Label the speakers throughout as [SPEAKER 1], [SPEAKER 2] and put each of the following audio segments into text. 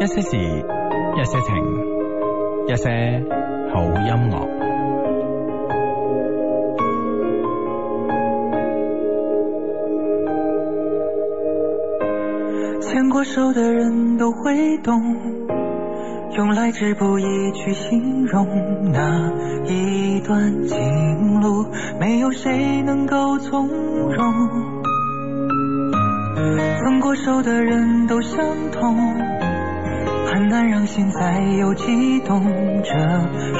[SPEAKER 1] 一些事，一些情，一些好音樂。
[SPEAKER 2] 牵过手的人都会懂，用来之不易去形容那一段情路，没有谁能够从容。分过手的人都相同，很难让心再有悸动。这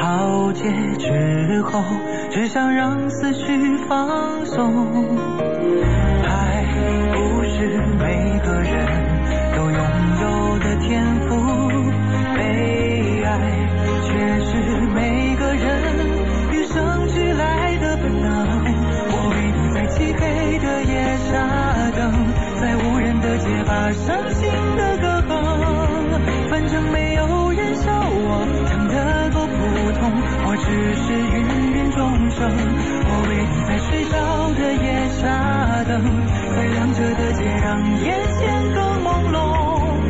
[SPEAKER 2] 浩劫之后，只想让思绪放松。还不是每个人都拥有的天赋，被爱却是每个人与生俱来的本能。我为你在漆黑的夜傻等，在无人的街把伤心的歌哼，反正没有人笑我唱得够普通，我只是芸芸众生。我为你在睡着的夜傻等，在亮着的街让眼前更朦胧，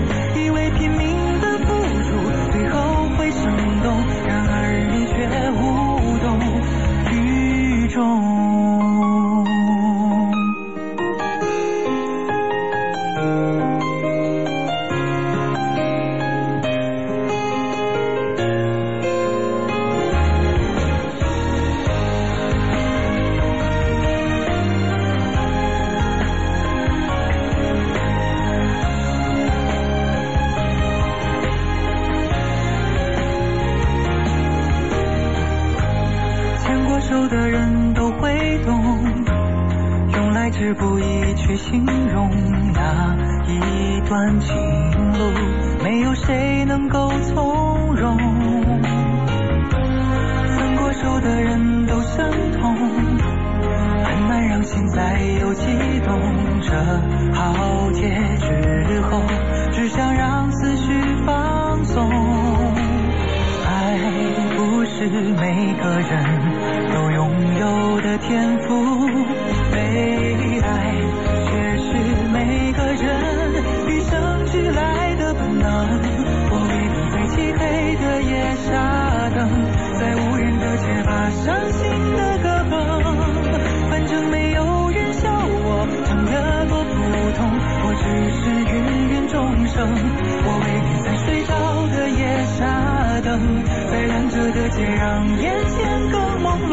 [SPEAKER 2] 以为拼命的付出最后会生动，然而你却无动于衷。牵过手的人都会懂，用来之不易去形容那一段情路，没有谁能够从容。分过手的人都相同，很难让心再有悸动。这浩劫之后，只想让思绪放松。爱不是每个人都拥有的天赋，被爱却是每个人与生俱来的本能。我为你在漆黑的夜傻等，在无人的街把伤心的歌哼，反正没有人笑我唱得多普通，我只是芸芸众生。我为你在睡着的夜傻等，在亮着的街让眼前更朦胧，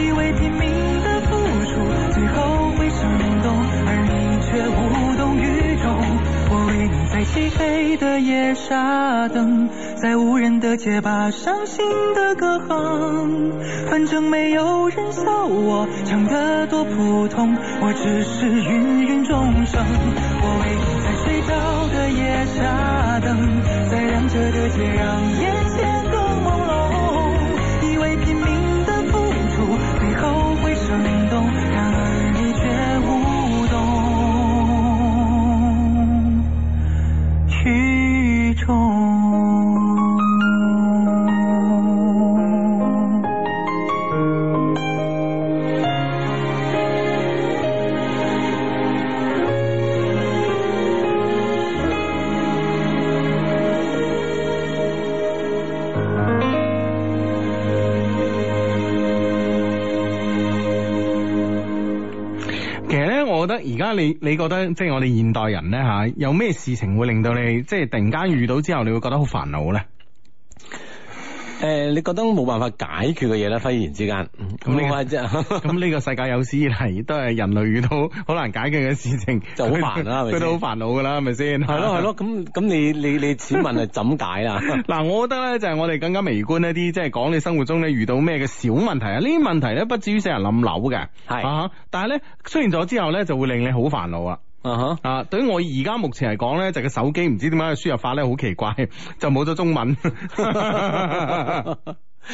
[SPEAKER 2] 以为拼命的付出最后会生动，而你却无动于衷。我为你在漆黑的夜傻等，在无人的街把伤心的歌哼，反正没有人笑我唱得多普通，我只是芸芸众生。我为你在睡着的夜傻等，在亮着的街让眼前更朦胧，以为拼命的付出最后会生动，然而你却无动于衷。
[SPEAKER 1] 其實咧，我覺得而家你你覺得即係我哋現代人咧吓，有咩事情會令到你即係突然間遇到之後，你會覺得好煩 惱咧？
[SPEAKER 3] 诶，你覺得冇辦法解決嘅嘢咧，忽然之間，
[SPEAKER 1] 咁呢個
[SPEAKER 3] 冇法啫。
[SPEAKER 1] 咁呢個世界有史以嚟都係人類遇到 好難解決嘅事情，
[SPEAKER 3] 就好煩啦係
[SPEAKER 1] 佢
[SPEAKER 3] 咪先
[SPEAKER 1] 都好煩惱噶啦，係咪先？
[SPEAKER 3] 係咯係咯，咁咁你你你此問係怎解啦？
[SPEAKER 1] 嗱，我覺得咧就係我哋更加微觀一啲，即係講你生活中咧遇到咩嘅小問題啊，呢啲問題咧不至於使人冧樓嘅，
[SPEAKER 3] 係
[SPEAKER 1] 啊哈，但係咧出現咗之後咧就會令你好煩惱啊。
[SPEAKER 3] 啊哈，
[SPEAKER 1] 啊，對於我而家目前嚟講咧，就個 手機唔知點解輸入法咧好奇怪，就冇咗中文。
[SPEAKER 3] 即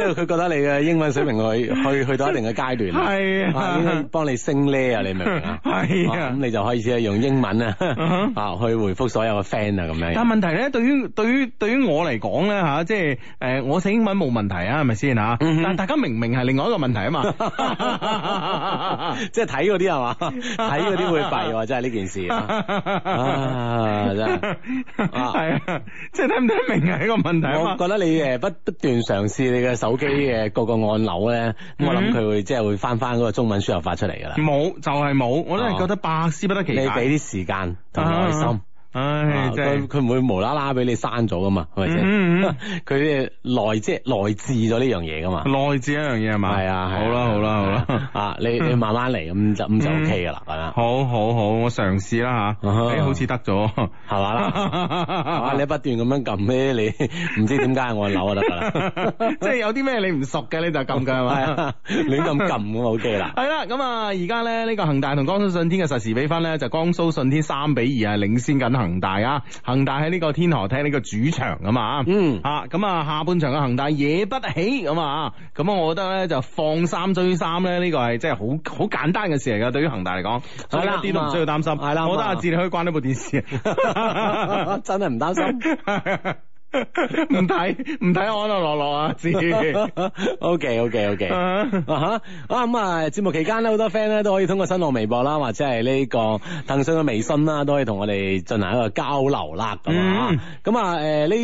[SPEAKER 3] 係佢覺得你嘅英文水平去去去到一定嘅階段啦，
[SPEAKER 1] 係啊
[SPEAKER 3] 啊，應該幫你升呢啊，你明唔 明啊？
[SPEAKER 1] 係啊
[SPEAKER 3] 啊咁你就開始用英 文啊
[SPEAKER 1] 嗯哼
[SPEAKER 3] 啊去回覆所有嘅 friend 啊咁
[SPEAKER 1] 但
[SPEAKER 3] 樣。
[SPEAKER 1] 問題咧，對於對於對於我嚟講咧吓，即係誒、我寫英文冇問題啊，係咪先吓？
[SPEAKER 3] 嗯哼
[SPEAKER 1] 但大家明明係另外一個問題啊 嘛。
[SPEAKER 3] 即係睇嗰啲係嘛，睇嗰啲會弊喎，真係呢件 事啊，啊真係。啊
[SPEAKER 1] 係啊，即係睇唔睇得明係一個問題啊
[SPEAKER 3] 我
[SPEAKER 1] 嘛。
[SPEAKER 3] 覺得你誒不不斷嘗試你嘅手機嘅各個按鈕咧，咁
[SPEAKER 1] 嗯
[SPEAKER 3] 我諗佢會即係會翻翻嗰個中文輸入法出嚟㗎啦。
[SPEAKER 1] 冇就係冇，我都係覺得百思不得嗯其
[SPEAKER 3] 啊你
[SPEAKER 1] 解。
[SPEAKER 3] 俾啲時間同耐心，
[SPEAKER 1] 唉
[SPEAKER 3] 啊，
[SPEAKER 1] 真係。
[SPEAKER 3] 佢佢唔會無啦啦俾你刪咗㗎嘛，係咪
[SPEAKER 1] 嗯嗯
[SPEAKER 3] 先？ 佢誒內即係內置咗呢樣嘢㗎嘛。
[SPEAKER 1] 內置一樣嘢係嘛？
[SPEAKER 3] 係啊，係啊
[SPEAKER 1] 好啦好啦好啦，
[SPEAKER 3] 啊，你你慢慢嚟咁就咁就
[SPEAKER 1] 嗯
[SPEAKER 3] OK 㗎啦，係啦，
[SPEAKER 1] 好好好，我嘗試啦吓，哎
[SPEAKER 3] 啊哈
[SPEAKER 1] 誒好似得咗。
[SPEAKER 3] 係嘛啦。啊！你不斷咁樣撳咧，你 唔知點解按鈕就得㗎啦，
[SPEAKER 1] 即係有啲咩你唔熟嘅，你就撳佢係
[SPEAKER 3] 係
[SPEAKER 1] 咪？
[SPEAKER 3] 啊， 亂咁撳咁就 OK 啦。
[SPEAKER 1] 係啦，咁啊，而家咧呢個恒大同江蘇舜天嘅實時比分咧，就江蘇舜天三比二啊，領先緊恒大啊。恒大喺呢個天河踢呢個主場啊嘛，
[SPEAKER 3] 嗯
[SPEAKER 1] 啊咁啊下半場嘅恒大惹不起咁啊，咁啊我覺得咧就放三追三咧，呢個係即係好好簡單嘅事嚟㗎，對於恒大嚟講，所以
[SPEAKER 3] 係啦
[SPEAKER 1] 一啲都唔需要擔心。
[SPEAKER 3] 係啦
[SPEAKER 1] 我覺得
[SPEAKER 3] 咁啊
[SPEAKER 1] 阿志你可以關咗部電視。
[SPEAKER 3] 真係唔擔心。
[SPEAKER 1] 唔睇唔睇安樂樂樂啊， 志。
[SPEAKER 3] O K O K O K 啊
[SPEAKER 1] 啊
[SPEAKER 3] 哈 啊咁啊！節目期間咧，好多 friend 咧都可以通過新浪微博啦，或者係呢個騰訊嘅微信啦，都可以同我哋進行一個交流啦咁啊
[SPEAKER 1] 嗯！
[SPEAKER 3] 咁啊誒呢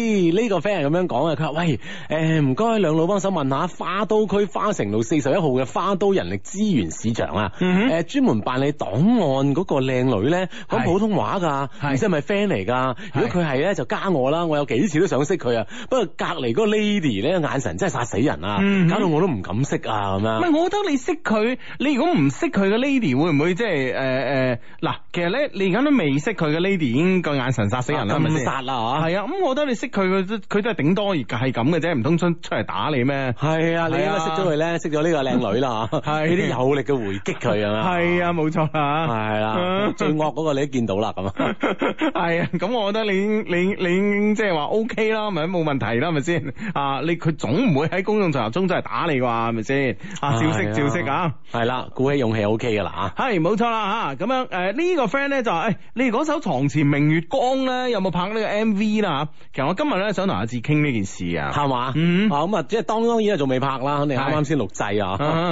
[SPEAKER 3] 呢個 friend 係咁樣講嘅，啊佢話喂誒唔該兩老幫手問下花都區花城路四十一號嘅花都人力資源市場啊，
[SPEAKER 1] 嗯哼
[SPEAKER 3] 誒專門辦理檔案嗰個靚女咧講
[SPEAKER 1] 係
[SPEAKER 3] 普通話㗎，
[SPEAKER 1] 係
[SPEAKER 3] 唔知係咪 friend 嚟㗎？如果佢係咧就加我啦，我有幾次都想識佢啊。不過隔離嗰個 lady 咧眼神真係殺死人啊
[SPEAKER 1] 嗯，
[SPEAKER 3] 搞到我都唔敢識啊咁
[SPEAKER 1] 唔
[SPEAKER 3] 樣。
[SPEAKER 1] 係，我覺得你識佢，你如果唔識佢嘅 lady 會唔會即係誒誒嗱？其實咧，你而家都未識佢嘅 lady 已經個眼神殺死人啦，係咪
[SPEAKER 3] 咁
[SPEAKER 1] 先？
[SPEAKER 3] 殺啦嚇！
[SPEAKER 1] 係啊，咁我覺得你識佢，佢都佢都係頂多係咁嘅啫，唔通出出嚟打你咩？
[SPEAKER 3] 係啊，你應該識咗佢咧，識咗呢個靚女 啦嚇，
[SPEAKER 1] 係
[SPEAKER 3] 俾啲有力嘅回擊佢咁樣。
[SPEAKER 1] 係啊，，冇錯啦。
[SPEAKER 3] 係啦
[SPEAKER 1] 嗯，
[SPEAKER 3] 最惡嗰個你都見到啦咁啊。
[SPEAKER 1] 係啊，咁我覺得你已經你你已經即係話 O K 啦，咪冇問題啦，係咪先？啊，你佢總唔會喺公眾場合中真係打你啩，係咪先？啊，照識照識啊！！
[SPEAKER 3] 係啦，鼓起勇氣 O K 噶啦啊！
[SPEAKER 1] 係冇錯啦吓，咁樣誒、呢個 friend 咧就話誒、你哋嗰首《床前明月光》咧有冇拍呢個 M V 啦吓？其實我今日咧想同阿志傾呢件事啊。
[SPEAKER 3] 係嘛？
[SPEAKER 1] 嗯
[SPEAKER 3] 啊咁啊，即係當當然係仲未拍啦，肯定啱啱先錄製
[SPEAKER 1] 啊啊啊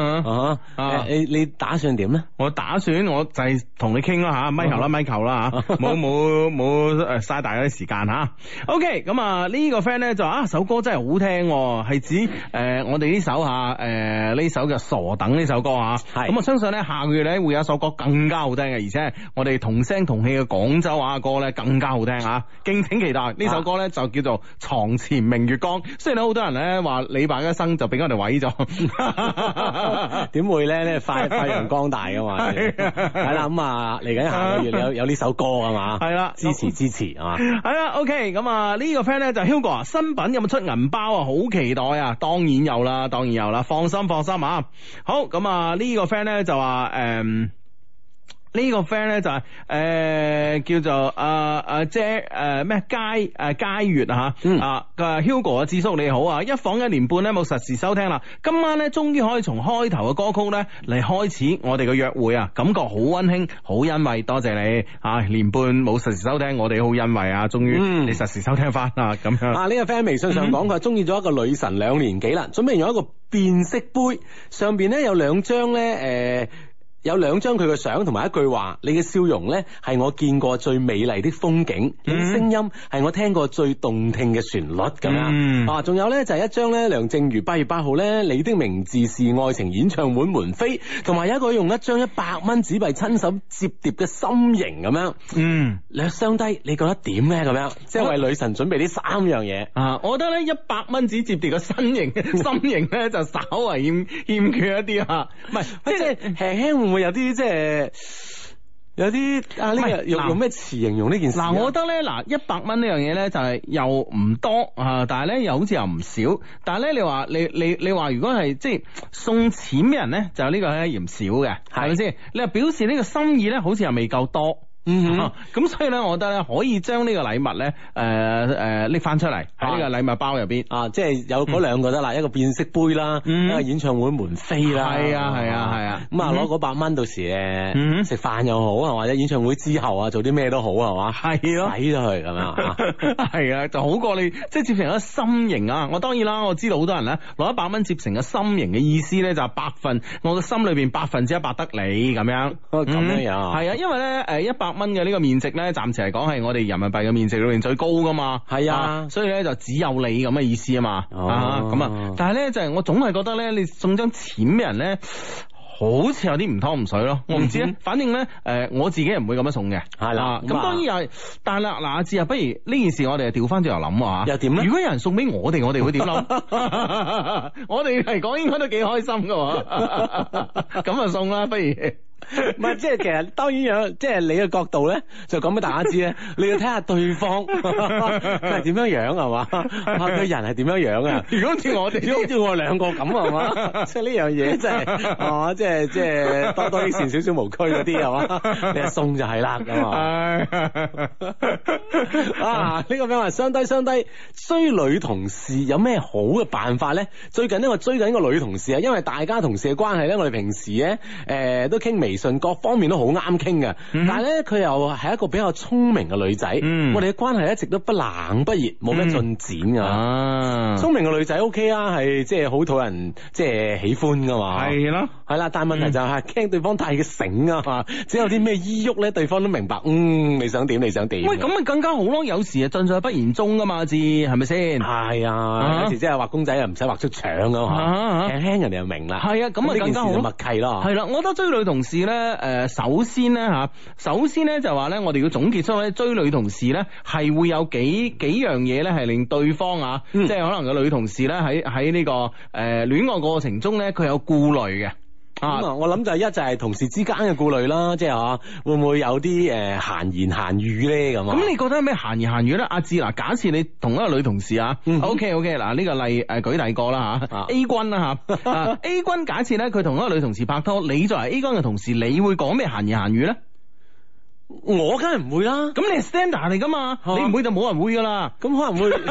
[SPEAKER 3] 啊！啊
[SPEAKER 1] 啊
[SPEAKER 3] 誒，你你打算點咧？
[SPEAKER 1] 我打算我就係同你傾啦吓，咪球啦咪球啦吓，冇冇冇誒嘥大家啲時間吓。OK，咁啊呢個 friend 咧就話啊首歌真係好聽喎，係指誒、我哋呢首吓誒呢首嘅傻等呢首歌吓，
[SPEAKER 3] 係
[SPEAKER 1] 咁啊相信咧下個月咧會有一首歌更加好聽嘅，而且我哋同聲同氣嘅廣州話歌咧更加好聽吓，敬請期待。呢首歌咧就叫做《床前明月光》，雖然咧好多人咧話李白嘅一生就俾我哋毀 咗。
[SPEAKER 3] 點會咧？咧發發揚光大噶嘛？
[SPEAKER 1] 啊係啊
[SPEAKER 3] 係啦，咁啊，嚟緊下個月有有呢首歌啊嘛？
[SPEAKER 1] 係啦
[SPEAKER 3] 支持支持 啊嘛！
[SPEAKER 1] 系啦，OK，咁啊呢個 friend 咧就 Hugo 啊，新品有冇出銀包啊？好期待啊！當然有啦，當然有啦，放心放心啊！好，咁啊呢個 friend 咧就話诶。嗯呢個 friend 咧就係、呃叫做啊啊姐誒咩佳誒佳月啊嚇
[SPEAKER 3] 嗯
[SPEAKER 1] 啊佢話 Hugo 啊智叔你好啊，一房一年半咧冇實時收聽啦，今晚咧終於可以從開頭嘅歌曲咧嚟開始我哋嘅約會啊，感覺好温馨，好欣慰，多謝你啊！年半冇實時收聽，我哋好欣慰啊，終於
[SPEAKER 3] 嗯
[SPEAKER 1] 你實時收聽翻啊咁樣。
[SPEAKER 3] 啊！呢、個 friend 微信上講佢中意咗一個女神兩年幾啦，準備用一個變色杯，上邊咧有兩張咧誒。呃有兩張佢嘅相同埋一句話，你嘅笑容咧係我見過最美麗的風景，你嘅聲音係我聽過最動聽嘅旋律咁樣、
[SPEAKER 1] 嗯
[SPEAKER 3] 啊！仲有咧就係、一張咧梁靜茹八月八號咧你的名字是愛情演唱會門飛，同埋有一個用一張一百蚊紙幣親手摺疊嘅心形咁樣。
[SPEAKER 1] 嗯。
[SPEAKER 3] 略相低，你覺得點咧？咁樣即係為女神準備呢三樣嘢。
[SPEAKER 1] 啊，我覺得咧一百蚊紙折疊個 身形，心形咧就稍為欠欠缺一啲啊，唔係
[SPEAKER 3] 即
[SPEAKER 1] 即係
[SPEAKER 3] 係輕輕會唔會有啲即係有啲啊？呢
[SPEAKER 1] 唔
[SPEAKER 3] 個
[SPEAKER 1] 係嗱
[SPEAKER 3] 用用咩詞形容呢件事啊？
[SPEAKER 1] 嗱，我覺得咧，嗱，一百蚊呢樣嘢咧，就係又唔多啊，但係咧又好似又唔少。但係咧，你話你你你話，如果係即係送錢嘅人咧，就呢個咧嫌少嘅，係咪先？你話表示呢個心意咧，好似又未夠多。
[SPEAKER 3] 嗯哼
[SPEAKER 1] 啊 咁所以咧，我覺得咧可以將呢個禮物咧，誒誒拎翻出嚟喺呢個禮物包入邊。
[SPEAKER 3] 啊，即係有嗰兩個得啦，一個變色杯啦，
[SPEAKER 1] 嗯
[SPEAKER 3] 一個演唱會門飛啦，
[SPEAKER 1] 係啊係啊係啊
[SPEAKER 3] 咁啊
[SPEAKER 1] 嗯
[SPEAKER 3] 攞嗰百蚊到時
[SPEAKER 1] 嗯
[SPEAKER 3] 誒食飯又好啊，或者演唱會之後啊做啲咩都好啊，係
[SPEAKER 1] 係
[SPEAKER 3] 嘛，。使咗佢 咁樣啊，
[SPEAKER 1] 係啊，就好過你即係接成一個心形啊！我當然啦，我知道好多人咧攞一百蚊接成個心形嘅意思咧，就係百分我嘅心裏邊百分之一百得你咁樣。
[SPEAKER 3] 哦咁樣樣啊
[SPEAKER 1] 係啊，因為咧誒一百蚊嘅呢個面值咧，暫時嚟講係我哋人民幣嘅面值裏邊最高噶嘛。
[SPEAKER 3] 係啊
[SPEAKER 1] 所以咧就只有你咁嘅意思啊嘛。
[SPEAKER 3] 哦
[SPEAKER 1] 啊咁啊，但係咧就係我總係覺得咧，你送張錢俾人咧。好似有啲唔湯唔水咯，我唔知咧。
[SPEAKER 3] 嗯哼
[SPEAKER 1] 反正咧，誒、我自己係唔會咁樣送嘅。
[SPEAKER 3] 係啦
[SPEAKER 1] 啊咁
[SPEAKER 3] 咁啊
[SPEAKER 1] 當然又係，但係啦，嗱，阿志啊，不如呢件事我哋就調翻轉頭諗啊
[SPEAKER 3] 又點咧
[SPEAKER 1] 如果有人送俾我哋，我哋會點諗？ 我哋嚟講應該都幾開心噶喎，咁啊送啦，不如
[SPEAKER 3] 唔係即係其實當然有，即係你嘅角度咧就講俾大家知 咧，你要睇下對 方佢係點樣樣係 嘛，啊佢人係點樣樣啊。
[SPEAKER 1] 如果好似我哋
[SPEAKER 3] 如果好似我哋兩個咁係嘛， 即係呢樣嘢真 係，係嘛，即係即係多多益善少少無拘嗰啲係嘛，你係送就係啦咁啊。
[SPEAKER 1] 啊
[SPEAKER 3] 啊！呢、個 friend 話相低相低，追女同事有咩好嘅辦法咧？最近呢，我追緊個女同事啊，因為大家同事嘅關係咧，我哋平時咧誒、都傾微信，各方面都好啱傾嘅。
[SPEAKER 1] 嗯哼
[SPEAKER 3] 但係咧，佢又係一個比較聰明嘅女仔，
[SPEAKER 1] 嗯
[SPEAKER 3] 我哋嘅關係一直都不冷不熱，冇咩進展 㗎。
[SPEAKER 1] 啊，
[SPEAKER 3] 聰明嘅女仔 O K 啊，係即係好討人即係嗯喜歡噶嘛。
[SPEAKER 1] 係咯。
[SPEAKER 3] 系啦，但系問題就係驚對方太嘅醒啊嘛，只有啲咩依喐咧，對方都明白，嗯，你想點你想點。
[SPEAKER 1] 喂，咁咪更加好咯！有時啊，盡在不言中噶嘛，阿志係咪先？
[SPEAKER 3] 係啊，有時真係畫公仔又唔使畫出腸咁
[SPEAKER 1] 啊
[SPEAKER 3] 嘛，輕輕人哋就明啦。
[SPEAKER 1] 係啊咁咪
[SPEAKER 3] 呢件
[SPEAKER 1] 更加
[SPEAKER 3] 事
[SPEAKER 1] 好
[SPEAKER 3] 就
[SPEAKER 1] 咯
[SPEAKER 3] 默契咯。
[SPEAKER 1] 係啦，我覺得追女同事咧，誒、首先咧嚇，首先咧就話咧，我哋要總結出咧，追女同事咧係會有幾幾樣嘢咧係令對方啊，
[SPEAKER 3] 嗯
[SPEAKER 1] 即係可能個女同事咧喺喺呢個誒、呃、戀愛過程中咧，佢有顧慮嘅啊
[SPEAKER 3] 咁。啊，我諗就係一就係同事之間嘅顧慮啦，即係啊，會唔會有啲誒閒言閒語咧咁啊？
[SPEAKER 1] 咁你覺得有咩閒言閒語咧？阿志嗱，假設你同一個女同事啊
[SPEAKER 3] 嗯
[SPEAKER 1] ，OK OK，嗱呢個例誒舉例過啦嚇
[SPEAKER 3] 啊
[SPEAKER 1] ，A 君啦嚇 啊，A 君假設咧佢同一個女同事拍拖，你作為 A 君嘅同事，你會講咩閒言閒語咧？
[SPEAKER 3] 我梗係唔會啦，
[SPEAKER 1] 咁你係 standard 嚟噶嘛？
[SPEAKER 3] 係嘛
[SPEAKER 1] 你唔會就冇人會噶啦。
[SPEAKER 3] 咁可能會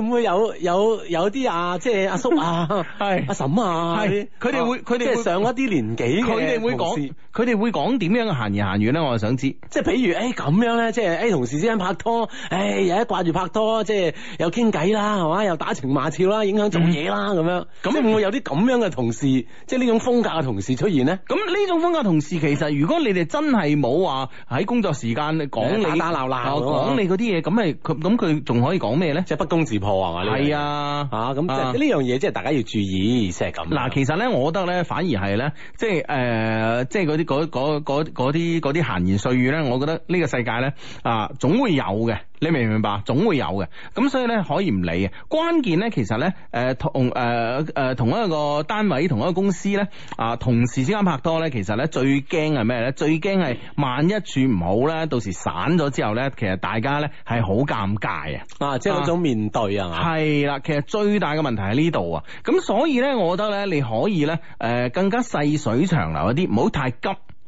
[SPEAKER 3] 會唔會有有有啲啊，即係阿叔啊，
[SPEAKER 1] 係
[SPEAKER 3] 阿嬸啊，
[SPEAKER 1] 係佢哋會
[SPEAKER 3] 啊
[SPEAKER 1] 佢哋
[SPEAKER 3] 即係
[SPEAKER 1] 會
[SPEAKER 3] 上一啲年紀嘅
[SPEAKER 1] 佢哋會
[SPEAKER 3] 同事
[SPEAKER 1] 講，佢哋會講點樣嘅閒言閒語咧？我就想知。
[SPEAKER 3] 即係譬如誒咁樣咧，即係哎誒同事之間拍拖，誒又一掛住拍拖，即係又傾偈啦，係嘛，又打情罵俏啦，影響做
[SPEAKER 1] 嗯
[SPEAKER 3] 嘢啦咁樣。咁會唔會有啲咁樣嘅同事，即係呢種風格嘅同事出現咧？
[SPEAKER 1] 咁呢種風格同事其實，如果你哋真係冇話喺工作時間講你
[SPEAKER 3] 打打鬧鬧
[SPEAKER 1] 啊
[SPEAKER 3] 咁啊
[SPEAKER 1] 講你嗰啲嘢，咁咪佢咁佢仲可以講咩咧？
[SPEAKER 3] 即係不攻自破係嘛？呢樣嘢
[SPEAKER 1] 係，啊，
[SPEAKER 3] 啊咁即係呢樣嘢，即係大家要注意，即係咁。
[SPEAKER 1] 嗱，其實咧，我覺得咧，反而係咧，即係誒、呃即係嗰啲嗰嗰嗰嗰啲嗰啲閒言碎語咧，我覺得呢個世界咧啊，總會有嘅，你明唔明白？總會有嘅，咁所以咧可以唔理嘅。關鍵咧，其實咧誒同誒誒同一個單位、同一個公司咧啊，同事之間拍拖咧，其實咧最驚係咩咧？最驚係萬一處唔好咧，到時散咗之後咧，其實大家咧係好尷尬啊！
[SPEAKER 3] 啊，即係嗰種面對啊係嘛？
[SPEAKER 1] 係啦，其實最大嘅問題喺呢度啊，咁所以呢，我覺得呢，你可以呢，誒、更加細水長流一啲，唔好太急。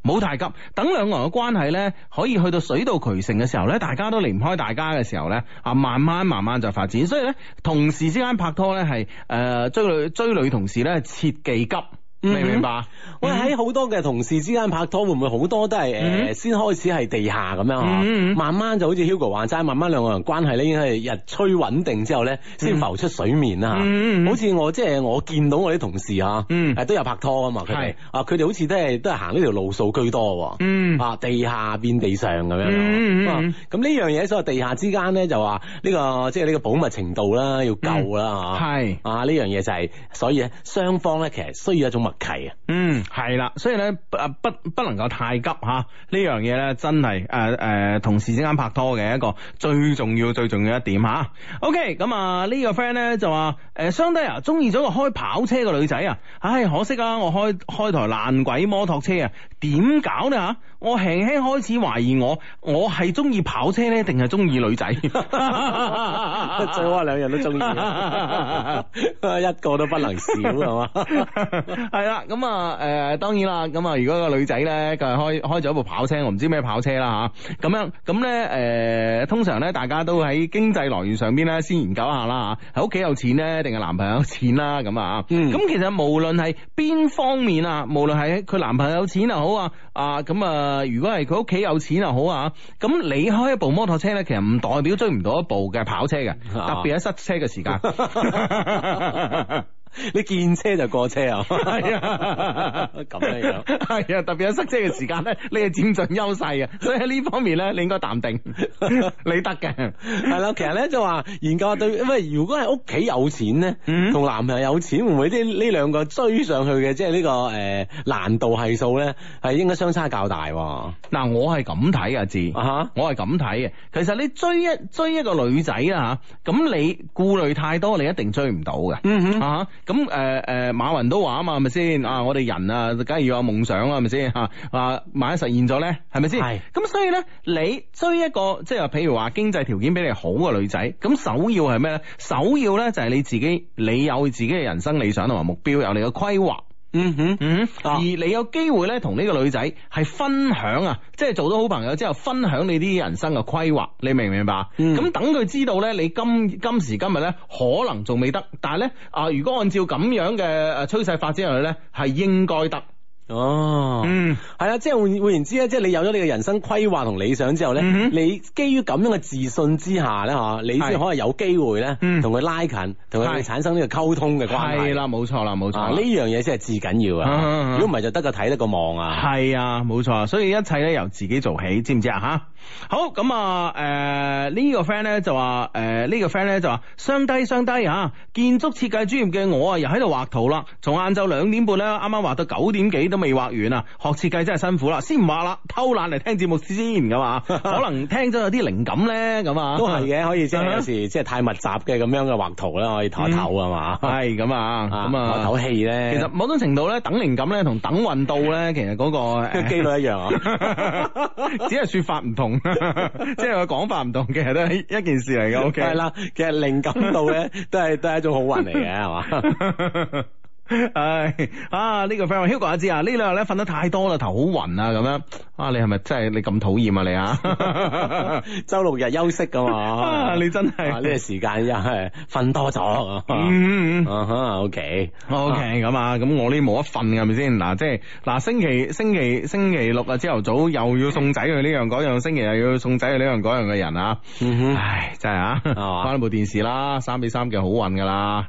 [SPEAKER 1] 唔好太急，等兩個人嘅關係呢，可以去到水到渠成嘅時候呢，大家都離唔開大家嘅時候呢，啊，慢慢慢慢就發展。所以呢，同事之間拍拖呢，係誒、追女追女同事呢，切忌急，
[SPEAKER 3] 嗯
[SPEAKER 1] 明唔明白？
[SPEAKER 3] 喂，喺好多嘅同事之間拍拖，會唔會好多都係誒、呃
[SPEAKER 1] 嗯
[SPEAKER 3] 先開始係地下咁樣啊
[SPEAKER 1] 嗯嗯
[SPEAKER 3] 慢慢就好似 Hugo 話齋，慢慢兩個人關係咧已經係日趨穩定之後咧，先浮出水面啊啦嚇。
[SPEAKER 1] 嗯嗯嗯嗯
[SPEAKER 3] 好似我即係我見到我啲同事啊，
[SPEAKER 1] 嗯
[SPEAKER 3] 誒都有拍拖啊嘛，佢
[SPEAKER 1] 係
[SPEAKER 3] 哋啊佢哋好似都係都係行呢條路數居多喎。
[SPEAKER 1] 嗯
[SPEAKER 3] 啊，地下變地上咁樣
[SPEAKER 1] 嗯嗯嗯
[SPEAKER 3] 啊咁呢樣嘢所謂地下之間咧，就話呢、個即係呢個保密程度啦，要夠
[SPEAKER 1] 嗯
[SPEAKER 3] 啦嚇。
[SPEAKER 1] 係。
[SPEAKER 3] 啊，呢樣嘢就係、所以咧，雙方咧其實需要一種默契啊。
[SPEAKER 1] 嗯，係啦，所以咧，啊不不能夠太急吓，呢樣嘢咧真係誒誒同事之間拍拖嘅一個最重要最重要一點吓。OK，咁啊呢個 friend 咧就話誒相低啊，中意咗個開跑車嘅女仔啊，唉可惜啊，我開開台爛鬼摩托車啊，點搞呢吓？我輕輕開始懷疑我我係中意跑車咧，定係中意女仔？ 最
[SPEAKER 3] 最 好啊，兩樣都中意，一個都不能少係嘛？
[SPEAKER 1] 係係啦，咁啊誒當然啦，咁啊如果個女仔咧佢係開開咗部跑車，我唔知咩跑車啦吓，咁樣咁咧誒通常咧大家都喺經濟來源上邊咧先研究一下啦嚇，喺屋企有錢咧定係男朋友有錢啦咁啊，咁、
[SPEAKER 3] 嗯
[SPEAKER 1] 其實無論係邊方面啊，無論係佢男朋友有錢又好啊啊咁啊，如果係佢屋企有錢又好啊，咁你開一部摩托車咧，其實唔代表追唔到一部嘅跑車嘅，特
[SPEAKER 3] 啊
[SPEAKER 1] 別喺塞車嘅時間。
[SPEAKER 3] 你見車就過車啊？
[SPEAKER 1] 係啊
[SPEAKER 3] 咁樣樣。
[SPEAKER 1] 係啊，特別喺塞車嘅時 間咧，你係佔盡優勢嘅，所以喺呢方面咧，你應該淡定， 你得嘅。
[SPEAKER 3] 系啦，其實咧就話研究下對，因為如果係屋企有錢咧，
[SPEAKER 1] 嗯
[SPEAKER 3] 同、男朋友有錢，會唔會呢呢兩個追上去嘅，即係呢個诶、呃、难度係數咧，係應該相差較大喎。啊
[SPEAKER 1] 嗱，我係咁睇啊，志。
[SPEAKER 3] 哈，
[SPEAKER 1] 我係咁睇嘅，其實你追一追一個女仔啦吓，咁你顧慮太多，你一定追唔到嘅。
[SPEAKER 3] 嗯哼，
[SPEAKER 1] 啊，咁誒誒，馬雲都話啊嘛，係咪先啊？我哋人啊，梗係要有夢想啊，係咪先嚇？啊，萬一實現咗咧，係咪先？
[SPEAKER 3] 係
[SPEAKER 1] 咁所以咧，你追一個即係話，譬如話經濟條件比你好嘅女仔，咁首要係咩咧？首要咧就係你自己，你有自己嘅人生理想同埋目標，有你嘅規劃。
[SPEAKER 3] 嗯哼，
[SPEAKER 1] 嗯，
[SPEAKER 3] 啊
[SPEAKER 1] 而你有機會咧，同呢個女仔係分享啊，即係做到好朋友之後，分享你啲人生嘅規劃，你明唔明白？咁、
[SPEAKER 3] 嗯
[SPEAKER 1] 等佢知道咧，你今今時今日咧，可能仲未得，但係咧啊，如果按照咁樣嘅誒趨勢發展落去咧，係應該得。
[SPEAKER 3] 哦。
[SPEAKER 1] 嗯，
[SPEAKER 3] 係啦，即係換換言之咧，即係你有咗你嘅人生規劃同理想之後咧，
[SPEAKER 1] 嗯哼
[SPEAKER 3] 你基於咁樣嘅自信之下咧，吓你先
[SPEAKER 1] 係
[SPEAKER 3] 可以有機會咧，
[SPEAKER 1] 嗯
[SPEAKER 3] 同佢拉近，同佢
[SPEAKER 1] 係
[SPEAKER 3] 產生呢個溝通嘅關係。
[SPEAKER 1] 係啦，冇錯啦，冇錯
[SPEAKER 3] 啊，
[SPEAKER 1] 啦。
[SPEAKER 3] 呢樣嘢先係至緊要
[SPEAKER 1] 啊啊
[SPEAKER 3] 啊！
[SPEAKER 1] 啊
[SPEAKER 3] 如果唔係就得個睇得個望啊。
[SPEAKER 1] 係啊，冇錯啊，所以一切咧由自己做起，知唔知啊？吓，好咁啊，誒、呢、個 friend 咧就話，誒、呢、個 friend 咧就話，相低相低啊！建築設計專業嘅我啊，又喺度畫圖啦，從晏晝兩點半咧，啱啱畫到九點幾都未畫完啊！學設計真係辛苦啦，先唔畫啦，偷懶嚟聽節目先噶 嘛，可能聽咗有啲靈感咧咁啊，
[SPEAKER 3] 都係嘅，可以即
[SPEAKER 1] 啊
[SPEAKER 3] 係
[SPEAKER 1] 哈
[SPEAKER 3] 有時即係太密集嘅咁樣嘅畫圖咧，可以唞一唞啊嘛，
[SPEAKER 1] 係咁啊，咁
[SPEAKER 3] 啊
[SPEAKER 1] 啊，
[SPEAKER 3] 唞氣咧，
[SPEAKER 1] 其實某種程度咧，等靈感咧同等運到咧，其實嗰、個誒
[SPEAKER 3] 嘅機率一樣啊。
[SPEAKER 1] 只係說法唔同， 即係個講法唔同，其實都係一件事嚟嘅。O K，
[SPEAKER 3] 係，啦，其實靈感度咧都係都係一種好運嚟嘅，係嘛？
[SPEAKER 1] 唉，啊呢、個 friend 話 Hugo 阿志啊，呢兩日咧瞓得太多啦，頭好暈啊咁樣。啊，你係咪真係你咁討厭啊你啊？
[SPEAKER 3] 周六日休息噶嘛
[SPEAKER 1] 啊，你真
[SPEAKER 3] 啊呢個
[SPEAKER 1] 係。
[SPEAKER 3] 時間又係瞓多咗
[SPEAKER 1] 嗯
[SPEAKER 3] 啊哈，OK，
[SPEAKER 1] O K，咁啊，咁我呢冇得瞓嘅係咪先？嗱，即係嗱，星期星期星期六啊，朝頭早又要送仔去呢樣嗰樣，星期日又要送仔去呢樣嗰樣嘅人啊，
[SPEAKER 3] 嗯哼。
[SPEAKER 1] 唉，真係啊，
[SPEAKER 3] 嘛
[SPEAKER 1] 翻部電視啦，三比三嘅好運噶 啦，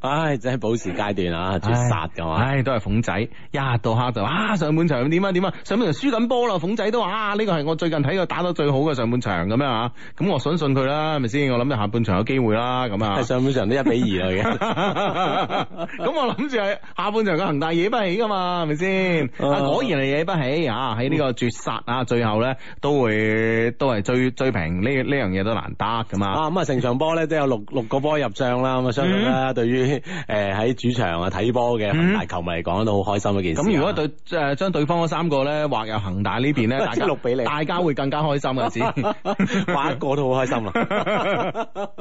[SPEAKER 3] 唉，真係保時階段啊，絕殺噶嘛！
[SPEAKER 1] 唉，都係鳳仔，一日到黑就啊上半場點啊點啊，上半場輸緊波啦，鳳仔都話啊呢個係我最近睇過打得最好嘅上半場咁樣啊，咁我信信佢啦，係咪先？我諗住下半場有機會啦，咁啊
[SPEAKER 3] 係。上半場都一比二啦，
[SPEAKER 1] 咁我諗住係下半場嘅恒大惹不起噶嘛，係咪先？
[SPEAKER 3] 啊
[SPEAKER 1] 啊，果然係惹不起啊！喺呢個絕殺啊，最後咧都會都係追追平呢呢樣嘢都難得噶嘛。
[SPEAKER 3] 啊咁啊，成場波咧都有六六個波入帳啦，咁啊相信
[SPEAKER 1] 嗯
[SPEAKER 3] 啦，對於誒喺主場啊睇波嘅恒大球迷嚟講都好開心一件事啊。
[SPEAKER 1] 咁如果對誒將對方嗰三個咧劃入恒大呢邊 咧，大
[SPEAKER 3] 即
[SPEAKER 1] 家
[SPEAKER 3] 六比零
[SPEAKER 1] 大家會更加開心啊嘅 先。
[SPEAKER 3] 玩一個都好開心啊 啦。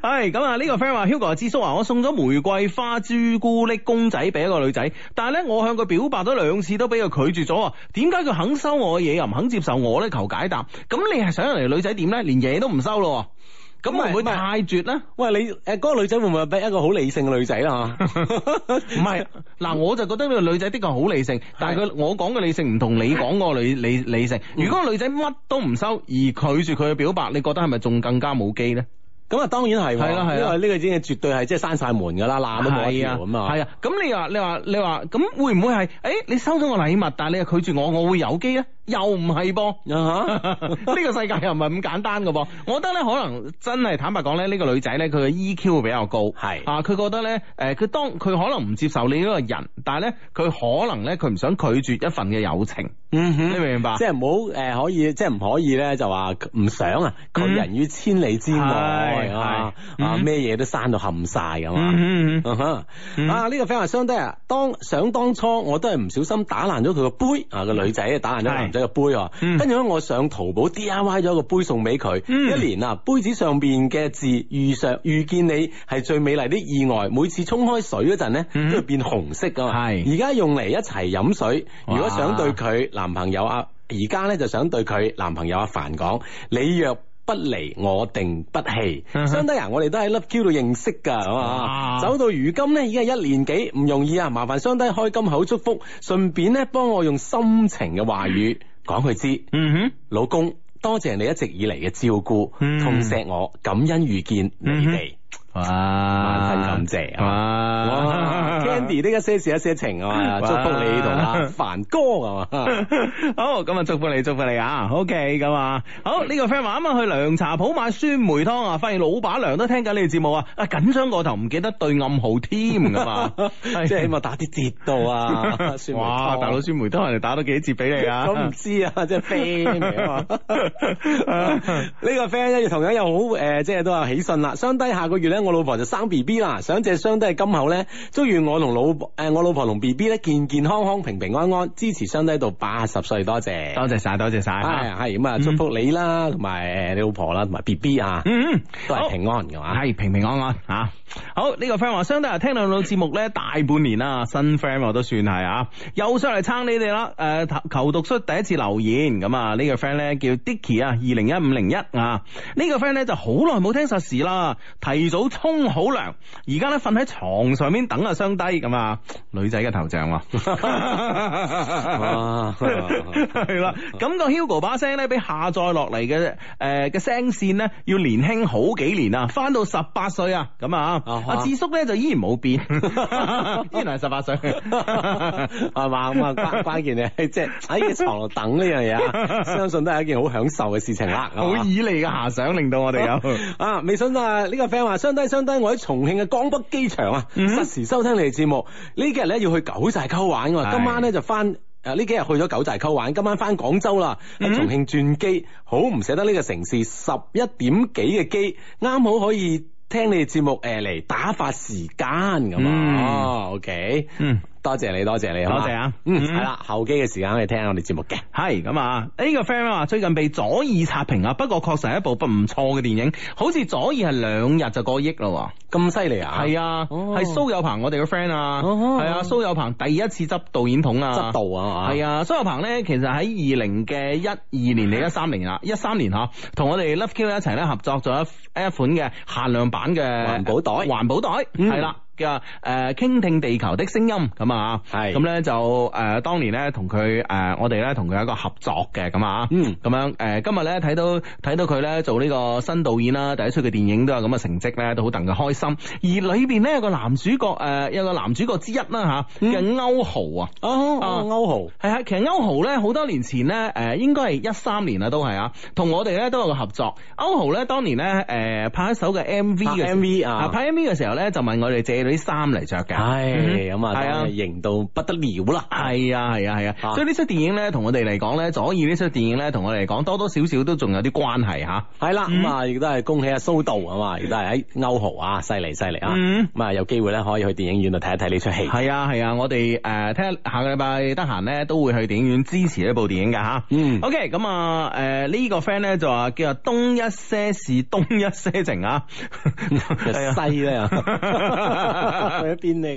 [SPEAKER 1] 係咁啊！呢個 friend 話，Hugo 啊智叔啊，我送咗玫瑰花朱古力公仔俾一個女仔，但係咧我向佢表白咗兩次都俾佢拒絕咗啊！點解佢肯收我嘅嘢又唔肯接受我咧？求解答。咁你係想人哋女仔點咧？連嘢都唔收咯喎？咁會唔會
[SPEAKER 3] 唔係
[SPEAKER 1] 太絕咧？
[SPEAKER 3] 喂，你誒嗰個女仔會唔會係一個好理性嘅女仔啊啦？
[SPEAKER 1] 唔係，嗱，我就覺得呢個女仔的確好理性，但係佢我講嘅理性唔同你講嗰個理理理性。
[SPEAKER 3] 嗯
[SPEAKER 1] 如果個女仔乜都唔收而拒絕佢嘅表白，你覺得係咪仲更加冇機咧？
[SPEAKER 3] 咁啊，當然係喎，
[SPEAKER 1] 係啦係
[SPEAKER 3] 因
[SPEAKER 1] 啦
[SPEAKER 3] 為呢個已經係絕對係即係閂晒門㗎啦，罅都冇一條咁啊。
[SPEAKER 1] 係啊，咁你話你話你話，咁會唔會係？誒、你收咗我禮物，但係你又拒絕我，我會有機咧？又唔係噃？
[SPEAKER 3] 啊哈
[SPEAKER 1] 呢個世界又唔係咁簡單噶噃，我覺得咧可能真係坦白講咧，呢、個女仔咧佢嘅 EQ 比較高，
[SPEAKER 3] 係
[SPEAKER 1] 啊，佢覺得咧，誒、佢當佢可能唔接受你呢個人，但係咧佢可能咧佢唔想拒絕一份嘅友情，
[SPEAKER 3] 嗯
[SPEAKER 1] 你明唔明白？
[SPEAKER 3] 即係唔好誒，可以即係唔可以咧，就話唔想啊，拒人於千里之外係啊
[SPEAKER 1] 嗯係
[SPEAKER 3] 啊
[SPEAKER 1] 嗯
[SPEAKER 3] 咩嘢都刪到冚晒咁啊！
[SPEAKER 1] 嗯嗯嗯
[SPEAKER 3] 啊哈
[SPEAKER 1] 嗯
[SPEAKER 3] 啊！呢個 friend 話相低啊，當想當初我都係唔小心打爛咗佢個杯啊，個女仔打爛咗個男仔個杯啊，
[SPEAKER 1] 嗯
[SPEAKER 3] 跟住咧我上淘寶 D I Y 咗個杯送俾佢，
[SPEAKER 1] 嗯
[SPEAKER 3] 一年啊杯子上邊嘅字遇上遇見你係最美麗的意外，每次沖開水嗰陣咧
[SPEAKER 1] 嗯
[SPEAKER 3] 都會變紅色噶嘛，
[SPEAKER 1] 係
[SPEAKER 3] 而家用嚟一齊飲水，如果
[SPEAKER 1] 哇
[SPEAKER 3] 想對佢男朋友啊，而家咧就想對佢男朋友阿凡講，你若不離我定不棄，
[SPEAKER 1] 嗯哼
[SPEAKER 3] 相低啊！我哋都喺 Love Q 度認識㗎，咁啊
[SPEAKER 1] 哇
[SPEAKER 3] 走到如今呢，已經係一年幾，唔容易啊！麻煩相低開金口祝福，順便呢，幫我用心情嘅話語講佢知，
[SPEAKER 1] 嗯哼。
[SPEAKER 3] 老公多謝你一直以嚟嘅照顧，
[SPEAKER 1] 嗯
[SPEAKER 3] 痛錫我，感恩遇見你哋，
[SPEAKER 1] 哇！嗯
[SPEAKER 3] 萬分感謝啊！哇
[SPEAKER 1] 哇
[SPEAKER 3] Candy 呢一些事一些情啊，
[SPEAKER 1] 哇哎
[SPEAKER 3] 祝福你同阿凡哥啊嘛。
[SPEAKER 1] 好，咁啊，祝福你，祝福你啊，OK，咁啊，好呢、個 friend 話啱啱去涼茶鋪買酸梅湯啊，發現老闆娘都聽緊你哋節目啊，啊緊張過頭，唔記得對暗號添咁 啊，
[SPEAKER 3] 即係起碼打啲折 到啊！酸梅
[SPEAKER 1] 哇，
[SPEAKER 3] 湯
[SPEAKER 1] 大佬酸梅湯人哋打咗幾折俾你啊，
[SPEAKER 3] 咁唔知啊，即係 friend 嚟啊嘛。呢個 friend 咧同樣又好誒、呃即係都有喜訊啦。相低下個月咧，我老婆就生 B B 啦。想借相低嘅金口咧，祝願我同老婆誒、我老婆同 B B 咧健健康康、平平安安，支持相低到八十歲，多謝。
[SPEAKER 1] 多謝晒，多謝晒
[SPEAKER 3] 係
[SPEAKER 1] 啊，
[SPEAKER 3] 係咁啊，祝福你啦，同埋誒你老婆啦，同埋 B B 啊，
[SPEAKER 1] 嗯，
[SPEAKER 3] 都係
[SPEAKER 1] 好
[SPEAKER 3] 平安嘅嘛。
[SPEAKER 1] 系平平安安吓、啊好呢、個 friend 話，相對啊，聽兩老節目咧大半年啦，新 friend 我都算係啊，又上嚟撐你哋啦。誒、求求讀出第一次留言咁啊，呢、個 friend 咧叫 Dicky 啊，二零一五零一啊，呢、個 friend 咧就好耐冇聽實時啦，提早沖好涼，而家咧瞓喺床上面等啊相低咁啊，女仔嘅頭像喎、
[SPEAKER 3] 哇
[SPEAKER 1] 系啦，感覺 Hugo 把聲咧，比下載落嚟嘅誒嘅聲線咧，要年輕好幾年啊，翻到十八歲啊，咁啊，
[SPEAKER 3] 啊
[SPEAKER 1] 阿智叔咧就依然冇 變， 依然係十八歲，
[SPEAKER 3] 係嘛咁啊，關關鍵係即係哎喺床度等呢樣嘢啊，相信都係一件好享受嘅事情啦。係
[SPEAKER 1] 好
[SPEAKER 3] 嘛
[SPEAKER 1] 以你嘅遐想令到我哋有。
[SPEAKER 3] 啊，微信啊，呢、個 friend 話相低相低，我喺重慶嘅江北機場啊，
[SPEAKER 1] 嗯
[SPEAKER 3] 實時收聽你哋節目。呢幾日咧要去九寨溝玩㗎嘛，
[SPEAKER 1] 係
[SPEAKER 3] 今晚咧就翻。誒呢幾日去咗九寨溝玩，今晚翻廣州啦，喺
[SPEAKER 1] 嗯
[SPEAKER 3] 重慶轉機，好唔捨得呢個城市，十一點幾嘅機，啱好可以聽你哋節目誒嚟打發時間咁
[SPEAKER 1] 嗯
[SPEAKER 3] 啊。哦，OK，
[SPEAKER 1] 嗯，
[SPEAKER 3] 多謝你，多謝你，好嘛
[SPEAKER 1] 多謝啊
[SPEAKER 3] 嗯，
[SPEAKER 1] 嗯
[SPEAKER 3] 係啦，後機嘅時間可以聽下我哋節目嘅。
[SPEAKER 1] 係咁啊！呢個 friend 話最近被左耳刷屏啊，不過確實係一部不唔錯嘅電影，好似左耳係兩日就過億咯喎。
[SPEAKER 3] 咁犀利啊！
[SPEAKER 1] 係啊，
[SPEAKER 3] 哦
[SPEAKER 1] 係蘇有朋我哋個 friend 啊，
[SPEAKER 3] 哦
[SPEAKER 1] 係啊，蘇有朋第一次執導演筒啊，
[SPEAKER 3] 執導啊嘛
[SPEAKER 1] 係啊，蘇有朋咧其實喺二零嘅一二年定一三年啦，一三年吓，同我哋 Love Q 一齊咧合作咗一一款嘅限量版嘅
[SPEAKER 3] 環保袋
[SPEAKER 1] 環保袋
[SPEAKER 3] 嗯
[SPEAKER 1] 係啦。嘅誒傾聽地球的聲音咁啊，
[SPEAKER 3] 係
[SPEAKER 1] 咁咧就誒、呃、當年咧同佢誒我哋咧同佢有一個合作嘅咁啊，
[SPEAKER 3] 嗯
[SPEAKER 1] 咁樣誒、呃今日咧睇到睇到佢咧做呢個新導演啦，第一出嘅電影都有咁嘅成績咧，都好戥佢開心。而裏邊咧有個男主角誒、呃有個男主角之一啦吓
[SPEAKER 3] 嗯
[SPEAKER 1] 嘅歐豪啊。
[SPEAKER 3] 哦，
[SPEAKER 1] 啊
[SPEAKER 3] 歐豪。
[SPEAKER 1] 係啊，其實歐豪咧好多年前咧，誒、應該係一三年啦，都係啊，同我哋咧都有個合作。歐豪咧當年咧，誒、拍一首嘅 M V 嘅
[SPEAKER 3] 拍 MV 啊
[SPEAKER 1] 拍 M V 嘅時候咧就問我哋借咗啲衫嚟着嘅，
[SPEAKER 3] 唉，咁啊，
[SPEAKER 1] 係啊
[SPEAKER 3] 真係型到不得了啦！
[SPEAKER 1] 係啊係啊係
[SPEAKER 3] 啊
[SPEAKER 1] 啊，所以呢出電影咧同我哋嚟講咧，左耳呢出電影咧同我哋嚟講多多少少都仲有啲關係吓。
[SPEAKER 3] 係啦，
[SPEAKER 1] 嗯
[SPEAKER 3] 咁啊，亦都係恭喜阿蘇道啊嘛，亦都係喺歐豪啊，犀利犀利啊！
[SPEAKER 1] 嗯
[SPEAKER 3] 咁啊，有機會咧可以去電影院度睇一睇呢出戲。
[SPEAKER 1] 係啊係啊，我哋誒聽下個禮拜得閒咧都會去電影院支持呢部電影㗎吓。
[SPEAKER 3] 嗯
[SPEAKER 1] OK，咁啊，誒、呢個 friend 咧就話叫做東一些事，東一些情啊，係啊
[SPEAKER 3] 西咧啊， 去咗邊呢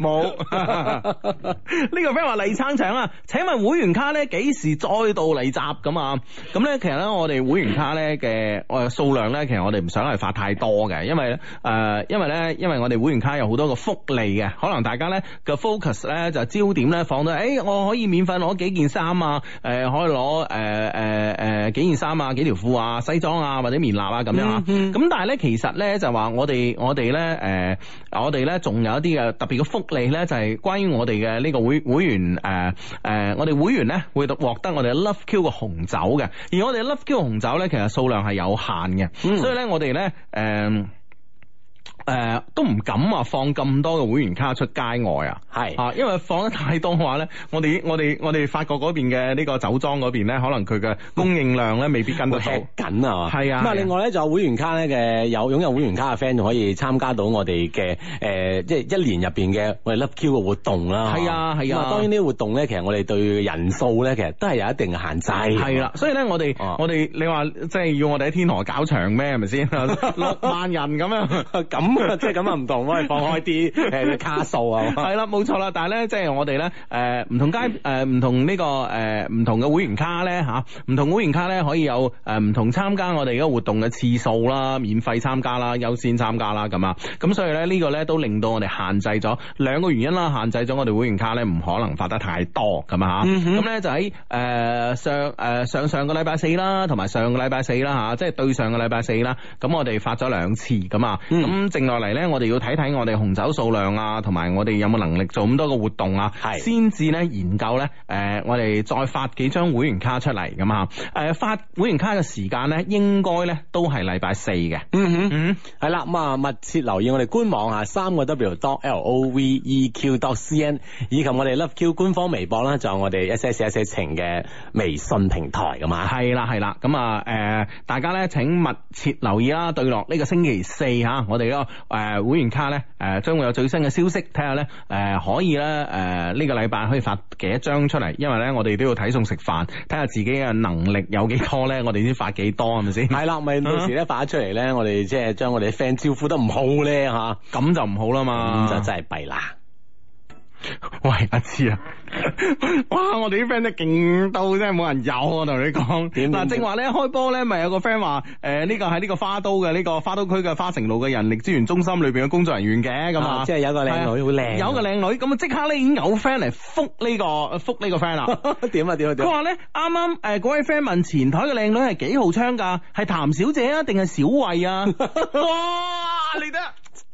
[SPEAKER 1] 冇。呢個 friend 話嚟撐場啊，請問會員卡咧幾時再度嚟集咁啊？咁咧其實咧我哋會員卡咧嘅誒數量咧，其實我哋唔想係發太多嘅，因為誒、呃因為咧因為我哋會員卡有好多個福利嘅，可能大家咧嘅 focus 咧就焦點咧放到誒、欸我可以免費攞幾件衫啊，誒、可以攞呃誒誒誒幾件衫啊、幾條褲啊、西裝啊或者棉衲啊咁樣啊，咁、
[SPEAKER 3] 嗯嗯
[SPEAKER 1] 咁但係咧，其實咧就話我哋我哋呃咧誒，我哋咧仲有一啲嘅特別嘅福利咧，就係、關於我哋嘅呢個會會員誒誒、呃呃我哋會員咧會獲得我哋 Love Q 嘅紅酒嘅，而我哋 Love Q 嘅紅酒咧其實數量係有限嘅，
[SPEAKER 3] 嗯
[SPEAKER 1] 所以咧我哋咧誒。诶呃都唔敢話放咁多嘅會員卡出街外啊。
[SPEAKER 3] 係
[SPEAKER 1] 啊，因為放得太多嘅話咧，我哋我哋我哋法國嗰邊嘅呢個酒莊嗰邊咧，可能佢嘅供應量咧未必跟得
[SPEAKER 3] 會
[SPEAKER 1] 到
[SPEAKER 3] 吃。緊啊嘛，
[SPEAKER 1] 係啊
[SPEAKER 3] 咁
[SPEAKER 1] 係啊
[SPEAKER 3] 啊，另外咧就有會員卡咧嘅有擁有會員卡嘅 friend 仲可以參加到我哋嘅誒，即係一年入邊嘅我哋 Love Q 嘅活動啦。
[SPEAKER 1] 係啊係啊
[SPEAKER 3] 咁當然呢啲活動咧，其實我哋對人數咧，其實都係有一定嘅限制。
[SPEAKER 1] 係啦，，所以咧，我哋
[SPEAKER 3] 哦
[SPEAKER 1] 我哋你話即係要我哋喺天河搞場咩？係咪 先六萬人咁樣？
[SPEAKER 3] 咁啊，即係咁啊唔同，我哋放開啲誒卡數啊。
[SPEAKER 1] 係啦，冇錯啦。但係咧，即係我哋咧，诶，唔同街诶，唔同呢個诶，唔同嘅會員卡咧吓，唔同會員卡咧可以有诶唔同參加我哋嘅活動嘅次數啦，免費參加啦，優先參加啦，咁啊，咁所以咧呢個咧都令到我哋限制咗兩個原因啦，限制咗我哋會員卡咧唔可能發得太多咁啊吓。
[SPEAKER 3] 嗯哼
[SPEAKER 1] 咁咧就喺诶上诶上上個禮拜四啦，同埋上個禮拜四啦吓，即係對上個禮拜四啦。咁我哋發咗兩次咁啊，
[SPEAKER 3] 嗯
[SPEAKER 1] 咁咁剩落嚟咧，我哋要睇睇我哋紅酒數量啊，同埋我哋有冇能力做咁多個活動啊，
[SPEAKER 3] 係
[SPEAKER 1] 先至咧研究咧，誒、我哋再發幾張會員卡出嚟咁啊，誒、發會員卡嘅時間咧，應該咧都係禮拜四嘅。
[SPEAKER 3] 嗯哼。
[SPEAKER 1] 嗯，
[SPEAKER 3] 系啦，咁啊密切留意我哋官網啊，三個 W dot L O V E Q dot C N，以及我哋 Love Q 官方微博啦，仲有我哋一些事一些情嘅微信平台噶嘛。
[SPEAKER 1] 係啦係啦，咁啊誒，大家咧請密切留意啦，對落呢個星期四嚇、我哋嗰個誒會員卡咧誒、將會有最新嘅消息，睇下咧誒可以咧誒呢個禮拜可以發幾多張出嚟，因為咧我哋都要睇餸食飯，睇下自己嘅能力有幾多咧，我哋先發幾多係咪先？
[SPEAKER 3] 係啦，咪到時咧發咗出嚟咧，我哋即係將我哋啲 friend 招呼得唔好咧吓，
[SPEAKER 1] 咁就唔好啦嘛，
[SPEAKER 3] 咁就真係弊啦。
[SPEAKER 1] 喂阿志啊，哇！我哋啲 friend 都勁到真係冇人有，啊我同你講。
[SPEAKER 3] 點
[SPEAKER 1] 嗱，
[SPEAKER 3] 點
[SPEAKER 1] 正話咧開波咧，咪有個 friend 話誒呢個喺呢個花都嘅呢個花都區嘅花城路嘅人力資源中心裏邊嘅工作人員嘅咁啊
[SPEAKER 3] 啊，即係有個靚女好
[SPEAKER 1] 係啊
[SPEAKER 3] 靚，
[SPEAKER 1] 有個靚女，咁啊即刻咧已經有 friend 嚟覆呢個覆呢個 friend 啦。
[SPEAKER 3] 靚點啊點啊點
[SPEAKER 1] 佢
[SPEAKER 3] 啊，
[SPEAKER 1] 話咧，啱啱誒嗰位 friend 問前台嘅靚女係幾號窗㗎？係譚小姐啊，定係小慧 啊？哇！你得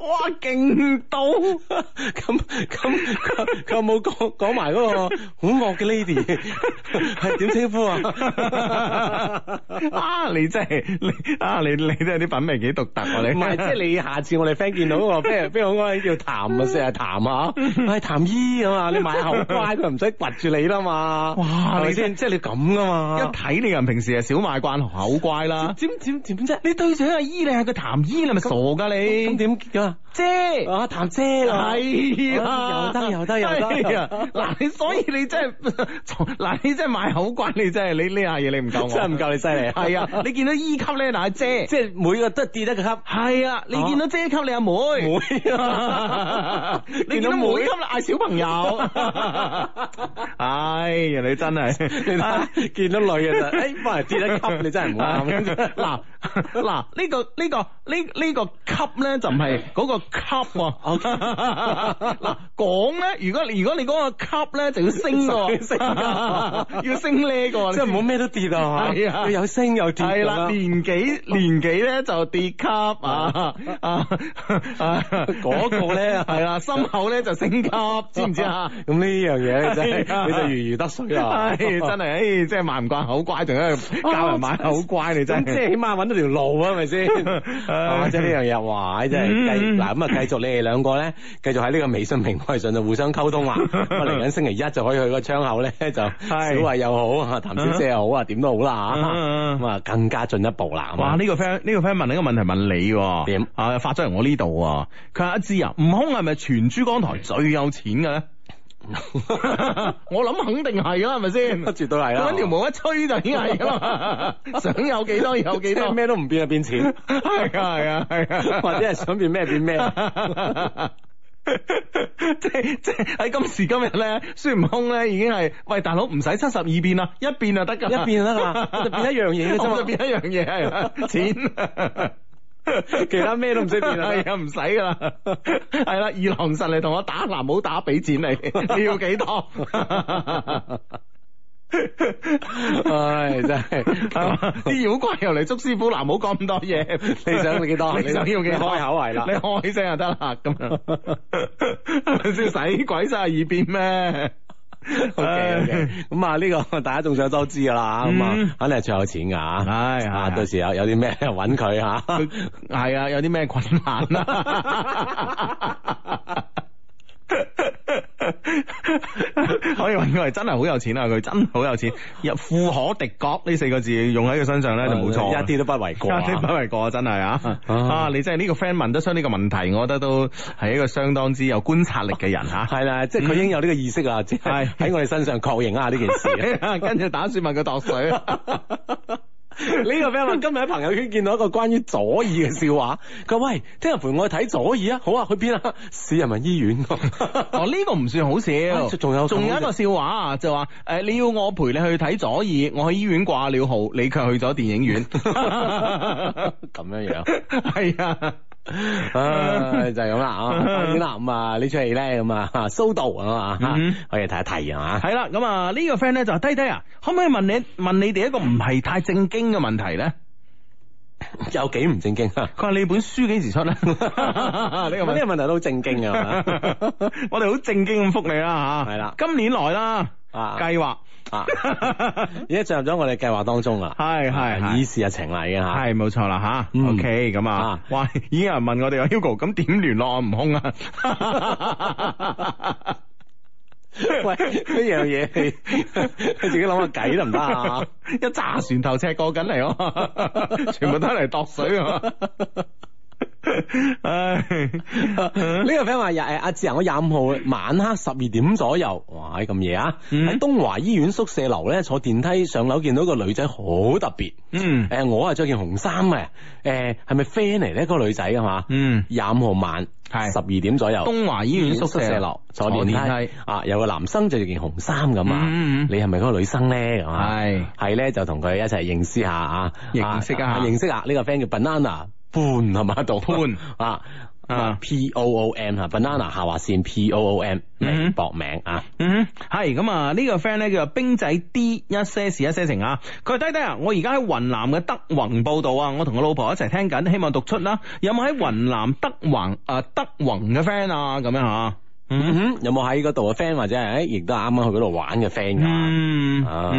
[SPEAKER 1] 哇勁到〜
[SPEAKER 3] 咁咁佢佢有冇講講埋嗰個好惡嘅 lady 係點稱呼啊？
[SPEAKER 1] 啊！你真係 你啊！你你真係啲品味幾獨特啊！你
[SPEAKER 3] 唔係，即係你下次我哋 friend 見到 嗰個咩咩好安叫譚啊，成日譚啊，係譚姨咁啊， 你買口乖佢唔使掘住你啦嘛，
[SPEAKER 1] 哇
[SPEAKER 3] 係咪
[SPEAKER 1] 你
[SPEAKER 3] 先？即係你咁噶
[SPEAKER 1] 啊一
[SPEAKER 3] 嘛，
[SPEAKER 1] 睇你人平時係少買慣口乖啦。
[SPEAKER 3] 點點點啫？
[SPEAKER 1] 你對上阿姨，啊你係個譚姨，你係咪傻㗎
[SPEAKER 3] 咁
[SPEAKER 1] 你？
[SPEAKER 3] 點叫啊？
[SPEAKER 1] 姐
[SPEAKER 3] 啊，譚
[SPEAKER 1] 哎
[SPEAKER 3] 姐啦，
[SPEAKER 1] 係
[SPEAKER 3] 啊
[SPEAKER 1] 啊，
[SPEAKER 3] 又得又得又 得
[SPEAKER 1] 係啊嗱，你所以你真 係嗱，你真係買口乖，你真係你呢下嘢你唔夠我，
[SPEAKER 3] 真 係唔夠你犀利，
[SPEAKER 1] 係啊！你見到 E 級咧，嗱姐。
[SPEAKER 3] 即係每個都跌得個級，
[SPEAKER 1] 係啊，你見到姐級你阿妹，
[SPEAKER 3] 妹啊
[SPEAKER 1] 你見到妹級啦，嗌小朋友，唉，人哋真
[SPEAKER 3] 你
[SPEAKER 1] 係。唉
[SPEAKER 3] 睇見到女啊就，哎，翻嚟跌得級，你真係唔 啱。
[SPEAKER 1] 嗱嗱，呢個呢個呢呢個級咧就唔係嗰個級喎。 嗱講咧，如果如果你嗰個級咧就要升喎，
[SPEAKER 3] 升 級
[SPEAKER 1] 要升呢個，
[SPEAKER 3] 即係唔好咩都跌啊！
[SPEAKER 1] 係啊
[SPEAKER 3] 佢有升有跌
[SPEAKER 1] 係
[SPEAKER 3] 咁
[SPEAKER 1] 啦，
[SPEAKER 3] 樣
[SPEAKER 1] 年紀 年紀咧就跌級 啊啊啊！
[SPEAKER 3] 嗰個咧
[SPEAKER 1] 係啦，心口咧就升級，知唔知 啊？
[SPEAKER 3] 咁呢樣 嘢真
[SPEAKER 1] 係啊
[SPEAKER 3] 係你就如魚得水啊啦
[SPEAKER 1] 唉，，真 係，唉，真係賣唔慣口乖，仲喺度教人買口乖，你真
[SPEAKER 3] 咁即係
[SPEAKER 1] 係。
[SPEAKER 3] 起碼揾到條路啊，係咪 先？啊，即係呢樣嘢，哇！真係繼
[SPEAKER 1] 嗯
[SPEAKER 3] 嗱咁啊，繼續你哋兩個咧，繼續喺呢個微信平台上就互相 溝通啊。咁啊，嚟緊星期一就可以去個窗口咧，就小慧又好啊，譚小姐又好啊，點都好啦
[SPEAKER 1] 嗯嗯
[SPEAKER 3] 嚇。
[SPEAKER 1] 嗯
[SPEAKER 3] 咁啊，更加進一步啦。咁啊
[SPEAKER 1] 哇！呢、個 friend 呢、個 friend 問呢個問題問你喎，
[SPEAKER 3] 點
[SPEAKER 1] 啊發咗嚟我呢度喎，佢話阿志啊，悟空係咪全珠江台最有錢嘅 咧？我諗肯定係 啦，係咪先？
[SPEAKER 3] 絕對係啦
[SPEAKER 1] 佢揾條毛一吹就已經係 啦嘛，想有幾多有幾
[SPEAKER 3] 即 係
[SPEAKER 1] 多。
[SPEAKER 3] 咩都唔變就變錢，
[SPEAKER 1] 係啊係啊係啊，
[SPEAKER 3] 或者係啊想變咩 變咩。
[SPEAKER 1] 即係即係喺今時今日咧，孫悟空咧已經係喂大佬唔使七十二變啦，一變就得㗎啦，
[SPEAKER 3] 一變就得㗎啦就變一樣嘢嘅啫嘛
[SPEAKER 1] 我就變一樣嘢係 啦錢。
[SPEAKER 3] 其他咩都唔 使變啦
[SPEAKER 1] 係啊，唔使噶啦，係啦，二郎神嚟同我打，嗱，唔好打，俾錢 你，你要幾多？
[SPEAKER 3] 唉，真
[SPEAKER 1] 係嘛
[SPEAKER 3] 係。
[SPEAKER 1] 啲妖怪又嚟捉師傅，嗱，唔好講咁多嘢。
[SPEAKER 3] 你想要幾 多
[SPEAKER 1] 你想要幾多？
[SPEAKER 3] 你開口係啦
[SPEAKER 1] 你 開聲就得啦，咁樣係咪先使鬼晒耳邊咩？
[SPEAKER 3] OK OK，咁啊呢個 大家眾所周知噶啦，咁
[SPEAKER 1] 嗯
[SPEAKER 3] 啊肯定係最有錢噶嚇，
[SPEAKER 1] 唉
[SPEAKER 3] 啊
[SPEAKER 1] 係
[SPEAKER 3] 到時有有啲咩 揾佢 嚇，
[SPEAKER 1] 佢係啊，有啲咩困難啊？可以揾佢係真係好有錢啊！佢真係好有錢，入富可敵國呢四個字用喺佢身上咧就冇錯，
[SPEAKER 3] 一啲 都不為過啊。
[SPEAKER 1] 一啲不為過真係啊！
[SPEAKER 3] 啊
[SPEAKER 1] 啊，你真係呢個 friend 問得出呢個問題，我覺得都係一個相當之有觀察力嘅人啊 吓。
[SPEAKER 3] 係啦，即係佢已經有呢個意識啦，即係
[SPEAKER 1] 嗯係
[SPEAKER 3] 喺我哋身上確認一下啊呢件事。
[SPEAKER 1] 跟住打算問佢度水，
[SPEAKER 3] 呢個 friend 話今日喺朋友圈見到一個關於左耳嘅笑話，佢話喂，聽日陪我去睇左耳啊，好啊，去邊啊？ 市人民醫院。
[SPEAKER 1] 哦呢個唔算好
[SPEAKER 3] 啊
[SPEAKER 1] 少，
[SPEAKER 3] 仲有
[SPEAKER 1] 哎仲有一個笑話啊，就話誒你要我陪你去睇左耳，我去醫院掛了號，你卻去咗電影院，
[SPEAKER 3] 咁樣樣。
[SPEAKER 1] 係啊。嗯
[SPEAKER 3] 唉，就係咁啦啊！當然啦，咁啊呢出戲咧咁啊蘇道啊嘛
[SPEAKER 1] 嗯，
[SPEAKER 3] 可以睇一睇啊
[SPEAKER 1] 系啦，咁啊呢個 friend 咧就話低低啊，可唔可以問你問你哋一個唔係太正經嘅問題咧？
[SPEAKER 3] 嘛，有幾唔正經啊？
[SPEAKER 1] 佢話你本書幾時 出咧？呢個
[SPEAKER 3] 呢個
[SPEAKER 1] 問題，
[SPEAKER 3] 問題都好正經嘅係嘛
[SPEAKER 1] 我哋好正經咁覆你啦吓。
[SPEAKER 3] 係啦
[SPEAKER 1] 今年來啦，
[SPEAKER 3] 啊
[SPEAKER 1] 計 劃
[SPEAKER 3] 啊！而家進入咗我哋計劃當中啊，
[SPEAKER 1] 係係係
[SPEAKER 3] 以事日情嚟嘅嚇。
[SPEAKER 1] 係冇錯啦吓。
[SPEAKER 3] 嗯
[SPEAKER 1] OK，咁啊
[SPEAKER 3] 啊，
[SPEAKER 1] 哇，已經有人問我哋話 Hugo，咁點聯絡啊悟空啊？
[SPEAKER 3] 喂，呢樣嘢 你你自己諗下計得唔得 啊？
[SPEAKER 1] 一揸船頭赤過緊嚟喎， 全部都係嚟度水啊！ 唉，嗯
[SPEAKER 3] 呢個 friend 話廿誒阿志啊，我廿五號晚黑十二點左右，哇咁夜啊！
[SPEAKER 1] 嗯
[SPEAKER 3] 喺東華醫院宿舍樓咧坐電梯上樓，見到個女仔好特別。
[SPEAKER 1] 嗯
[SPEAKER 3] 誒、我係啊着件紅衫嘅，誒係咪 friend 嚟咧？嗰、個女仔啊係嘛？
[SPEAKER 1] 嗯，
[SPEAKER 3] 廿五號晚
[SPEAKER 1] 係
[SPEAKER 3] 十二點左右，
[SPEAKER 1] 東華醫嗯院宿舍樓
[SPEAKER 3] 坐電梯
[SPEAKER 1] 梯，
[SPEAKER 3] 啊，有個男生着住件紅衫咁啊，
[SPEAKER 1] 嗯嗯嗯
[SPEAKER 3] 你係咪嗰個女生咧？咁啊，
[SPEAKER 1] 係
[SPEAKER 3] 係咧就同佢一齊認識下啊，
[SPEAKER 1] 認識一下
[SPEAKER 3] 啊認識下呢個 friend 叫 banana 潘係嘛？度
[SPEAKER 1] 潘
[SPEAKER 3] 啊。
[SPEAKER 1] 啊
[SPEAKER 3] P O O M 啊，banana 下劃線 P O O M
[SPEAKER 1] 嗯
[SPEAKER 3] 微博名啊，
[SPEAKER 1] 嗯哼，係咁啊！呢個 friend 咧叫做冰仔 D 一些事一些情啊，佢話低低啊！我而家喺雲南嘅德宏報道啊，我同我老婆一齊聽緊，希望讀出啦。有冇喺雲南德宏啊德宏嘅 friend 啊咁樣吓？
[SPEAKER 3] 嗯哼，有冇喺嗰度嘅 friend 或者係誒亦都係啱啱去嗰度玩嘅 friend 㗎嘛？
[SPEAKER 1] 嗯
[SPEAKER 3] 啊，我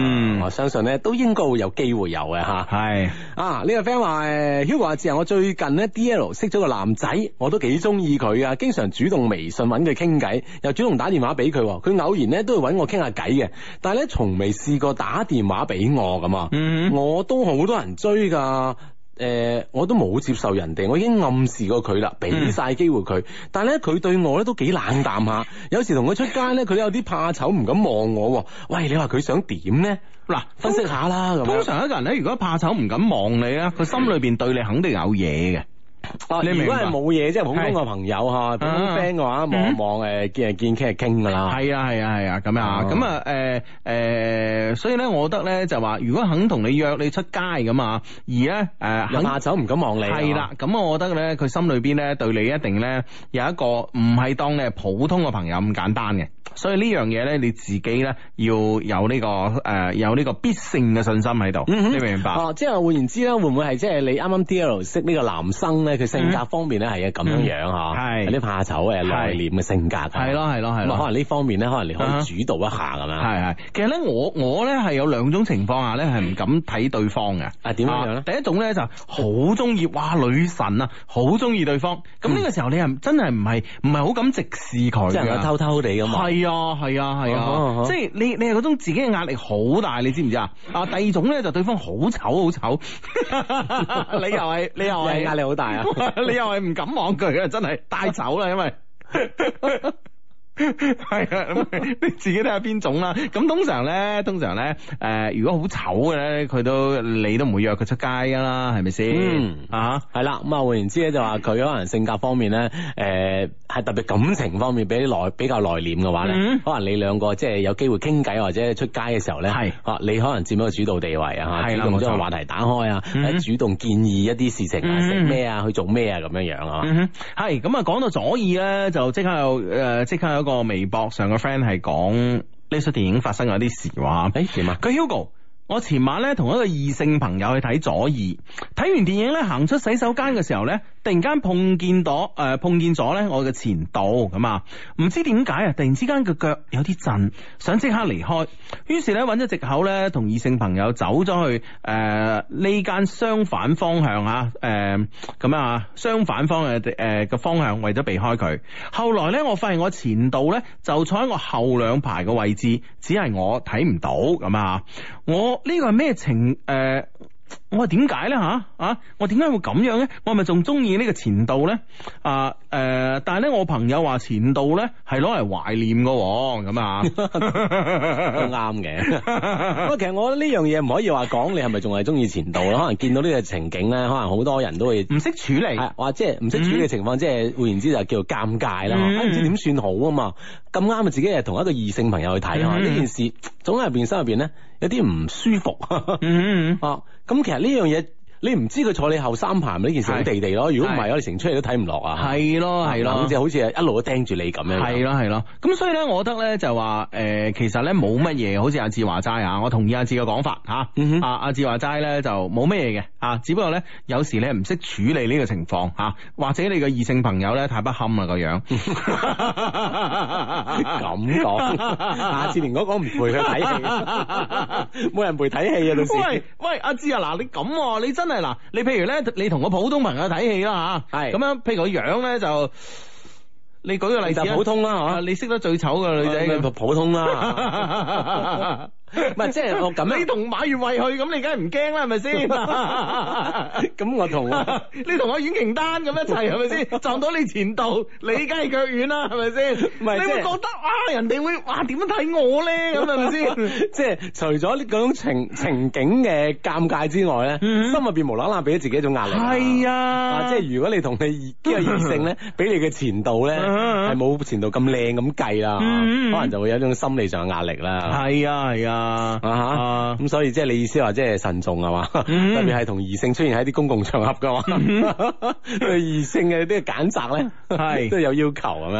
[SPEAKER 1] 嗯，
[SPEAKER 3] 相信咧都應該會有機會有嘅吓。
[SPEAKER 1] 係
[SPEAKER 3] 啊！呢、個 friend 話誒，Hugo 阿志啊，我最近咧 D L 識咗個男仔，我都幾中意佢啊，經常主動微信揾佢傾偈，又主動打電話俾佢喎，佢偶然咧都會揾我傾下偈嘅，但係咧從未試過打電話俾我咁啊。
[SPEAKER 1] 嗯
[SPEAKER 3] 我都好多人追噶。誒、我都冇接受人哋，我已經暗示過佢啦，俾晒機會佢。但係咧，佢對我咧都幾冷淡下。有時同佢出街咧，佢都有啲怕醜，唔敢望我喎。喂，你話佢想點咧？
[SPEAKER 1] 嗱，
[SPEAKER 3] 分析下啦，咁
[SPEAKER 1] 通
[SPEAKER 3] 樣。
[SPEAKER 1] 常一個人咧，如果怕醜唔敢望你咧，佢心裏邊對你肯定有嘢嘅。
[SPEAKER 3] 啊
[SPEAKER 1] 你明
[SPEAKER 3] 如果
[SPEAKER 1] 白
[SPEAKER 3] 係冇嘢，即係普通嘅朋友嚇，普通
[SPEAKER 1] 啊
[SPEAKER 3] friend 嘅話，望
[SPEAKER 1] 嗯
[SPEAKER 3] 一望誒見見傾就傾噶啦。
[SPEAKER 1] 係啊係啊係啊，咁啊
[SPEAKER 3] 哦
[SPEAKER 1] 咁啊誒誒，所以咧，我覺得咧就話，如果肯同你約你出街咁啊，而咧誒
[SPEAKER 3] 又
[SPEAKER 1] 肯
[SPEAKER 3] 怕醜唔敢望你。
[SPEAKER 1] 係啦，，咁我覺得咧，佢心裏邊咧對你一定咧有一個唔係當你係普通嘅朋友咁簡單嘅，所以呢樣嘢咧你自己咧要有呢、個誒、呃有呢個必勝嘅信心喺度，
[SPEAKER 3] 嗯哼
[SPEAKER 1] 你明唔明白？
[SPEAKER 3] 哦，即係換言之咧，會唔會係即係你啱啱 D L 識呢個男生咧，佢性格方面咧係咁樣
[SPEAKER 1] 嗯
[SPEAKER 3] 樣嚇，
[SPEAKER 1] 係
[SPEAKER 3] 有啲怕醜誒內斂嘅性格。
[SPEAKER 1] 係咯係咯係
[SPEAKER 3] 咁啊，可
[SPEAKER 1] 咯。
[SPEAKER 3] 能呢方面咧，可能你可
[SPEAKER 1] 啊哈
[SPEAKER 3] 以主導一下咁樣。
[SPEAKER 1] 係係，其實咧我我咧係有兩種情況下咧係唔敢睇對方嘅。
[SPEAKER 3] 啊點樣樣咧
[SPEAKER 1] 第一種咧就好中意，哇女神啊，好中意對方。咁呢個時候你係真係唔係唔係好敢直視佢
[SPEAKER 3] 即係
[SPEAKER 1] 㗎
[SPEAKER 3] 我偷偷地咁啊。
[SPEAKER 1] 啊係啊，係啊，係
[SPEAKER 3] 啊哈啊
[SPEAKER 1] 啊，
[SPEAKER 3] 哈
[SPEAKER 1] 即係你你係嗰種自己嘅壓力好大，你知唔知啊？啊，第二種咧就對方好醜 好醜，你又係你又
[SPEAKER 3] 又
[SPEAKER 1] 係
[SPEAKER 3] 係壓力好大啊
[SPEAKER 1] 你又係唔敢望佢啊，真係太醜啦，因為。 係啊，咁你自己睇下邊種啦。咁通常咧，通常咧，誒、如果好醜嘅咧，佢都你都唔會約佢出街噶啦，係咪先？
[SPEAKER 3] 嗯
[SPEAKER 1] 啊，
[SPEAKER 3] 係啦，咁啊換言之咧，就話佢可能性格方面咧，誒係特別感情方面比內比較內斂嘅話咧，
[SPEAKER 1] 嗯
[SPEAKER 3] 可能你兩個即係有機會傾偈或者出街嘅時候咧，
[SPEAKER 1] 係
[SPEAKER 3] 啊你可能佔咗個主導地位啊，
[SPEAKER 1] 係
[SPEAKER 3] 主
[SPEAKER 1] 啦
[SPEAKER 3] 動
[SPEAKER 1] 冇
[SPEAKER 3] 將
[SPEAKER 1] 錯
[SPEAKER 3] 個話題打開啊，
[SPEAKER 1] 嗯
[SPEAKER 3] 或者主動建議一啲事情啊，
[SPEAKER 1] 嗯
[SPEAKER 3] 食咩啊，去做咩啊咁樣樣啊，
[SPEAKER 1] 嗯哼，係咁啊，講到左耳咧，就即刻有誒，即、刻有一個微博上嘅 friend 係講呢出電影發生咗啲事話。
[SPEAKER 3] 誒點啊？
[SPEAKER 1] 佢 Hugo，我前晚咧同一個異性朋友去睇左耳，睇完電影咧行出洗手間嘅時候咧，突然間碰見到誒、呃碰見咗咧我嘅前度咁啊，唔知點解啊，突然之間個腳有啲震，想即刻離開，於是咧揾咗藉口咧同異性朋友走咗去誒呃呢間相反方向啊，誒咁啊相反方向嘅地誒嘅方向，為咗避開佢。後來咧我發現我前度咧就坐喺我後兩排嘅位置，只係我睇唔到咁啊，我呢個係咩情誒？呃我話點解咧吓啊？我點解會咁樣咧？我係咪仲中意呢個前度咧？啊誒、呃但係咧我朋友話前度咧係攞嚟懷念噶咁
[SPEAKER 3] 都
[SPEAKER 1] 啊。
[SPEAKER 3] 啱嘅。不過其實我覺得呢樣嘢唔可以話講你係咪仲係中意前度咯，可能見到呢個情景咧，可能好多人都會
[SPEAKER 1] 唔識處理，
[SPEAKER 3] 係啊哇，即係唔識處理嘅情況，即係換言之就叫做尷尬啦，
[SPEAKER 1] 嗯
[SPEAKER 3] 啊唔知點算好啊嘛。咁啱啊，自己係同一個異性朋友去睇啊，
[SPEAKER 1] 嗯
[SPEAKER 3] 呢件事總係入邊心入邊咧有啲唔舒服
[SPEAKER 1] 嗯，嗯
[SPEAKER 3] 啊。咁其實呢樣嘢你唔知佢坐你後三排咪呢件事好地地咯。如果唔係，
[SPEAKER 1] 係
[SPEAKER 3] 我哋成出嚟都睇唔落啊。
[SPEAKER 1] 係咯係咯
[SPEAKER 3] 好，似好似係一路都盯住你咁樣。
[SPEAKER 1] 係咯係咯，咁所以咧，我覺得咧就話誒、呃其實咧冇乜嘢，好似阿志話齋啊，我同意阿志嘅講法吓，
[SPEAKER 3] 嗯哼
[SPEAKER 1] 啊阿志話齋咧就冇乜嘢嘅啊，只不過咧有時咧唔識處理呢個情況吓、啊或者你嘅異性朋友咧太不堪啊啦個樣，
[SPEAKER 3] 啊咁講， 下次連嗰個唔陪佢睇戲， 冇人陪睇戲啊！到時
[SPEAKER 1] 喂喂，阿志啊，嗱你咁喎、你真係嗱，你譬如咧，你同個普通朋友睇戲啦吓，
[SPEAKER 3] 係
[SPEAKER 1] 咁樣，譬如個樣咧就，你舉個例子啊
[SPEAKER 3] 就普通啦
[SPEAKER 1] 啊，
[SPEAKER 3] 嚇，
[SPEAKER 1] 你識得最醜嘅女仔
[SPEAKER 3] 咪
[SPEAKER 1] 咁。
[SPEAKER 3] 普通 啦。 唔係即係我咁
[SPEAKER 1] 你
[SPEAKER 3] 樣，
[SPEAKER 1] 同馬月慧去，咁你梗係唔驚啦，係咪先？
[SPEAKER 3] 咁我同我
[SPEAKER 1] 你同阿阮瓊丹咁一齊，係咪先？撞到你前度，你梗係腳軟啦，係咪先？
[SPEAKER 3] 唔係
[SPEAKER 1] 你
[SPEAKER 3] 即
[SPEAKER 1] 會
[SPEAKER 3] 係
[SPEAKER 1] 覺得啊，人哋會哇點樣睇我咧？咁係咪 先？
[SPEAKER 3] 即係除咗呢嗰種情情景嘅尷尬之外咧，
[SPEAKER 1] 嗯
[SPEAKER 3] 心入邊無啦啦俾咗自己一種壓力。
[SPEAKER 1] 係啊
[SPEAKER 3] 啊，即係如果你同你呢個異 性咧，俾你嘅前度咧
[SPEAKER 1] 嗯
[SPEAKER 3] 係冇前度咁靚咁計啦，
[SPEAKER 1] 嗯嗯
[SPEAKER 3] 可能就會有一種心理上嘅壓力啦。
[SPEAKER 1] 係啊係啊
[SPEAKER 3] 啊哈，咁所以即係你意思話即係慎重啊係嘛？特
[SPEAKER 1] 嗯
[SPEAKER 3] 別係同異性出現喺啲公共場合嘅話， 對異性嘅啲揀擇咧，
[SPEAKER 1] 嗯係
[SPEAKER 3] 都有要求咁樣。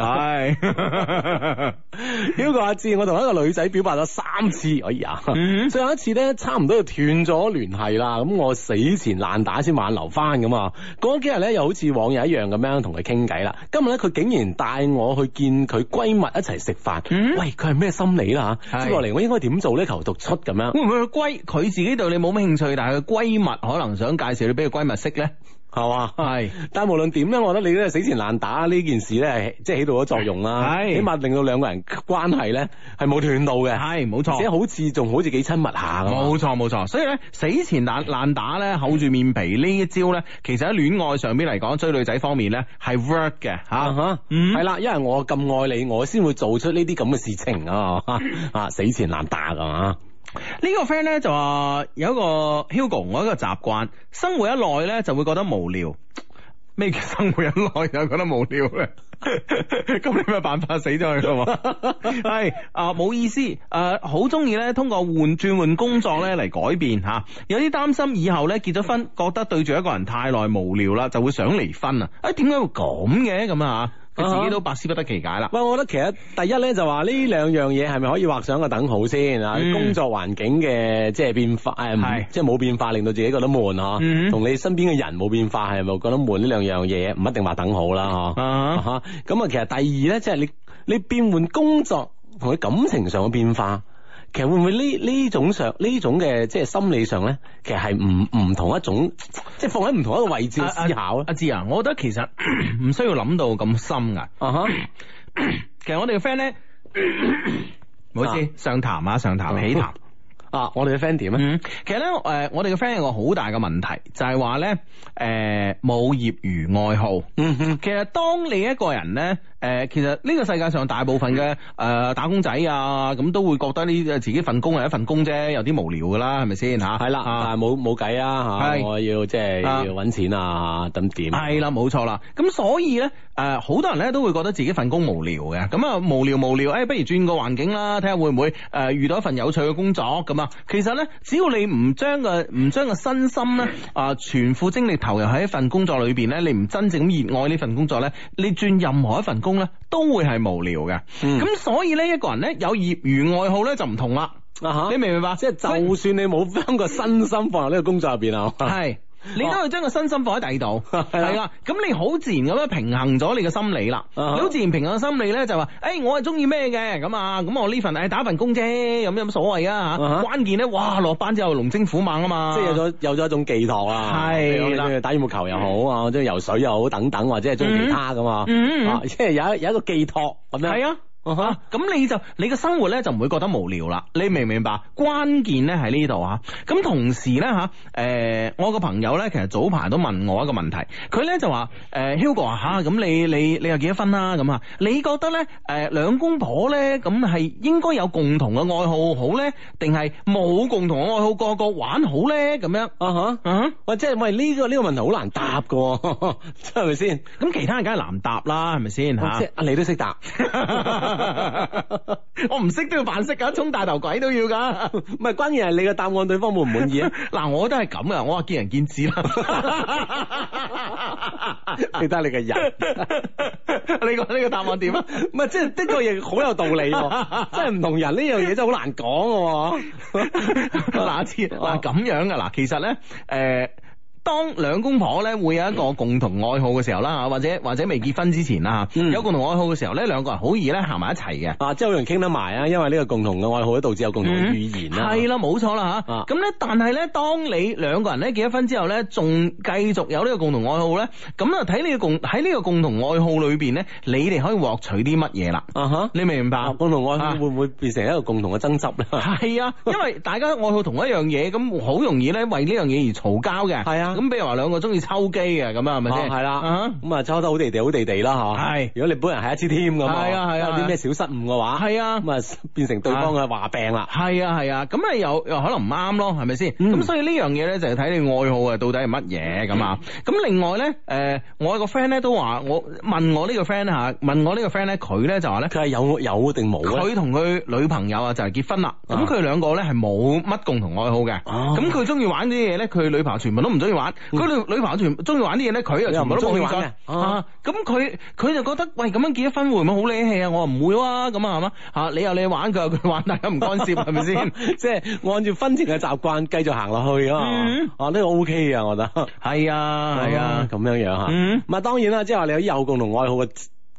[SPEAKER 1] 係。
[SPEAKER 3] 呢個阿志，我同一個女仔表白咗三次，哎呀，
[SPEAKER 1] 嗯
[SPEAKER 3] 最後一次咧，差唔多要斷咗聯繫啦。咁我死纏爛打先挽留翻咁啊。嗰幾日咧，又好似往日一樣咁樣同佢傾偈啦。今日咧，佢竟然帶我去見佢閨蜜一齊食飯。
[SPEAKER 1] 嗯
[SPEAKER 3] 喂，佢係咩心理啦吓？
[SPEAKER 1] 係嗯
[SPEAKER 3] 接落嚟我應該點做咧？求讀出咁樣
[SPEAKER 1] 會唔會佢閨佢自己對你冇咩興趣，但係佢閨蜜可能想介紹你俾佢閨蜜識咧？
[SPEAKER 3] 係嘛？
[SPEAKER 1] 係。
[SPEAKER 3] 但無論點咧，我覺得你都係死纏爛打呢件事咧，係即係起到咗作用啦。
[SPEAKER 1] 係
[SPEAKER 3] 起碼令到兩個人關係咧係冇斷到嘅，
[SPEAKER 1] 係冇
[SPEAKER 3] 而
[SPEAKER 1] 錯
[SPEAKER 3] 且好似仲好似幾親密下咁啊。
[SPEAKER 1] 冇錯冇錯，所以咧死纏爛爛打咧，厚住面皮呢一招咧，其實喺戀愛上邊嚟講，追女仔方面咧係 work 嘅
[SPEAKER 3] 啊
[SPEAKER 1] 吓。
[SPEAKER 3] 哈，
[SPEAKER 1] 嗯
[SPEAKER 3] 係啦，因為我咁愛你，我先會做出呢啲咁嘅事情啊， 啊死纏爛打噶嘛，
[SPEAKER 1] 呢個 friend 咧就話有一個 Hugo，我有一個習慣，生活一耐咧就會覺得無聊。咩叫生活一耐就覺得無聊咧？ 咁你咪辦法死咗佢咯喎？ 係啊，冇意思。誒、好中意咧，通過換轉換工作咧嚟改變嚇、有啲擔心以後咧結咗婚，覺得對住一個人太耐無聊啦，就會想離婚啊！誒、點解會咁嘅咁啊？佢自己都百思不得其解啦。
[SPEAKER 3] 喂，我覺得其實第一咧就話呢兩樣嘢係咪可以畫上一個等號先啊？
[SPEAKER 1] 嗯
[SPEAKER 3] 工作環境嘅即係變化，誒唔
[SPEAKER 1] 係
[SPEAKER 3] 即係冇變化，令到自己覺得悶啊
[SPEAKER 1] 嗯。
[SPEAKER 3] 同你身邊嘅人冇變化，係咪覺得悶呢兩樣嘢唔一定話等號啦嗬。
[SPEAKER 1] 啊
[SPEAKER 3] 啊哈咁啊，其實第二咧，即係你你變換工作同佢感情上嘅變化，其實會唔會呢呢種上呢種嘅即係心理上咧，其實係唔唔同一種，即係放喺唔同一個位置去思考
[SPEAKER 1] 阿
[SPEAKER 3] 咧。
[SPEAKER 1] 志啊，我覺得其實 唔需要諗到咁深噶。
[SPEAKER 3] 啊哈，
[SPEAKER 1] 其實我哋嘅 friend 咧，唔好意思，上談啊，上談
[SPEAKER 3] 啊
[SPEAKER 1] 起談。
[SPEAKER 3] 啊，我哋嘅 friend 點咧？
[SPEAKER 1] 嗯，其實咧，誒、我哋嘅 friend 有個好大嘅問題，就係話咧，誒、冇業餘愛好。
[SPEAKER 3] 嗯哼，
[SPEAKER 1] 其實當你一個人咧，誒、其實呢個世界上大部分嘅誒、打工仔啊，咁都會覺得呢自己份工係一份工啫，有啲無聊噶啦，係咪先吓？
[SPEAKER 3] 係啦，
[SPEAKER 1] 啊
[SPEAKER 3] 但係冇冇計啊
[SPEAKER 1] 係
[SPEAKER 3] 嚇，我要即係
[SPEAKER 1] 啊
[SPEAKER 3] 要揾錢啊，咁點？
[SPEAKER 1] 係啦，冇錯啦。咁所以咧，誒、好多人咧都會覺得自己份工無聊嘅。咁啊，無聊無聊，誒、不如轉個環境啦，睇下會唔會誒、遇到一份有趣嘅工作咁啊。其實咧，只要你唔將個唔將個身心咧啊、全副精力投入喺一份工作裏邊咧，你唔真正咁熱愛呢份工作咧，你轉任何一份工咧，都會係無聊嘅。
[SPEAKER 3] 嗯
[SPEAKER 1] 咁、所以咧，一個人咧有業餘愛好咧就唔同啦。
[SPEAKER 3] 啊哈
[SPEAKER 1] 你，明唔明白？
[SPEAKER 3] 即係就算你冇將個身心放入呢個工作入邊啊，
[SPEAKER 1] 係你都去將個身心放喺第二度，
[SPEAKER 3] 係啦
[SPEAKER 1] 係啦，咁你好自然咁樣平衡咗你嘅心理啦。
[SPEAKER 3] 啊哈
[SPEAKER 1] 你好自然平衡心理咧，就話，誒，我係中意咩嘅，咁啊，咁我呢份誒打份工啫，咁有乜所謂啊？
[SPEAKER 3] 啊哈
[SPEAKER 1] 嚇關鍵咧，哇，落班之後龍精虎猛啊嘛，
[SPEAKER 3] 即係有咗有咗一種寄託啦，
[SPEAKER 1] 係啦
[SPEAKER 3] 你中意打羽毛球又好啊，中意游水又好等等，或者係中意其他噶嘛，
[SPEAKER 1] 嗯嗯嗯
[SPEAKER 3] 啊，即係有一有一個寄託咁樣。
[SPEAKER 1] 係啊。
[SPEAKER 3] 啊哈
[SPEAKER 1] 啊，咁你就你嘅生活咧就唔會覺得無聊啦，你明唔明白？關鍵咧喺呢度啊。咁同時咧吓，诶、我個朋友咧其實早排都問我一個問題，佢咧就話诶、h u g o 啊吓，咁你你你又幾多分啦？咁啊，你覺得咧诶兩公婆咧咁係應該有共同嘅愛好好咧，定係冇共同嘅愛好個個玩好咧？咁樣
[SPEAKER 3] 啊哈，
[SPEAKER 1] 啊？
[SPEAKER 3] 喂，即係喂呢個呢個問題好難答噶， 係咪先？
[SPEAKER 1] 咁其他人梗係難答哦啦，係咪先吓？
[SPEAKER 3] 即係啊你都識答，
[SPEAKER 1] 我唔識都要扮識噶，充大頭鬼都要噶。
[SPEAKER 3] 唔係關鍵係你嘅答案對方滿唔滿意啊？
[SPEAKER 1] 嗱，我都係咁噶，我話見仁見智啦。
[SPEAKER 3] 你得你嘅人。
[SPEAKER 1] 你講呢個答案點啊？
[SPEAKER 3] 唔係，即係的確亦好有道理喎，真係唔同人呢樣嘢真係好難講 嘅喎。
[SPEAKER 1] 嗱，次嗱
[SPEAKER 3] 哦
[SPEAKER 1] 咁樣噶，嗱，其實咧，诶、當兩公婆咧會有一個共同愛好嘅時候啦，或者或者未結婚之前啦，
[SPEAKER 3] 嗯
[SPEAKER 1] 有共同愛好嘅時候咧，兩個人好易咧行埋一齊嘅。
[SPEAKER 3] 啊，即係好容易傾得埋啊，因為呢個共同嘅愛好，導致有共同嘅語言啊啦。
[SPEAKER 1] 嗯系啦，冇錯啦吓。
[SPEAKER 3] 啊
[SPEAKER 1] 咁咧、但係咧，當你兩個人咧結咗婚之後咧，仲繼續有呢個共同愛好咧，咁啊睇你嘅共喺呢個共同愛好裏边咧，你哋可以獲取啲乜嘢啦？
[SPEAKER 3] 啊哈，
[SPEAKER 1] 你明唔明白
[SPEAKER 3] 啊？共同愛好
[SPEAKER 1] 啊
[SPEAKER 3] 會唔會變成一個共同嘅爭執咧？
[SPEAKER 1] 係啊，因為大家愛好同一樣嘢，咁好容易咧為呢樣嘢而嘈交嘅。
[SPEAKER 3] 係啊
[SPEAKER 1] 咁譬如話兩個中意抽機嘅，咁啊係咪先？
[SPEAKER 3] 啊係啦
[SPEAKER 1] 啊
[SPEAKER 3] 咁啊，抽得好地地，好地地啦嚇。
[SPEAKER 1] 係
[SPEAKER 3] 如果你本人係一支添咁
[SPEAKER 1] 係啊係啊
[SPEAKER 3] 有
[SPEAKER 1] 係啊
[SPEAKER 3] 啲咩小失誤嘅話，
[SPEAKER 1] 係啊。
[SPEAKER 3] 咁啊變成對方嘅話病啦。
[SPEAKER 1] 係啊係啊，咁啊又又可能唔啱咯，係咪先？咁、
[SPEAKER 3] 嗯
[SPEAKER 1] 所以呢樣嘢咧就係睇你愛好啊，到底係乜嘢咁啊？咁另外咧，誒、我有個 friend 咧都話我問我呢個 friend 嚇，問我呢個 friend 咧，佢咧就話咧。
[SPEAKER 3] 佢係有有定冇咧？
[SPEAKER 1] 佢同佢女朋友啊就係結婚啦，咁
[SPEAKER 3] 啊
[SPEAKER 1] 佢兩個咧係冇乜共同愛好嘅，
[SPEAKER 3] 哦
[SPEAKER 1] 咁佢中意玩啲嘢咧，佢女朋友全部都唔中意玩，
[SPEAKER 3] 嗯
[SPEAKER 1] 佢女女朋友全中意玩啲嘢咧，佢又全部都冇興
[SPEAKER 3] 又唔中意玩
[SPEAKER 1] 趣
[SPEAKER 3] 嘅，哦
[SPEAKER 1] 啊，咁佢佢就覺得喂咁樣結咗婚會唔會好唦氣啊？我話唔會啊，咁啊係嘛嚇，你有你玩，佢有佢玩，大家唔干涉係咪先？
[SPEAKER 3] 即係按照婚前嘅習慣繼續行落去啊
[SPEAKER 1] 嗯
[SPEAKER 3] 嘛。啊，呢個 O K 啊，我覺得。
[SPEAKER 1] 係啊係啊，
[SPEAKER 3] 咁樣樣嚇。
[SPEAKER 1] 嗯
[SPEAKER 3] 咁啊，當然啦，即係話你喺有共同愛好嘅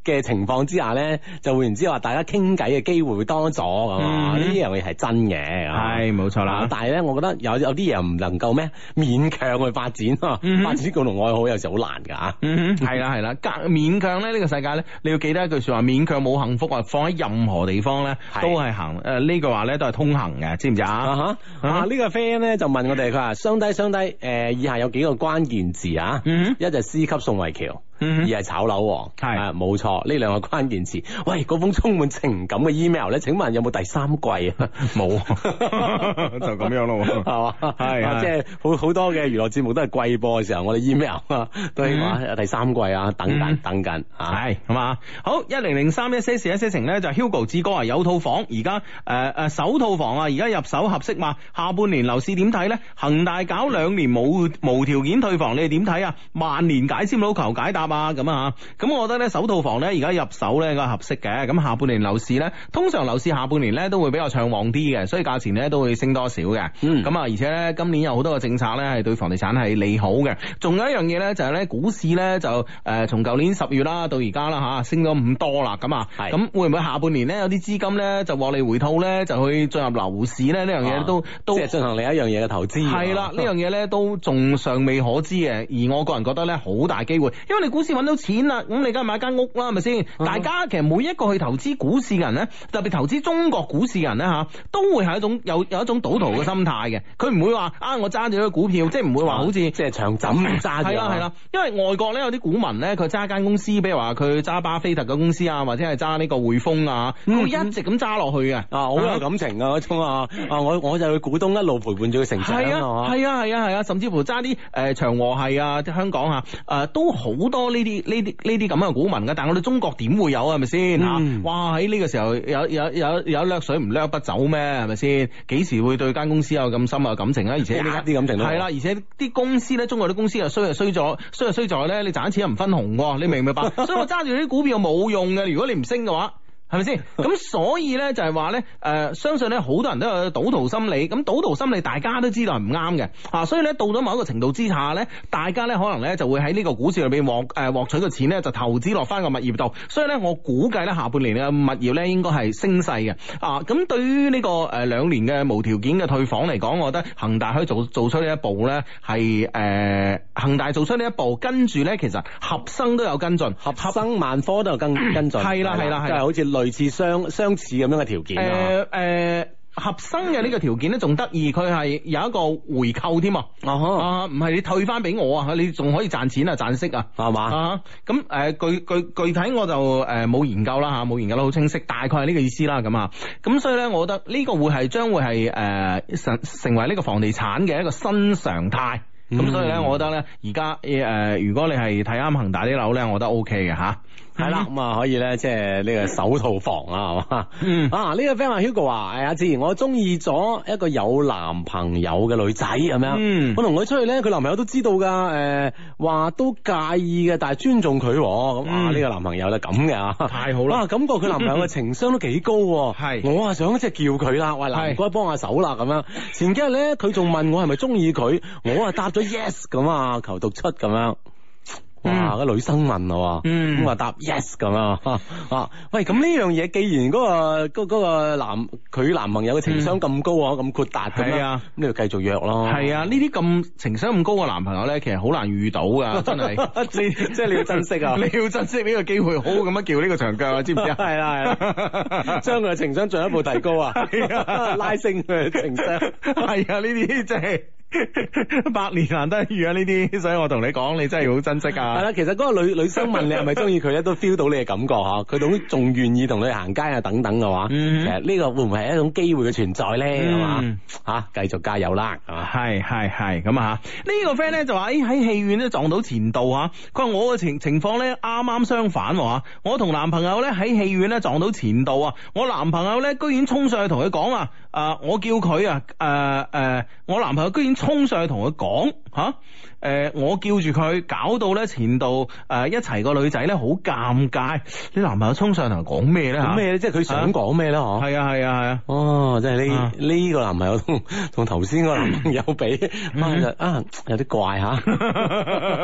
[SPEAKER 3] 嘅情況之下咧，就換言之話，大家傾偈嘅機會會多咗咁啊，
[SPEAKER 1] 嗯
[SPEAKER 3] 呢樣嘢係真嘅。啊
[SPEAKER 1] 係冇錯啦
[SPEAKER 3] 啊。但係咧，我覺得有有啲嘢唔能夠咩勉強去發展 啊，
[SPEAKER 1] 嗯
[SPEAKER 3] 發展共同愛好有時好難㗎啊
[SPEAKER 1] 嗯哼，係啦係啦，隔勉強咧呢個世界咧，你要記得一句说話，勉強冇幸福啊，放喺任何地方咧
[SPEAKER 3] 係
[SPEAKER 1] 都係行诶呢句話咧都係通行嘅，知唔知
[SPEAKER 3] 啊
[SPEAKER 1] 啊？
[SPEAKER 3] 哈！啊呢個 friend 咧就問我哋，佢話：相低相低，誒、以下有幾個關鍵字啊，
[SPEAKER 1] 嗯
[SPEAKER 3] 一就係 C 級宋慧喬，
[SPEAKER 1] 嗯哼
[SPEAKER 3] 二係炒樓王，
[SPEAKER 1] 係
[SPEAKER 3] 啊冇錯，呢兩個關鍵詞。 喂，嗰封充滿情感嘅 email 咧，請問有冇第三季啊？ 冇，
[SPEAKER 1] 就咁樣咯喎
[SPEAKER 3] 係嘛？
[SPEAKER 1] 哦係係
[SPEAKER 3] 啊即係好好多嘅娛樂節目都係季播嘅時候，我哋 email 啊，都希望有第三季啊，等
[SPEAKER 1] 嗯
[SPEAKER 3] 緊等緊啊，
[SPEAKER 1] 系咁啊！好一零零三一些事一些情咧，就 Hugo 志哥啊有套房，而家诶诶首套房啊，而家入手合適嘛？下半年樓市點睇咧？恒大搞兩年冇無條件退房，你哋點睇啊？萬年解簽佬求解答啊！咁啊，咁我覺得咧首套房咧而家入手咧應該合適嘅，咁下半年樓市咧通常樓市下半年咧都會比較暢旺啲嘅，所以價錢咧都會升多少嘅。
[SPEAKER 3] 嗯
[SPEAKER 1] 咁啊，而且咧今年有好多嘅政策咧係對房地產係利好嘅，仲有一樣嘢咧就係咧股市咧就誒從舊年十月啦到而家啦嚇升咗咁多啦咁啊，
[SPEAKER 3] 係
[SPEAKER 1] 咁會唔會下半年咧有啲資金咧就獲利回吐咧就去進入樓市咧呢樣嘢都都
[SPEAKER 3] 即係進行另一樣嘢嘅投資。啊
[SPEAKER 1] 係 啦，呢樣嘢啊咧都仲尚未可知嘅，而我個人覺得咧好大機會，因為你股市揾到錢啦，咁你梗係買間屋啦，係咪先？大家其實每一個去投資股市嘅人咧，特別投資中國股市嘅人咧嚇，都會係一種有有一種賭徒嘅心態嘅，佢唔會話啊我揸住咗股票，即係唔會話好似
[SPEAKER 3] 即係長枕揸住。
[SPEAKER 1] 啊嗯
[SPEAKER 3] 啊
[SPEAKER 1] 係啦係啦，因為外國咧有啲股民咧，佢揸間公司，比如話佢揸巴菲特嘅公司啊，或者係揸呢個匯豐啊，佢會一直咁揸落去嘅。
[SPEAKER 3] 啊，好有感情啊嗰種啊，啊我我就去股東一路陪伴住佢成長
[SPEAKER 1] 係啊，
[SPEAKER 3] 啊，
[SPEAKER 1] 係啊，係啊，係啊，甚至乎揸啲誒長和係啊，即係香港啊，誒、都好多呢啲呢啲呢啲咁嘅股民嘅，但係我哋中國點會有啊？係咪先嚇？
[SPEAKER 3] 嗯
[SPEAKER 1] 哇！喺呢個時候有有有有掠水唔掠不走咩？係咪先？幾時會對間公司有咁深嘅感情啊？而且呢
[SPEAKER 3] 一啲感情都冇
[SPEAKER 1] 係啦，而且啲公司咧，中國啲公司又衰就衰咗，衰就衰在咧，你賺錢又唔分紅喎，你明唔明白？所以我揸住啲股票冇用嘅，如果你唔升嘅話。係咪先？咁所以咧就係話咧，誒、相信咧好多人都有賭徒心理，咁賭徒心理大家都知道係唔啱嘅，啊，所以咧到咗某一個程度之下咧，大家咧可能咧就會喺呢個股市裏邊獲誒獲取嘅錢咧就投資落翻個物業度，所以咧我估計咧下半年嘅物業咧應該係升勢嘅，啊，咁對於呢、個誒兩、年嘅無條件嘅退房嚟講，我覺得恒大可以做做出呢一步咧係誒恒大做出呢一步，跟住咧其實合生都有跟進，合
[SPEAKER 3] 合生萬科都有 跟跟進，
[SPEAKER 1] 係啦係啦係啦
[SPEAKER 3] 即係好似類似相相似咁樣嘅條件啊。
[SPEAKER 1] 誒誒，合生嘅呢個條件咧，仲得意，佢係有一個回扣添啊！
[SPEAKER 3] 啊哈
[SPEAKER 1] 啊，唔係你退翻俾我啊，你仲可以賺錢啊，賺息啊！
[SPEAKER 3] 係嘛？
[SPEAKER 1] 啊，咁誒具具具體我就誒冇研究啦嚇，冇研究得好清晰，大概係呢個意思啦咁啊。咁所以咧，我覺得呢個會係將會係誒成成為呢個房地產嘅一個新常態。咁、
[SPEAKER 3] 嗯
[SPEAKER 1] 所以咧，我覺得咧，而家誒如果你係睇啱恒大啲樓咧，我覺得 O K 嘅吓。
[SPEAKER 3] 係啦，咁啊可以咧，即係呢個首套房啊，係嘛？
[SPEAKER 1] 嗯
[SPEAKER 3] 啊呢個 friend 話 Hugo 話，誒阿志，我中意咗一個有男朋友嘅女仔咁樣，
[SPEAKER 1] 嗯
[SPEAKER 3] 我同佢出去咧，佢男朋友都知道㗎，誒、話都介意嘅，但係尊重佢喎，咁啊
[SPEAKER 1] 嗯
[SPEAKER 3] 呢個男朋友咧咁嘅啊，
[SPEAKER 1] 太好啦
[SPEAKER 3] 啊感覺佢男朋友嘅情商都幾高喎，
[SPEAKER 1] 係
[SPEAKER 3] 我啊想即係叫佢啦，喂嗱，
[SPEAKER 1] 係
[SPEAKER 3] 唔該幫下手啦咁樣，前幾日咧佢仲問我係咪中意佢，我啊答咗 yes 咁啊，求讀出咁樣。哇！
[SPEAKER 1] 嗯
[SPEAKER 3] 個女生問咯，
[SPEAKER 1] 嗯
[SPEAKER 3] 咁啊答 yes 咁啊， 啊喂！咁呢樣嘢既然嗰、個嗰、嗰個男佢男朋友嘅情商咁高啊，咁豁達咁
[SPEAKER 1] 嗯係
[SPEAKER 3] 樣
[SPEAKER 1] 啊，
[SPEAKER 3] 咁你就繼續約咯。
[SPEAKER 1] 係啊，呢啲咁情商咁高嘅男朋友咧，其實好難遇到噶， 真係。！
[SPEAKER 3] 你即係你要珍惜啊
[SPEAKER 1] 啊 你要珍惜呢個機會，好好咁樣叫呢個長腳啊， 知唔知啊？
[SPEAKER 3] 係啦係 啦，將佢嘅情商進一步提高啊
[SPEAKER 1] 係啊，
[SPEAKER 3] 拉升佢嘅情商。
[SPEAKER 1] 係啊，呢啲真係百年難得遇啊！呢啲，所以我同你講，你真係要好珍惜
[SPEAKER 3] 係
[SPEAKER 1] 啊！
[SPEAKER 3] 啦，其實嗰個女女生問你係咪中意佢咧，都 feel 到你嘅感覺吓，佢都仲願意同你行街啊等等嘅話，
[SPEAKER 1] 嗯
[SPEAKER 3] 其實呢個會唔會係一種機會嘅存在咧？係嘛
[SPEAKER 1] 嗯啊
[SPEAKER 3] 吓，繼續加油啦，係嘛。
[SPEAKER 1] 係係係咁啊！呢個 friend 咧就話：，誒喺戲院咧撞到前度啊！佢話我嘅情情況咧啱啱相反喎，我同男朋友咧喺戲院咧撞到前度啊！我男朋友咧居然衝上去同佢講啊！啊，我叫佢啊，誒、誒、我男朋友居然衝上去同佢講吓，誒、我叫住佢，搞到咧前度誒、啊一齊個女仔咧好尷尬。你男朋友衝上去同佢講咩咧
[SPEAKER 3] 咁
[SPEAKER 1] 吓？
[SPEAKER 3] 咩咧？啊即係佢想講咩咧？嗬、
[SPEAKER 1] 係啊係啊係啊！
[SPEAKER 3] 哦，即係呢
[SPEAKER 1] 啊
[SPEAKER 3] 呢個男朋友同 同頭先個男朋友比，
[SPEAKER 1] 嗯
[SPEAKER 3] 啊就啊有啲怪吓。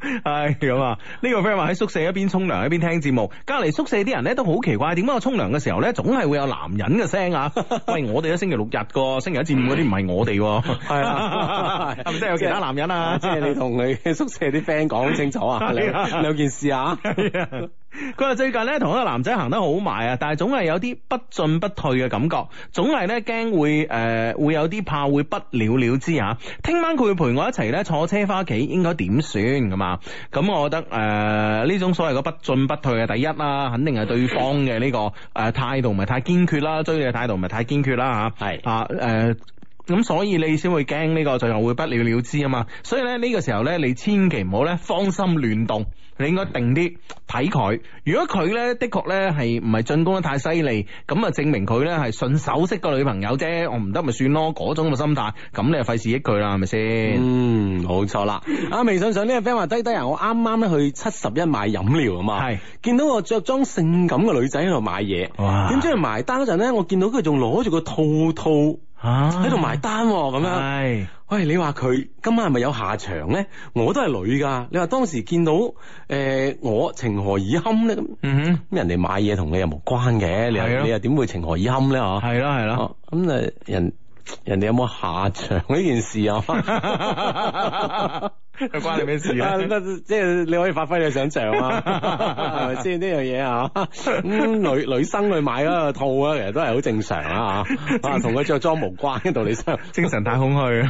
[SPEAKER 1] 系咁啊！呢、個 friend 話喺宿舍一邊沖涼一邊聽節目，隔離宿舍啲人咧都好奇怪，點解我沖涼嘅時候咧總係會有男人嘅聲 啊？喂，我哋都星期六日個，星期一至五嗰啲唔係我哋 喎，
[SPEAKER 3] 係啊
[SPEAKER 1] 係咪真係有其他男人啊？
[SPEAKER 3] 即係你同你 宿舍啲 friend 講清楚啊，
[SPEAKER 1] 係啊
[SPEAKER 3] 兩兩件事啊。
[SPEAKER 1] 佢話最近咧同一個男仔行得好埋啊，但係總係有啲不進不退嘅感覺，總係咧驚會誒、呃、會有啲怕會不了了之啊。聽晚佢會陪我一齊咧坐車翻屋企，應該點算咁啊？咁我覺得誒呃呢、種所謂嘅不進不退嘅第一啦，肯定係對方嘅呢、個誒、呃、態度唔係太堅決啦，追你嘅態度唔係太堅決啦嚇。
[SPEAKER 3] 係
[SPEAKER 1] 啊誒。呃咁所以你先會驚呢個最後會不了了之啊嘛，所以咧呢個時候咧，你千祈唔好咧芳心亂動，你應該定啲睇佢。如果佢咧的確咧係唔係進攻得太犀利，咁啊證明佢咧係順手識個女朋友啫，我唔得咪算咯，嗰種嘅心態，咁你就費事益佢啦，係咪先？
[SPEAKER 3] 嗯，冇錯啦。啊，微信上呢個 friend 話低低啊，我啱啱咧去七十一買飲料啊嘛，
[SPEAKER 1] 係
[SPEAKER 3] 見到個着裝性感嘅女仔喺度買嘢，
[SPEAKER 1] 哇
[SPEAKER 3] 點知佢埋單嗰陣咧，我見到佢仲攞住個套套
[SPEAKER 1] 喺
[SPEAKER 3] 喺度埋單喎咁樣。
[SPEAKER 1] 係
[SPEAKER 3] 喂，你話佢今晚係咪有下場咧？我都係女㗎。你話當時見到誒、呃我情何以堪咧？咁咁
[SPEAKER 1] 嗯
[SPEAKER 3] 人哋買嘢同你又無關嘅，你
[SPEAKER 1] 係
[SPEAKER 3] 又
[SPEAKER 1] 咯
[SPEAKER 3] 你又點會情何以堪咧？
[SPEAKER 1] 哼，
[SPEAKER 3] 嗬，
[SPEAKER 1] 係啦係 啦。
[SPEAKER 3] 哦咁誒人人哋有冇下場呢件事 啊？
[SPEAKER 1] 又關你咩事
[SPEAKER 3] 啊
[SPEAKER 1] 啊？
[SPEAKER 3] 咁 即係你可以發揮你嘅想像 啊，係咪先呢樣嘢啊？ 咁女女生去買嗰個套啊，其實都係好正常啊，啊同佢着裝無關嘅道理上。
[SPEAKER 1] 精神太空虛，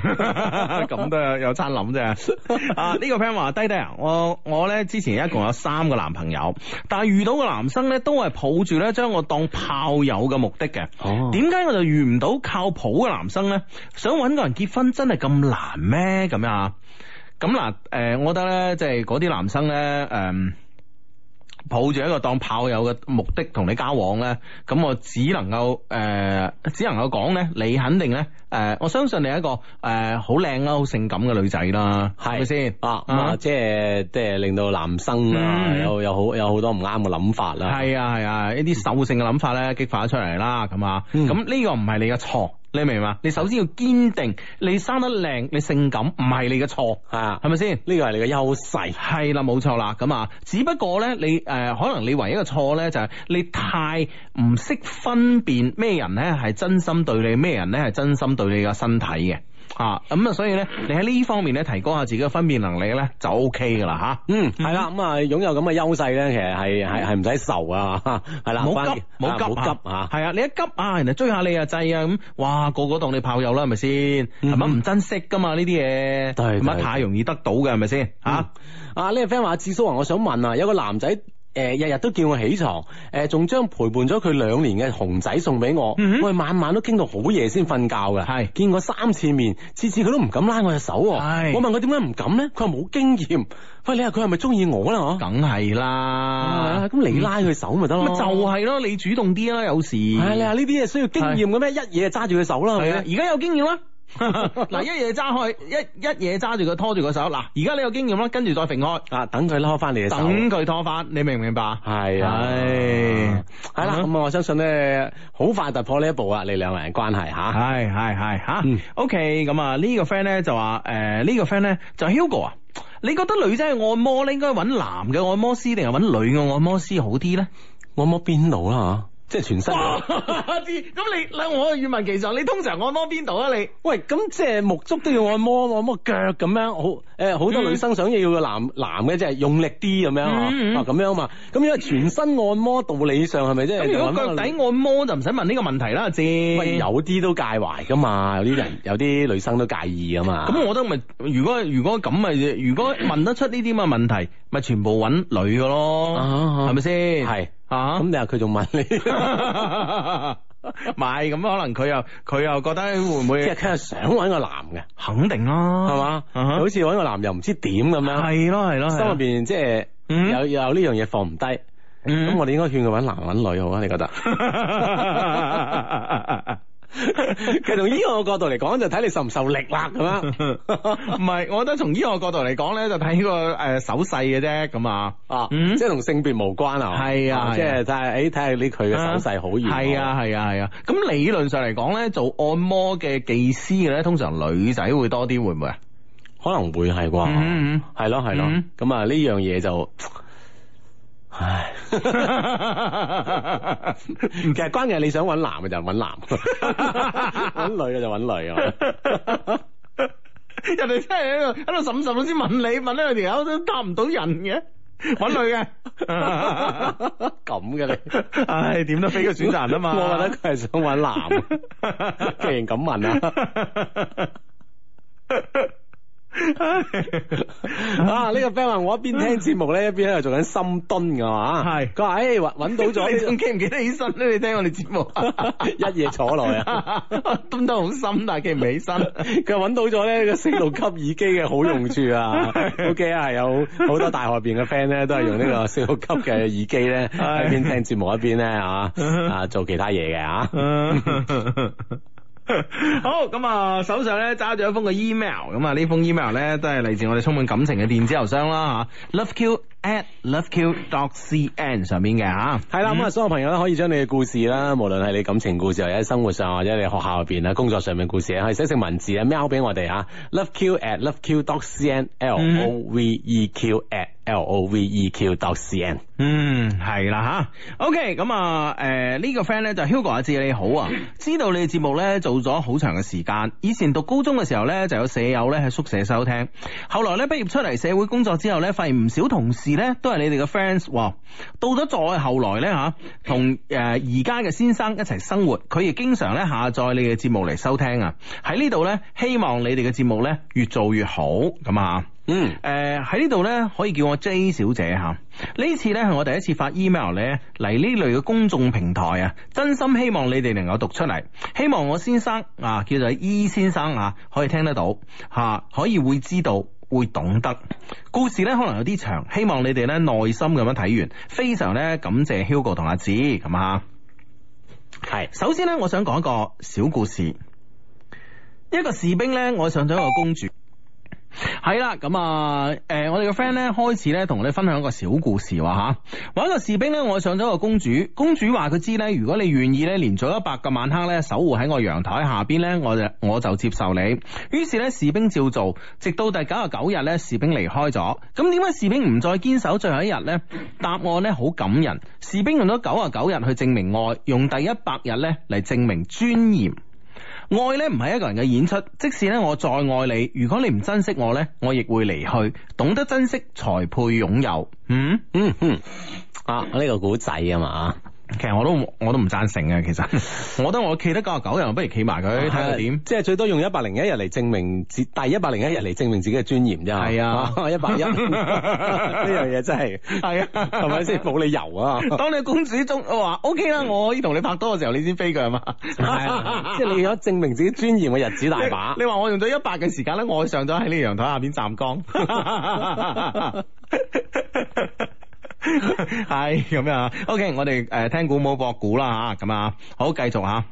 [SPEAKER 1] 咁都有有餐諗啫。啊，呢、個 friend 話：低低啊，我我咧之前一共有三個男朋友，但係遇到個男生咧都係抱住咧將我當炮友嘅目的嘅。
[SPEAKER 3] 哦
[SPEAKER 1] 點解我就遇唔到靠譜嘅男生咧？想揾個人結婚真係咁難咩？咁樣啊？咁嗱，誒、我覺得咧，即係嗰啲男生咧，誒、抱住一個當炮友嘅目的同你交往咧，咁我只能夠誒、呃只能夠講咧，你肯定咧誒、呃我相信你係一個誒好靚啦、好性感嘅女仔啦，係咪先？
[SPEAKER 3] 啊，咁啊，即係即係令到男生啊，
[SPEAKER 1] 嗯
[SPEAKER 3] 有有好有好多唔啱嘅諗法啦。
[SPEAKER 1] 係啊係啊，一啲獸性嘅諗法咧激發咗出嚟啦，咁啊，
[SPEAKER 3] 嗯
[SPEAKER 1] 咁呢個唔係你嘅錯，你明嘛？你首先要堅定，你生得靚，你性感，唔係你嘅錯，
[SPEAKER 3] 係啊，
[SPEAKER 1] 係咪先？
[SPEAKER 3] 呢個係你嘅優勢。
[SPEAKER 1] 係啦，冇錯啦，咁啊，只不過咧，你誒、呃可能你唯一嘅錯咧，就係、你太唔識分辨咩人咧係真心對你，咩人咧係真心對你嘅身體嘅。啊，咁啊，所以咧，你喺呢方面咧，提高下自己嘅分辨能力咧，就 O K 噶啦
[SPEAKER 3] 嗯，係啦，咁啊，擁有咁嘅優勢咧，其實係係係唔使愁啊，係
[SPEAKER 1] 吓，
[SPEAKER 3] 啦，
[SPEAKER 1] 冇急
[SPEAKER 3] 關鍵，
[SPEAKER 1] 冇急，
[SPEAKER 3] 啊冇急啊，
[SPEAKER 1] 係啊，你一急啊，人哋追下你啊，制啊，咁，哇，個個當你炮友啦，係咪先？
[SPEAKER 3] 嗯
[SPEAKER 1] 係咪唔珍惜噶嘛呢啲嘢？
[SPEAKER 3] 對對
[SPEAKER 1] 係咪太容易得到嘅係咪先？
[SPEAKER 3] 啊
[SPEAKER 1] 啊，
[SPEAKER 3] 啊！呢個 friend 話智叔啊，我想問啊，有個男仔。誒日日都叫我起床，誒仲將陪伴咗佢兩年嘅熊仔送俾我，
[SPEAKER 1] 嗯哼
[SPEAKER 3] 我哋晚晚都傾到好夜先瞓覺㗎。
[SPEAKER 1] 係
[SPEAKER 3] 見過三次面，次次佢都唔敢拉我隻手喎。
[SPEAKER 1] 係
[SPEAKER 3] 我問佢點解唔敢咧，佢話冇經驗。 喂，你話佢係咪中意我啦？嗬、
[SPEAKER 1] 梗係
[SPEAKER 3] 啊
[SPEAKER 1] 啦，，
[SPEAKER 3] 咁你拉佢手咪得咯。
[SPEAKER 1] 嗯咁就係咯，你主動啲啦，啊有時
[SPEAKER 3] 係啊你話呢啲嘢需要經驗嘅咩？一嘢就揸住佢手啦，係
[SPEAKER 1] 係
[SPEAKER 3] 咪
[SPEAKER 1] 啊，而家有經驗啦。 嗱，一嘢揸開，一一嘢揸住佢拖住佢手。嗱，而家你有經驗啦，跟住再揈開，
[SPEAKER 3] 啊，等佢攞翻你嘅手。
[SPEAKER 1] 等佢拖翻，你明唔明白？
[SPEAKER 3] 係啊，
[SPEAKER 1] 係
[SPEAKER 3] 係嗯啦，咁我相信咧，好快突破呢一步啊！你兩個人關係吓。
[SPEAKER 1] 係係係吓
[SPEAKER 3] 嗯
[SPEAKER 1] ，OK，咁啊呢個 friend 咧就話誒呢個 friend 咧就 Hugo 啊，你覺得女仔去按摩咧應該揾男嘅按摩師定係揾女嘅按摩師好啲咧？
[SPEAKER 3] 按摩邊度啦吓，即係全身。
[SPEAKER 1] 咁你嗱我語文其實你通常按摩邊度啊你？
[SPEAKER 3] 喂，咁即係沐足都要按摩，按摩腳咁樣，好誒，好、多
[SPEAKER 1] 嗯
[SPEAKER 3] 女生想要個男男嘅，即係用力啲咁樣啊，
[SPEAKER 1] 嗯嗯
[SPEAKER 3] 啊咁樣嘛。咁因為全身按摩，道理上係咪即係？
[SPEAKER 1] 咁如果腳底按摩就唔使問呢個問題啦，阿姐。
[SPEAKER 3] 喂，有啲都介懷噶嘛，有啲人有啲女生都介意噶嘛。
[SPEAKER 1] 咁我覺得咪，如果如果咁咪，如果問得出呢啲咁嘅問題，咪全部揾女嘅咯，啊係
[SPEAKER 3] 啊係
[SPEAKER 1] 咪
[SPEAKER 3] 咪
[SPEAKER 1] 先？
[SPEAKER 3] 係
[SPEAKER 1] 啊
[SPEAKER 3] 咁，你話佢仲問 你，
[SPEAKER 1] 唔係咁可能佢又佢又覺得會唔
[SPEAKER 3] 即係
[SPEAKER 1] 會
[SPEAKER 3] 佢係想揾個男嘅，
[SPEAKER 1] 肯定啦，
[SPEAKER 3] 係嘛？
[SPEAKER 1] 啊哈
[SPEAKER 3] 好似揾個男又唔知點咁樣，
[SPEAKER 1] 係啊咯係咯，
[SPEAKER 3] 心入邊即係
[SPEAKER 1] 嗯
[SPEAKER 3] 有有呢樣嘢放唔低。咁
[SPEAKER 1] 咁
[SPEAKER 3] 我哋應該勸佢揾男揾女好啊？你覺得？其實從醫學嘅角度嚟講，就睇你受唔受力啦咁 樣。
[SPEAKER 1] 唔係，我覺得從醫學角度嚟講咧，就睇個誒手勢嘅啫，咁啊，
[SPEAKER 3] 啊，
[SPEAKER 1] 嗯
[SPEAKER 3] 即係同性別無關啊。
[SPEAKER 1] 係啊係啊
[SPEAKER 3] 即係睇下，哎誒，睇下呢佢嘅手勢好哦遠。
[SPEAKER 1] 係啊，係啊係啊，咁理論上嚟講咧，做按摩嘅技師嘅咧，通常女仔會多啲，會唔會啊？
[SPEAKER 3] 可能會係啩。
[SPEAKER 1] 嗯嗯
[SPEAKER 3] 係咯係咯
[SPEAKER 1] 嗯，
[SPEAKER 3] 咁啊呢樣嘢就， 唉，其實關鍵係你想揾男嘅就揾男， 揾女嘅就揾女啊。
[SPEAKER 1] 人哋真係喺度喺度審審先問你，問呢條友都答唔到人嘅，揾女嘅。
[SPEAKER 3] 咁嘅你，
[SPEAKER 1] 唉，點都俾個選擇人啊 嘛。
[SPEAKER 3] 我覺得佢係想揾 男。既然咁問啊。
[SPEAKER 1] 嗯
[SPEAKER 3] 啊！呢、個 friend 話我一邊聽節目咧，一邊喺度做緊深蹲噶嘛。
[SPEAKER 1] 係
[SPEAKER 3] 佢話誒揾揾到
[SPEAKER 1] 你
[SPEAKER 3] 咗
[SPEAKER 1] 仲記唔記得起身咧？你聽我哋節 目，
[SPEAKER 3] 一夜坐落啊！
[SPEAKER 1] 蹲得好深，但係記唔起身。
[SPEAKER 3] 佢話揾到咗呢個四度吸耳機嘅好用處啊！OK 啊，係有好多大學入邊嘅 friend 咧，都係用呢個四度吸嘅耳機咧，
[SPEAKER 1] 係嗯
[SPEAKER 3] 一邊聽節目一邊咧啊啊做其他嘢嘅啊！
[SPEAKER 1] 好咁啊，手上咧揸住一封嘅 email，咁啊呢封 email 咧都係嚟自我哋充滿感情嘅電子郵箱啦吓，loveq at loveq dot cn 上面嘅吓。
[SPEAKER 3] 係啦，咁啊，所有朋友咧可以將你嘅故事啦，無論係你感情故事，或者喺生活上，或者你學校入邊啊、工作上面嘅故事，可以寫成文字啊 mail 俾我哋啊，loveq at loveq dot cn l o v e q at l o v e q dot cn。
[SPEAKER 1] 嗯，係啦吓，OK，咁啊，誒、呢、個 friend 咧就 Hugo 阿志你好啊，知道你嘅節目咧做咗好長嘅時間，以前讀高中嘅時候咧就有舍友咧喺宿舍收聽，後來咧畢業出嚟社會工作之後咧，發現唔少同事咧都係你哋嘅 friends 喎，到咗再後來咧吓，同誒而家嘅先生一齊生活，佢亦經常咧下載你嘅節目嚟收聽啊，喺呢度咧希望你哋嘅節目咧越做越好咁啊。
[SPEAKER 3] 嗯，
[SPEAKER 1] 誒喺呢度呢，可以叫我 J 小姐嚇。呢次呢，係我第一次發 email 呢嚟呢類嘅公眾平台啊，真心希望你哋能夠讀出嚟，希望我先生啊叫做 E 先生啊可以聽得到嚇、可以會知道。會懂得。故事咧可能有啲長，希望你哋咧耐心咁樣睇完，非常咧感謝 Hugo 同阿子咁啊。
[SPEAKER 3] 係
[SPEAKER 1] 首先咧，我想講一個小故事。一個士兵咧，愛上咗一個公主。係啦，咁啊，誒、我哋個 friend 咧開始咧同我哋分享一個小故事話吓，話一個士兵咧愛上咗一個公主，公主話佢知咧，如果你願意咧，連續一百個晚黑咧守護喺我陽台下邊咧，我就我就接受你。於是咧，士兵照做，直到第九十九日咧，士兵離開咗。咁點解士兵唔再堅守最後一日咧？答案咧好感人，士兵用咗九十九日去證明愛，用第一百日咧嚟證明尊嚴。愛咧唔係一個人嘅演出，即使咧我再愛你，如果你唔珍惜我咧，我亦會離去。懂得珍惜才配擁有。嗯，
[SPEAKER 3] 嗯嗯，啊呢個古仔啊嘛，
[SPEAKER 1] 其實我都我都唔贊成嘅，其 實我覺得我企得九十九人，不如企埋
[SPEAKER 3] 啊
[SPEAKER 1] 佢睇下點。
[SPEAKER 3] 即係最多用一百零一日嚟證明自第一百零一日嚟證明自己嘅尊嚴啫。
[SPEAKER 1] 係啊，
[SPEAKER 3] 一百 一呢樣嘢真係
[SPEAKER 1] 係啊，
[SPEAKER 3] 係咪先冇理由啊？
[SPEAKER 1] 當你公主中話 OK 啦，我可以同你拍拖嘅時候，你先飛佢係嘛？
[SPEAKER 3] 係啊， 即係你有證明自己尊嚴嘅日子大把
[SPEAKER 1] 你。你話我用咗一百嘅時間咧，愛上咗喺呢個陽台下邊湛 江。係咁樣啊，OK，我哋誒、呃、聽古冇博古啦吓，咁啊，好繼續吓。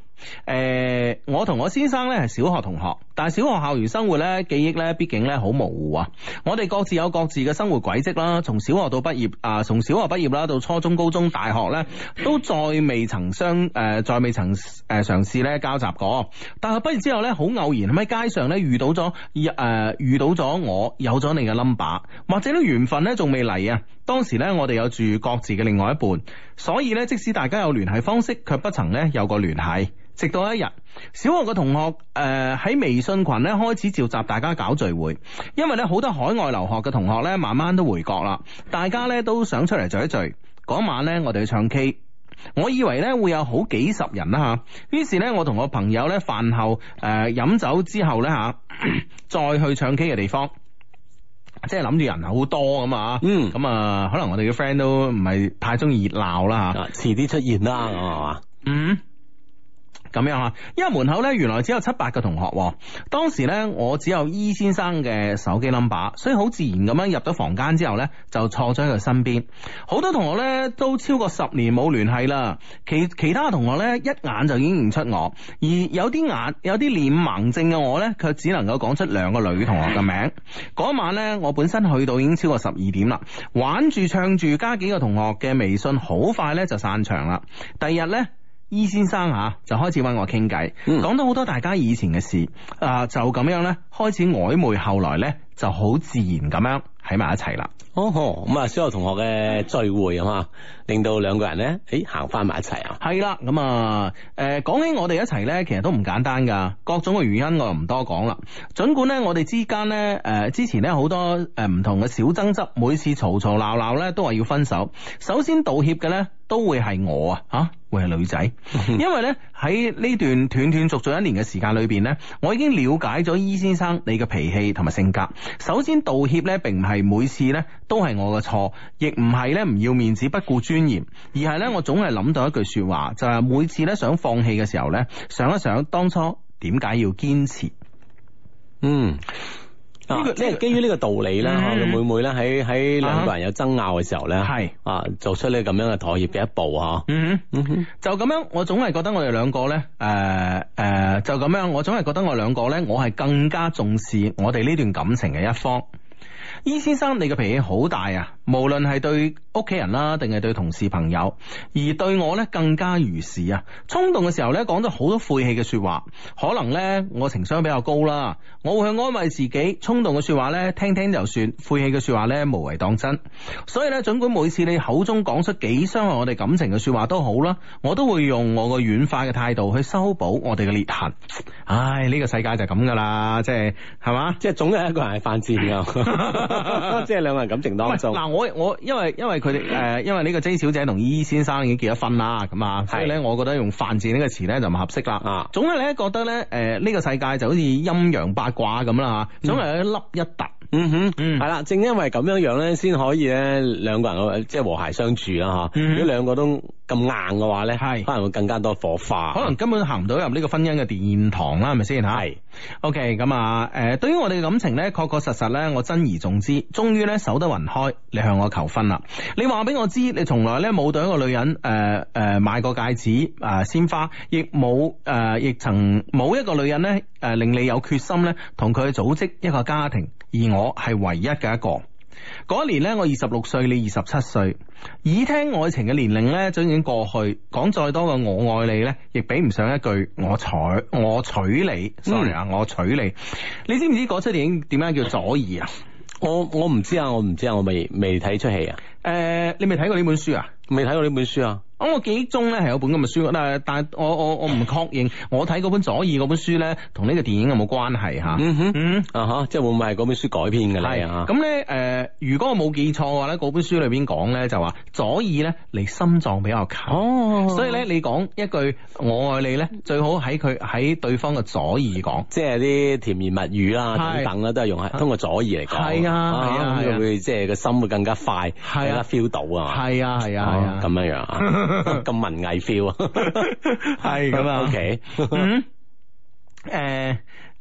[SPEAKER 1] 誒、我同我先生咧係小學同學，但係小學校園生活咧記憶咧，畢竟咧好模糊啊。我哋各自有各自嘅生活軌跡啦，從小學到畢業啊，從小學畢業啦，到初中、高中、大學咧，都再未曾相誒、再未曾誒、嘗試咧交集過。大學畢業之後咧，好偶然喺街上咧遇到咗誒、遇到咗我，有咗你嘅 number，或者咧緣分咧仲未嚟啊。當時咧，我哋有住各自嘅另外一半，所以咧，即使大家有聯繫方式，卻不曾咧有過聯繫。直到一日，小學嘅同學誒喺、微信群咧開始召集大家搞聚會，因為咧好多海外留學嘅同學咧慢慢都回國啦，大家咧都想出嚟聚一聚。嗰晚咧，我哋去唱 K。我以為咧會有好幾十人啦吓，於是咧我同我朋友咧飯後誒飲、酒之後咧吓、 再去唱 K 嘅地方，即係諗住人好多咁啊，
[SPEAKER 3] 嗯
[SPEAKER 1] 咁啊可能我哋嘅 friend 都唔係太中意熱鬧啦吓，
[SPEAKER 3] 啊，遲啲出現啦，係嘛？
[SPEAKER 1] 嗯。咁樣啊，因為門口咧原來只有七八個同學喎，當時咧我只有伊先生嘅手機 number，所以好自然咁樣入咗房間之後咧就坐咗喺佢身邊。好多同學咧都超過十年冇聯繫啦，其其他同學咧一眼就已經認出我，而有啲眼有啲臉盲症嘅我咧，卻只能夠講出兩個女同學嘅名。嗰晚咧，我本身去到已經超過十二點啦，玩住唱住加幾個同學嘅微信，好快咧就散場啦。第二日咧。伊先生啊，就開始揾我傾偈，
[SPEAKER 3] 嗯
[SPEAKER 1] 講到好多大家以前嘅事，啊、就咁樣呢，開始曖昧，後來呢，就好自然咁樣喺埋一齊啦。
[SPEAKER 3] 哦吼，咁啊，小學同學嘅聚會啊嘛，令到兩個人咧，誒行翻埋一齊啊。
[SPEAKER 1] 係啦，咁啊，誒講起我哋一齊呢，其實都唔簡單㗎，各種嘅原因我就唔多講啦。儘管呢，我哋之間呢，誒、之前呢，好多誒唔同嘅小爭執，每次嘈嘈鬧鬧呢，都話要分手。首先道歉嘅呢，都會係我啊，嚇、會係女仔，因為呢，喺呢段斷斷續續一年嘅時間裏邊呢，我已經了解咗伊先生你嘅脾氣同埋性格。首先道歉呢，並唔係每次呢都係我嘅錯，亦唔係呢唔要面子不顧尊嚴，而係呢，我總係諗到一句說話，就係、每次呢想放棄嘅時候呢，想一想當初點解要堅持。
[SPEAKER 3] 嗯。啊
[SPEAKER 1] 呢個，
[SPEAKER 3] 即係基於呢個道理啦，
[SPEAKER 1] 嗯
[SPEAKER 3] 可能會唔會咧喺喺兩個人有爭拗嘅時候咧，
[SPEAKER 1] 係
[SPEAKER 3] 啊，做出呢咁樣嘅妥協嘅一步啊。
[SPEAKER 1] 嗯哼。
[SPEAKER 3] 嗯哼，
[SPEAKER 1] 就咁樣，我總係覺得我哋兩個呢，誒、誒、就咁樣，我總係覺得我兩個呢，我係更加重視我哋呢段感情嘅一方。伊先生，你嘅脾氣好大啊，無論係對屋企人啦，定係對同事朋友，而對我呢，更加如是啊。衝動嘅時候呢，講咗好多晦氣嘅說話，可能呢，我情商比較高啦，我會去安慰自己，衝動嘅說話呢，聽聽就算，晦氣嘅說話呢，無謂當真。所以咧，儘管每次你口中講出幾傷害我哋感情嘅説話都好啦，我都會用我個軟化嘅態度去修補我哋嘅裂痕。唉，呢、個世界就係咁噶啦，即係係嘛？
[SPEAKER 3] 即係總有一個人係犯 賤㗎， 即係兩個人感情
[SPEAKER 1] 喂
[SPEAKER 3] 當中。
[SPEAKER 1] 嗱，我我因為因為佢哋誒，因為呢個 J 小姐同 E 先生已經結咗婚啦，咁啊，所以咧，我覺得用犯賤呢個詞咧就唔合適啦。
[SPEAKER 3] 啊
[SPEAKER 1] 總係咧覺得咧誒呢、個世界就好似陰陽八卦咁啦嚇，總係有一粒一突。
[SPEAKER 3] 嗯哼，
[SPEAKER 1] 嗯
[SPEAKER 3] 係啦，正因為咁樣樣咧，先可以咧兩個人嘅即係和諧相處啦吓。
[SPEAKER 1] 嗯哼
[SPEAKER 3] 如果兩個都咁硬嘅話咧，
[SPEAKER 1] 係
[SPEAKER 3] 可能會更加多火花。
[SPEAKER 1] 可能根本行唔到入呢個婚姻嘅殿堂啦，係咪先吓？係。OK，咁啊，誒，對於我哋嘅感情咧，確確實實咧，我珍而重之，終於咧守得雲開，你向我求婚啦！你話俾我知，你從來咧冇對一個女人誒誒、呃買過戒指誒、呃鮮花，亦冇誒亦曾冇一個女人咧誒、呃令你有決心咧同佢組織一個家庭，而我係唯一嘅一個。嗰一年咧，我二十六歲，你二十七歲。耳聽愛情嘅年齡咧，早已經過去。講再多嘅我愛你咧，亦比唔上一句我娶我娶你。sorry 啊，我娶你。你知唔知嗰出電影點解叫左耳啊？
[SPEAKER 3] 我我唔知啊，我唔知啊，我未未睇出戲啊，
[SPEAKER 1] 誒、呃你未睇過呢本書啊？
[SPEAKER 3] 未睇過呢本書啊。
[SPEAKER 1] 咁我記憶中咧係有本咁嘅書，但係但係我我我唔確認，我睇嗰本左耳嗰本書咧，同呢個電影有冇關係吓？
[SPEAKER 3] 嗯哼，
[SPEAKER 1] 嗯。
[SPEAKER 3] 啊哈，即係會唔會係嗰本書改編嘅
[SPEAKER 1] 係
[SPEAKER 3] 咧啊？
[SPEAKER 1] 咁咧，誒、如果我冇記錯嘅話咧，嗰本書裏邊講咧就話左耳咧離心臟比較近，
[SPEAKER 3] 哦嗯
[SPEAKER 1] 所以咧你講一句我愛你咧，最好喺佢喺對方嘅左耳講。
[SPEAKER 3] 即係啲甜言蜜語啦，
[SPEAKER 1] 係
[SPEAKER 3] 等等啊啦，都係用喺通過左耳嚟講。
[SPEAKER 1] 係啊係啊
[SPEAKER 3] 咁
[SPEAKER 1] 係啊
[SPEAKER 3] 就會即係個心會更加快，
[SPEAKER 1] 係啊
[SPEAKER 3] 更加 feel 到啊。
[SPEAKER 1] 係啊係
[SPEAKER 3] 哦
[SPEAKER 1] 啊係
[SPEAKER 3] 咁
[SPEAKER 1] 啊，
[SPEAKER 3] 樣樣啊，咁文藝 feel 啊。
[SPEAKER 1] 係咁啊
[SPEAKER 3] OK，
[SPEAKER 1] 嗯， 誒、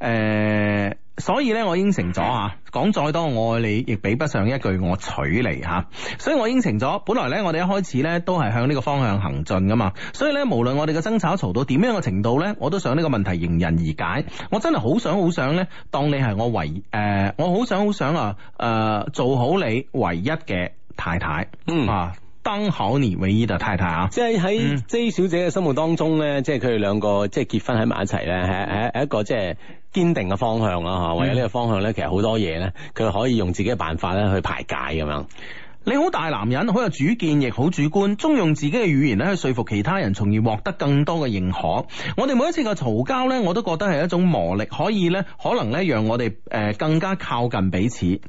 [SPEAKER 1] 誒、所以咧，我應承咗啊，講再多我愛你，亦比不上一句我娶你吓、所以我應承咗，本來咧，我哋一開始咧都係向呢個方向行進噶嘛。所以咧，無論我哋嘅爭吵嘈到點樣嘅程度咧，我都想呢個問題迎刃而解。我真係好想好想咧，當你係我唯誒、我好想好想啊誒、做好你唯一嘅太太、
[SPEAKER 3] 嗯
[SPEAKER 1] 啊，當好你唯一嘅太太啊。
[SPEAKER 3] 即係喺
[SPEAKER 1] 嗯
[SPEAKER 3] J 小姐嘅心目當中咧，即係佢哋兩個即係結婚喺埋一齊咧，係係係一個即係堅定嘅方向啦
[SPEAKER 1] 嗯
[SPEAKER 3] 嚇。為咗呢個方向咧，其實好多嘢咧，佢可以用自己嘅辦法咧去排解咁樣。
[SPEAKER 1] 你好大男人，好有主見，亦好主觀，中用自己嘅語言咧去說服其他人，從而獲得更多嘅認可。我哋每一次嘅嘈交呢，我都覺得係一種磨力，可以呢，可能呢，讓我哋誒、呃更加靠近彼此。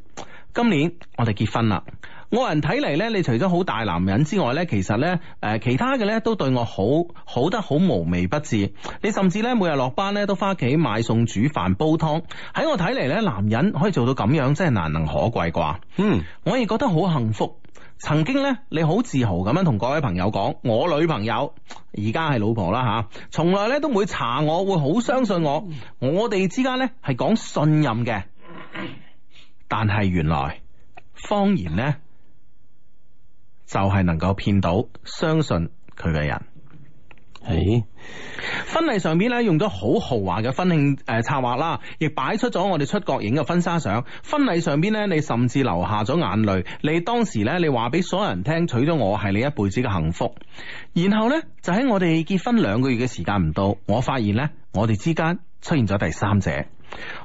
[SPEAKER 1] 今年我哋結婚啦。我人睇嚟呢，你除咗好大男人之外呢，其實呢，誒、其他嘅呢都對我好好得好無微不至。你甚至呢，每日落班呢都翻屋企買餸、煮飯、煲湯。喺我睇嚟呢，男人可以做到咁樣，真係難能可貴啩。
[SPEAKER 3] 嗯，
[SPEAKER 1] 我亦覺得好幸福。曾經呢，你好自豪咁樣同各位朋友講，我女朋友而家係老婆啦吓，從來呢都唔會查我，會好相信我。我哋之間呢係講信任嘅，但係原來謊言呢，就係能夠騙到相信佢嘅人。
[SPEAKER 3] 係。
[SPEAKER 1] 婚禮上邊咧用咗好豪華嘅婚慶誒策劃啦，亦擺出咗我哋出國影嘅婚紗相。婚禮上邊咧，你甚至流下咗眼淚。你當時咧，你話俾所有人聽，娶咗我係你一輩子嘅幸福。然後咧，就喺我哋結婚兩個月嘅時間唔到，我發現咧，我哋之間出現咗第三者。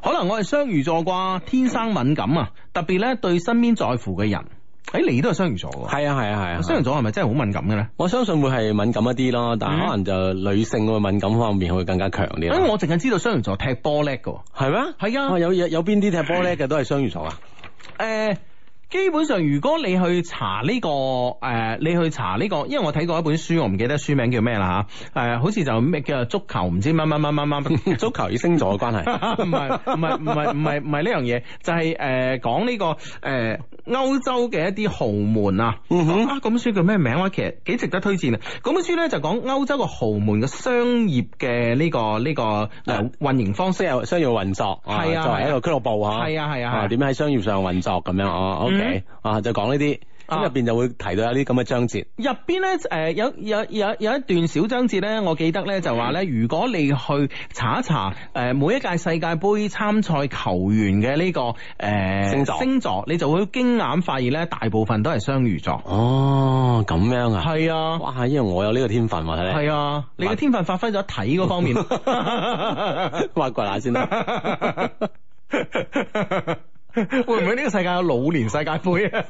[SPEAKER 1] 可能我係雙魚座啩，天生敏感啊，特別咧對身邊在乎嘅人。誒、你都係雙魚座喎，
[SPEAKER 3] 係啊，係啊，係啊。
[SPEAKER 1] 雙魚座係咪真係好敏感嘅咧？
[SPEAKER 3] 我相信會係敏感一啲咯，但係可能就女性嘅敏感方面會更加強啲
[SPEAKER 1] 誒，嗯
[SPEAKER 3] 啦。
[SPEAKER 1] 哎我淨係知道雙魚座踢波叻嘅喎。
[SPEAKER 3] 係咩？
[SPEAKER 1] 係啊
[SPEAKER 3] 哇有有有邊啲踢波叻嘅都係雙 魚座啊？
[SPEAKER 1] 誒、呃基本上如果你去查呢、個誒、你去查呢、個，因為我睇過一本書，我唔記得書名叫咩啦吓，誒、好似就咩叫做足球唔知乜乜乜乜乜。
[SPEAKER 3] 足球與星座嘅關係。
[SPEAKER 1] 唔係唔係唔係唔係唔係呢樣嘢，就係誒講呢個誒歐洲嘅一啲豪門啊，
[SPEAKER 3] 嗯哼
[SPEAKER 1] 啊咁本書叫咩名話？其實幾值得推薦啊！嗰本書咧就講歐洲嘅豪門嘅商業嘅呢個呢個誒運營方式啊
[SPEAKER 3] 即係商業運作，
[SPEAKER 1] 係啊
[SPEAKER 3] 作為一個俱樂部啊，
[SPEAKER 1] 係啊係啊係啊嗯
[SPEAKER 3] 點樣喺商業上運作咁樣哦，OK，啊就講呢啲，
[SPEAKER 1] 啊
[SPEAKER 3] 咁入邊就會提到有啲咁嘅章節，
[SPEAKER 1] 入邊咧誒有有有有一段小章節咧，我記得咧就話咧，如果你去查一查誒、每一屆世界盃參賽球員嘅呢、個誒、
[SPEAKER 3] 星座
[SPEAKER 1] 星座，你就會驚眼發現咧，大部分都係雙魚座。
[SPEAKER 3] 哦，咁樣啊，
[SPEAKER 1] 係啊，
[SPEAKER 3] 哇，因為我有呢個天分喎，睇嚟，
[SPEAKER 1] 係啊，你嘅天分發揮咗睇嗰方面。啊
[SPEAKER 3] 挖掘下先啦，
[SPEAKER 1] 會唔會呢個世界有老年世界盃 啊？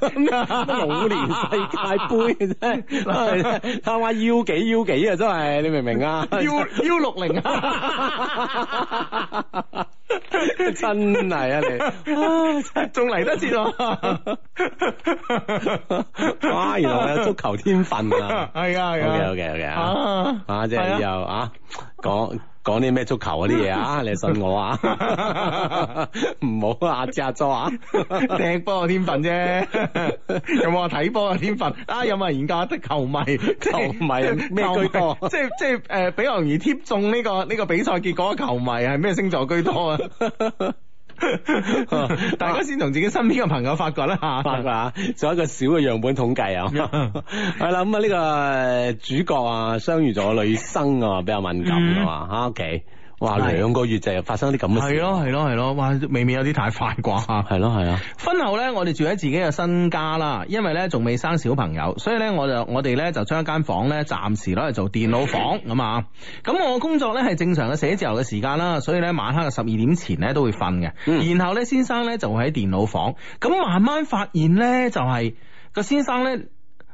[SPEAKER 3] 老年世界盃真係，睇下腰幾腰幾啊，真係，你明唔明啊？
[SPEAKER 1] U U 六零啊！
[SPEAKER 3] 真係啊 你，
[SPEAKER 1] 仲嚟得切
[SPEAKER 3] 啊
[SPEAKER 1] 喎！
[SPEAKER 3] 哇，原來我有足球天分啊
[SPEAKER 1] 係啊係啊
[SPEAKER 3] ，OK OK OK 啊。
[SPEAKER 1] 啊
[SPEAKER 3] 啊，即
[SPEAKER 1] 係啊
[SPEAKER 3] 係又啊，講講啲咩足球嗰啲 嘢啊，你信我啊， 唔好阿支阿 咗啊！
[SPEAKER 1] 踢波嘅天分 啫，有冇話睇波嘅天分？啊，有冇人研究下啲球迷？
[SPEAKER 3] 球迷咩居多
[SPEAKER 1] 球迷即係即係誒，比較容易貼中呢、個呢、個比賽結果嘅球迷係咩星座居多 啊？大家先從自己身邊嘅朋友發掘啦嚇。
[SPEAKER 3] 發啦，做啊一個小嘅樣本 統計啊。
[SPEAKER 1] 嗯
[SPEAKER 3] 係啦，咁啊呢個呃主角啊，雙魚座嘅女生啊，比較敏感啊嘛，喺屋企，哇
[SPEAKER 1] 嗯係
[SPEAKER 3] 兩個月就發生啲咁嘅事，
[SPEAKER 1] 係咯係咯係咯，哇！未免有啲太快啩。
[SPEAKER 3] 係咯係啊，
[SPEAKER 1] 婚後咧，我哋住喺自己嘅新家啦，因為咧仲未生小朋友，所以咧我就我哋咧就將一間房咧暫時攞嚟做電腦房咁啊。咁我工作咧係正常嘅寫字樓嘅時間啦，所以咧晚黑嘅十二點前咧都會瞓嘅。
[SPEAKER 3] 嗯
[SPEAKER 1] 然後咧先生咧就會喺電腦房，咁慢慢發現咧就係、個先生咧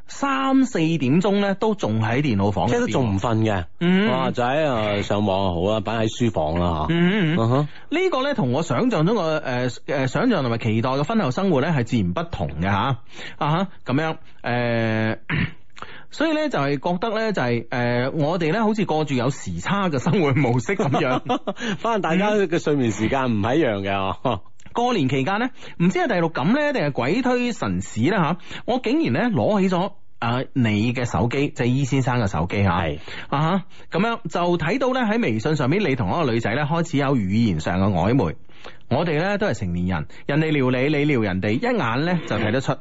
[SPEAKER 1] 三四點鐘咧都仲喺電腦房入
[SPEAKER 3] 即
[SPEAKER 1] 邊，
[SPEAKER 3] 係都仲唔瞓嘅，
[SPEAKER 1] 嗯
[SPEAKER 3] 哇仔啊上網就好啦，擺喺書房啦嚇。
[SPEAKER 1] 嗯嗯嗯
[SPEAKER 3] 嗯哼
[SPEAKER 1] 呢個呢，同我想象中嘅誒誒想象同埋期待嘅婚後生活呢，係自然不同嘅吓啊吓咁樣誒。呃所以呢，就係覺得呢，就係、呃我哋呢好似過住有時差嘅生活模式咁 樣。
[SPEAKER 3] 反正大家嘅睡眠時間唔係一樣嘅哦，
[SPEAKER 1] 過年期間呢，唔知係第六感呢，定係鬼推神使呢？吓，我竟然呢，攞起咗。啊！你嘅手機就係伊先生嘅手機吓，
[SPEAKER 3] 係
[SPEAKER 1] 啊哈咁樣就睇到咧喺微信上面，你同嗰個女仔咧開始有語言上嘅曖昧。我哋咧都係成年人，人哋撩你，你撩人哋，一眼咧就睇得出。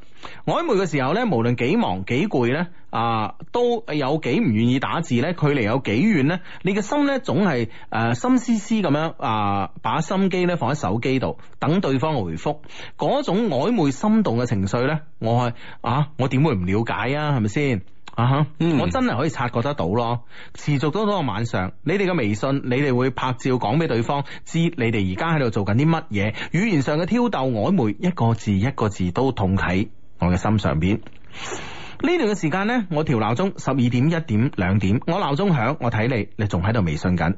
[SPEAKER 1] 曖昧嘅時候咧，無論幾忙幾攰咧，啊，都有幾唔願意打字咧，距離有幾遠咧，你嘅心咧總係誒、呃心思思咁樣啊，把心機咧放喺手機度，等對方嘅回覆。嗰種曖昧心動嘅情緒咧，我係啊，我點會唔了解啊？係咪先？啊哈
[SPEAKER 3] 嗯
[SPEAKER 1] 我真係可以察覺得到咯，持續到到個晚上，你哋嘅微信，你哋會拍照講俾對方知，你哋而家喺度做緊啲乜嘢，語言上嘅挑逗曖昧，一個字一個字都痛喺我嘅心上邊。呢段嘅時間呢，我調鬧鐘十二點、一點、兩點，我鬧鐘響，我睇你，你仲喺度微信緊。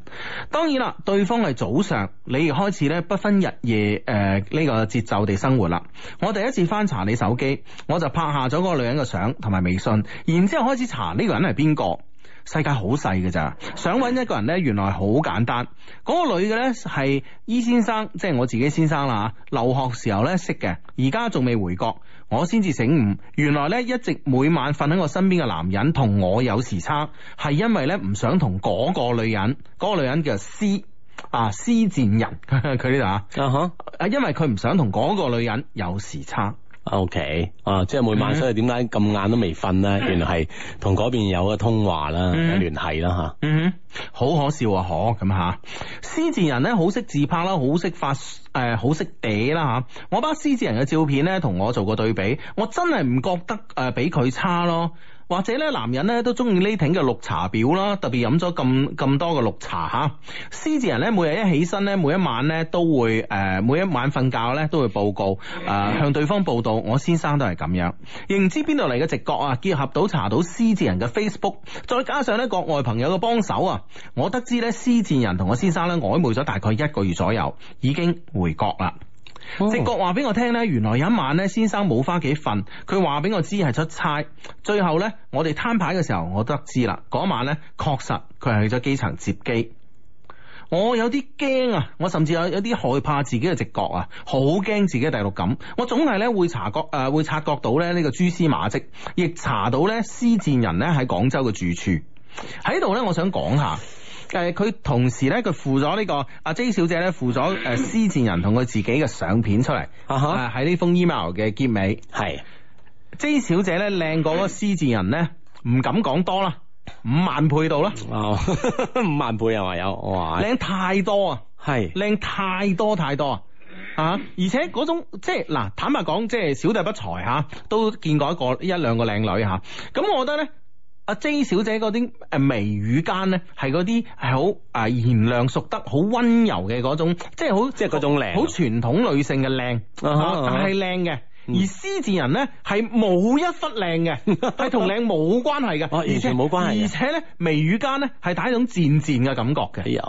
[SPEAKER 1] 當然啦，對方係早上，你亦開始咧不分日夜誒呢、個節奏地生活啦。我第一次翻查你手機，我就拍下咗嗰個女人嘅相同埋微信，然之後開始查呢個人係邊個。世界好細嘅咋，想揾一個人呢，原來好簡單。嗰、個女嘅呢，係伊先生，即係我自己先生啦嚇，留學時候呢識嘅，而家仲未回國，我先至醒悟，原來呢，一直每晚瞓喺我身邊嘅男人同我有時差，係因為呢唔想同嗰個女人，嗰、個女人叫 C 啊 C 賤人， 佢呢度啊
[SPEAKER 3] 啊哈
[SPEAKER 1] 啊，因為佢唔想同嗰個女人有時差。
[SPEAKER 3] ，OK，啊，即係
[SPEAKER 1] 嗯
[SPEAKER 3] 每晚所以點解咁晏都未瞓咧？原來係同嗰邊有個通話啦，
[SPEAKER 1] 嗯
[SPEAKER 3] 有聯繫啦
[SPEAKER 1] 嗯哼，好可笑啊！可咁吓，獅子人咧好識自拍啦，好識發誒，好識嗲啦吓。我把獅子人嘅照片咧同我做過對比，我真係唔覺得誒比佢差咯。或者咧，男人咧都中意呢挺嘅綠茶婊啦，特別飲咗咁咁多嘅綠茶吓。獅子人咧每日一起身咧，每一晚咧都會誒、呃每一晚瞓覺咧都會報告誒、呃向對方報道，我先生都係咁樣。亦唔知邊度嚟嘅直覺啊，結合到查到獅子人嘅 Facebook，再加上咧國外朋友嘅幫手啊，我得知咧獅子人同我先生咧曖昧咗大概一個月左右，已經回國啦。
[SPEAKER 3] 嚇。
[SPEAKER 1] 直覺話俾我聽呢，原來有一晚呢，先生冇翻屋企瞓，佢話俾我知係出差。最後呢，我哋攤牌嘅時候，我得知啦，嗰晚呢，確實佢係去咗機場接機。我有啲驚啊！我甚至有有啲害怕自己嘅直覺啊，好驚自己嘅第六感。我總係咧會察覺誒、呃會察覺到咧呢個蛛絲馬跡，亦查到咧施戰人咧喺廣州嘅住處。喺度咧，我想講下。誒，佢同時咧，佢附咗呢、個阿 J 小姐咧，附咗誒施戰人同佢自己嘅相片出嚟，
[SPEAKER 3] 啊哈
[SPEAKER 1] 誒喺呢封 email 嘅結尾
[SPEAKER 3] 係
[SPEAKER 1] ，J 小姐咧靚過嗰個施戰人咧，唔敢講多啦，五萬倍到啦，
[SPEAKER 3] 哦， 五萬倍係咪有？哇，
[SPEAKER 1] 靚太多啊！
[SPEAKER 3] 係
[SPEAKER 1] 靚太多太多啊！啊！而且嗰種即係嗱，坦白講，即係小弟不才吓、都見過一個一兩個靚女吓。咁、我覺得咧，阿 J 小姐嗰啲誒眉宇間咧，係嗰啲係好啊賢良淑德、好温柔嘅嗰種，即係好
[SPEAKER 3] 即係嗰種靚
[SPEAKER 1] 好傳統女性嘅靚，
[SPEAKER 3] 啊
[SPEAKER 1] 啊
[SPEAKER 3] 哈啊哈
[SPEAKER 1] 但係靚嘅。
[SPEAKER 3] 嗯
[SPEAKER 1] 而獅子人咧係冇一忽靚 嘅，係同靚冇關係嘅，
[SPEAKER 3] 哦完全冇關係嘅
[SPEAKER 1] 而且咧眉宇間咧係帶一種賤賤嘅感覺嘅
[SPEAKER 3] 哎。呀，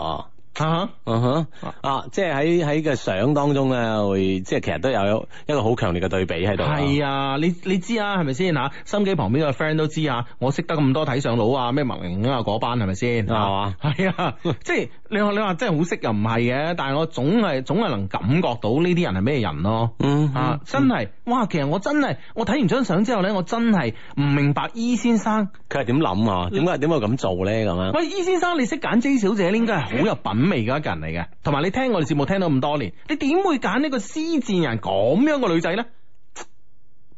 [SPEAKER 1] 啊
[SPEAKER 3] 嗯哼，啊，即係喺喺個相當中咧，會即係其實都有一個好強烈嘅對比喺度。
[SPEAKER 1] 哈，係啊，你你知啊，係咪先吓？心機旁邊個 friend 都知啊，我識得咁多睇相佬啊，咩麥玲啊嗰班係咪先？
[SPEAKER 3] 係嘛
[SPEAKER 1] 係啊， 即係你話你話真係好識又唔係嘅，但係我總係總係能感覺到呢啲人係咩人咯。
[SPEAKER 3] 嗯哼
[SPEAKER 1] 啊，真係，哇！其實我真係，我睇完張相之後咧，我真係唔明白 E 先生。
[SPEAKER 3] 佢係點諗啊？點解點解會咁做咧？咁 樣
[SPEAKER 1] 喂，E 先生，你識揀 J 小姐咧，應該係好有品味嘅一個人嚟嘅。同埋你聽我哋節目聽到咁多年，你點會揀呢個施戰人咁樣嘅女仔咧？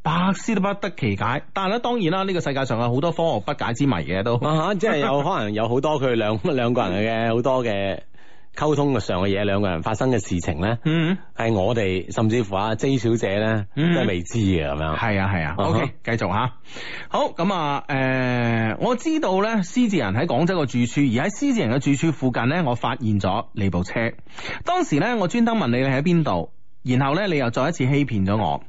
[SPEAKER 1] 百思都不得其解。但係咧，當然啦，呢、個世界上有好多科學不解之謎嘅都。
[SPEAKER 3] 啊哈，即係有 可能有好多佢哋兩兩個人嘅好多嘅溝通嘅上嘅嘢，兩個人發生嘅事情咧，
[SPEAKER 1] 嗯，
[SPEAKER 3] 係我哋甚至乎啊 J 小姐咧都
[SPEAKER 1] 嗯
[SPEAKER 3] 係未知嘅咁樣。
[SPEAKER 1] 係啊係啊
[SPEAKER 3] 啊哈
[SPEAKER 1] ，OK，繼續吓。好咁啊，誒、我知道咧，獅子人喺廣州嘅住處，而喺獅子人嘅住處附近咧，我發現咗你部車。當時咧，我專登問你你喺邊度，然後咧你又再一次欺騙咗我。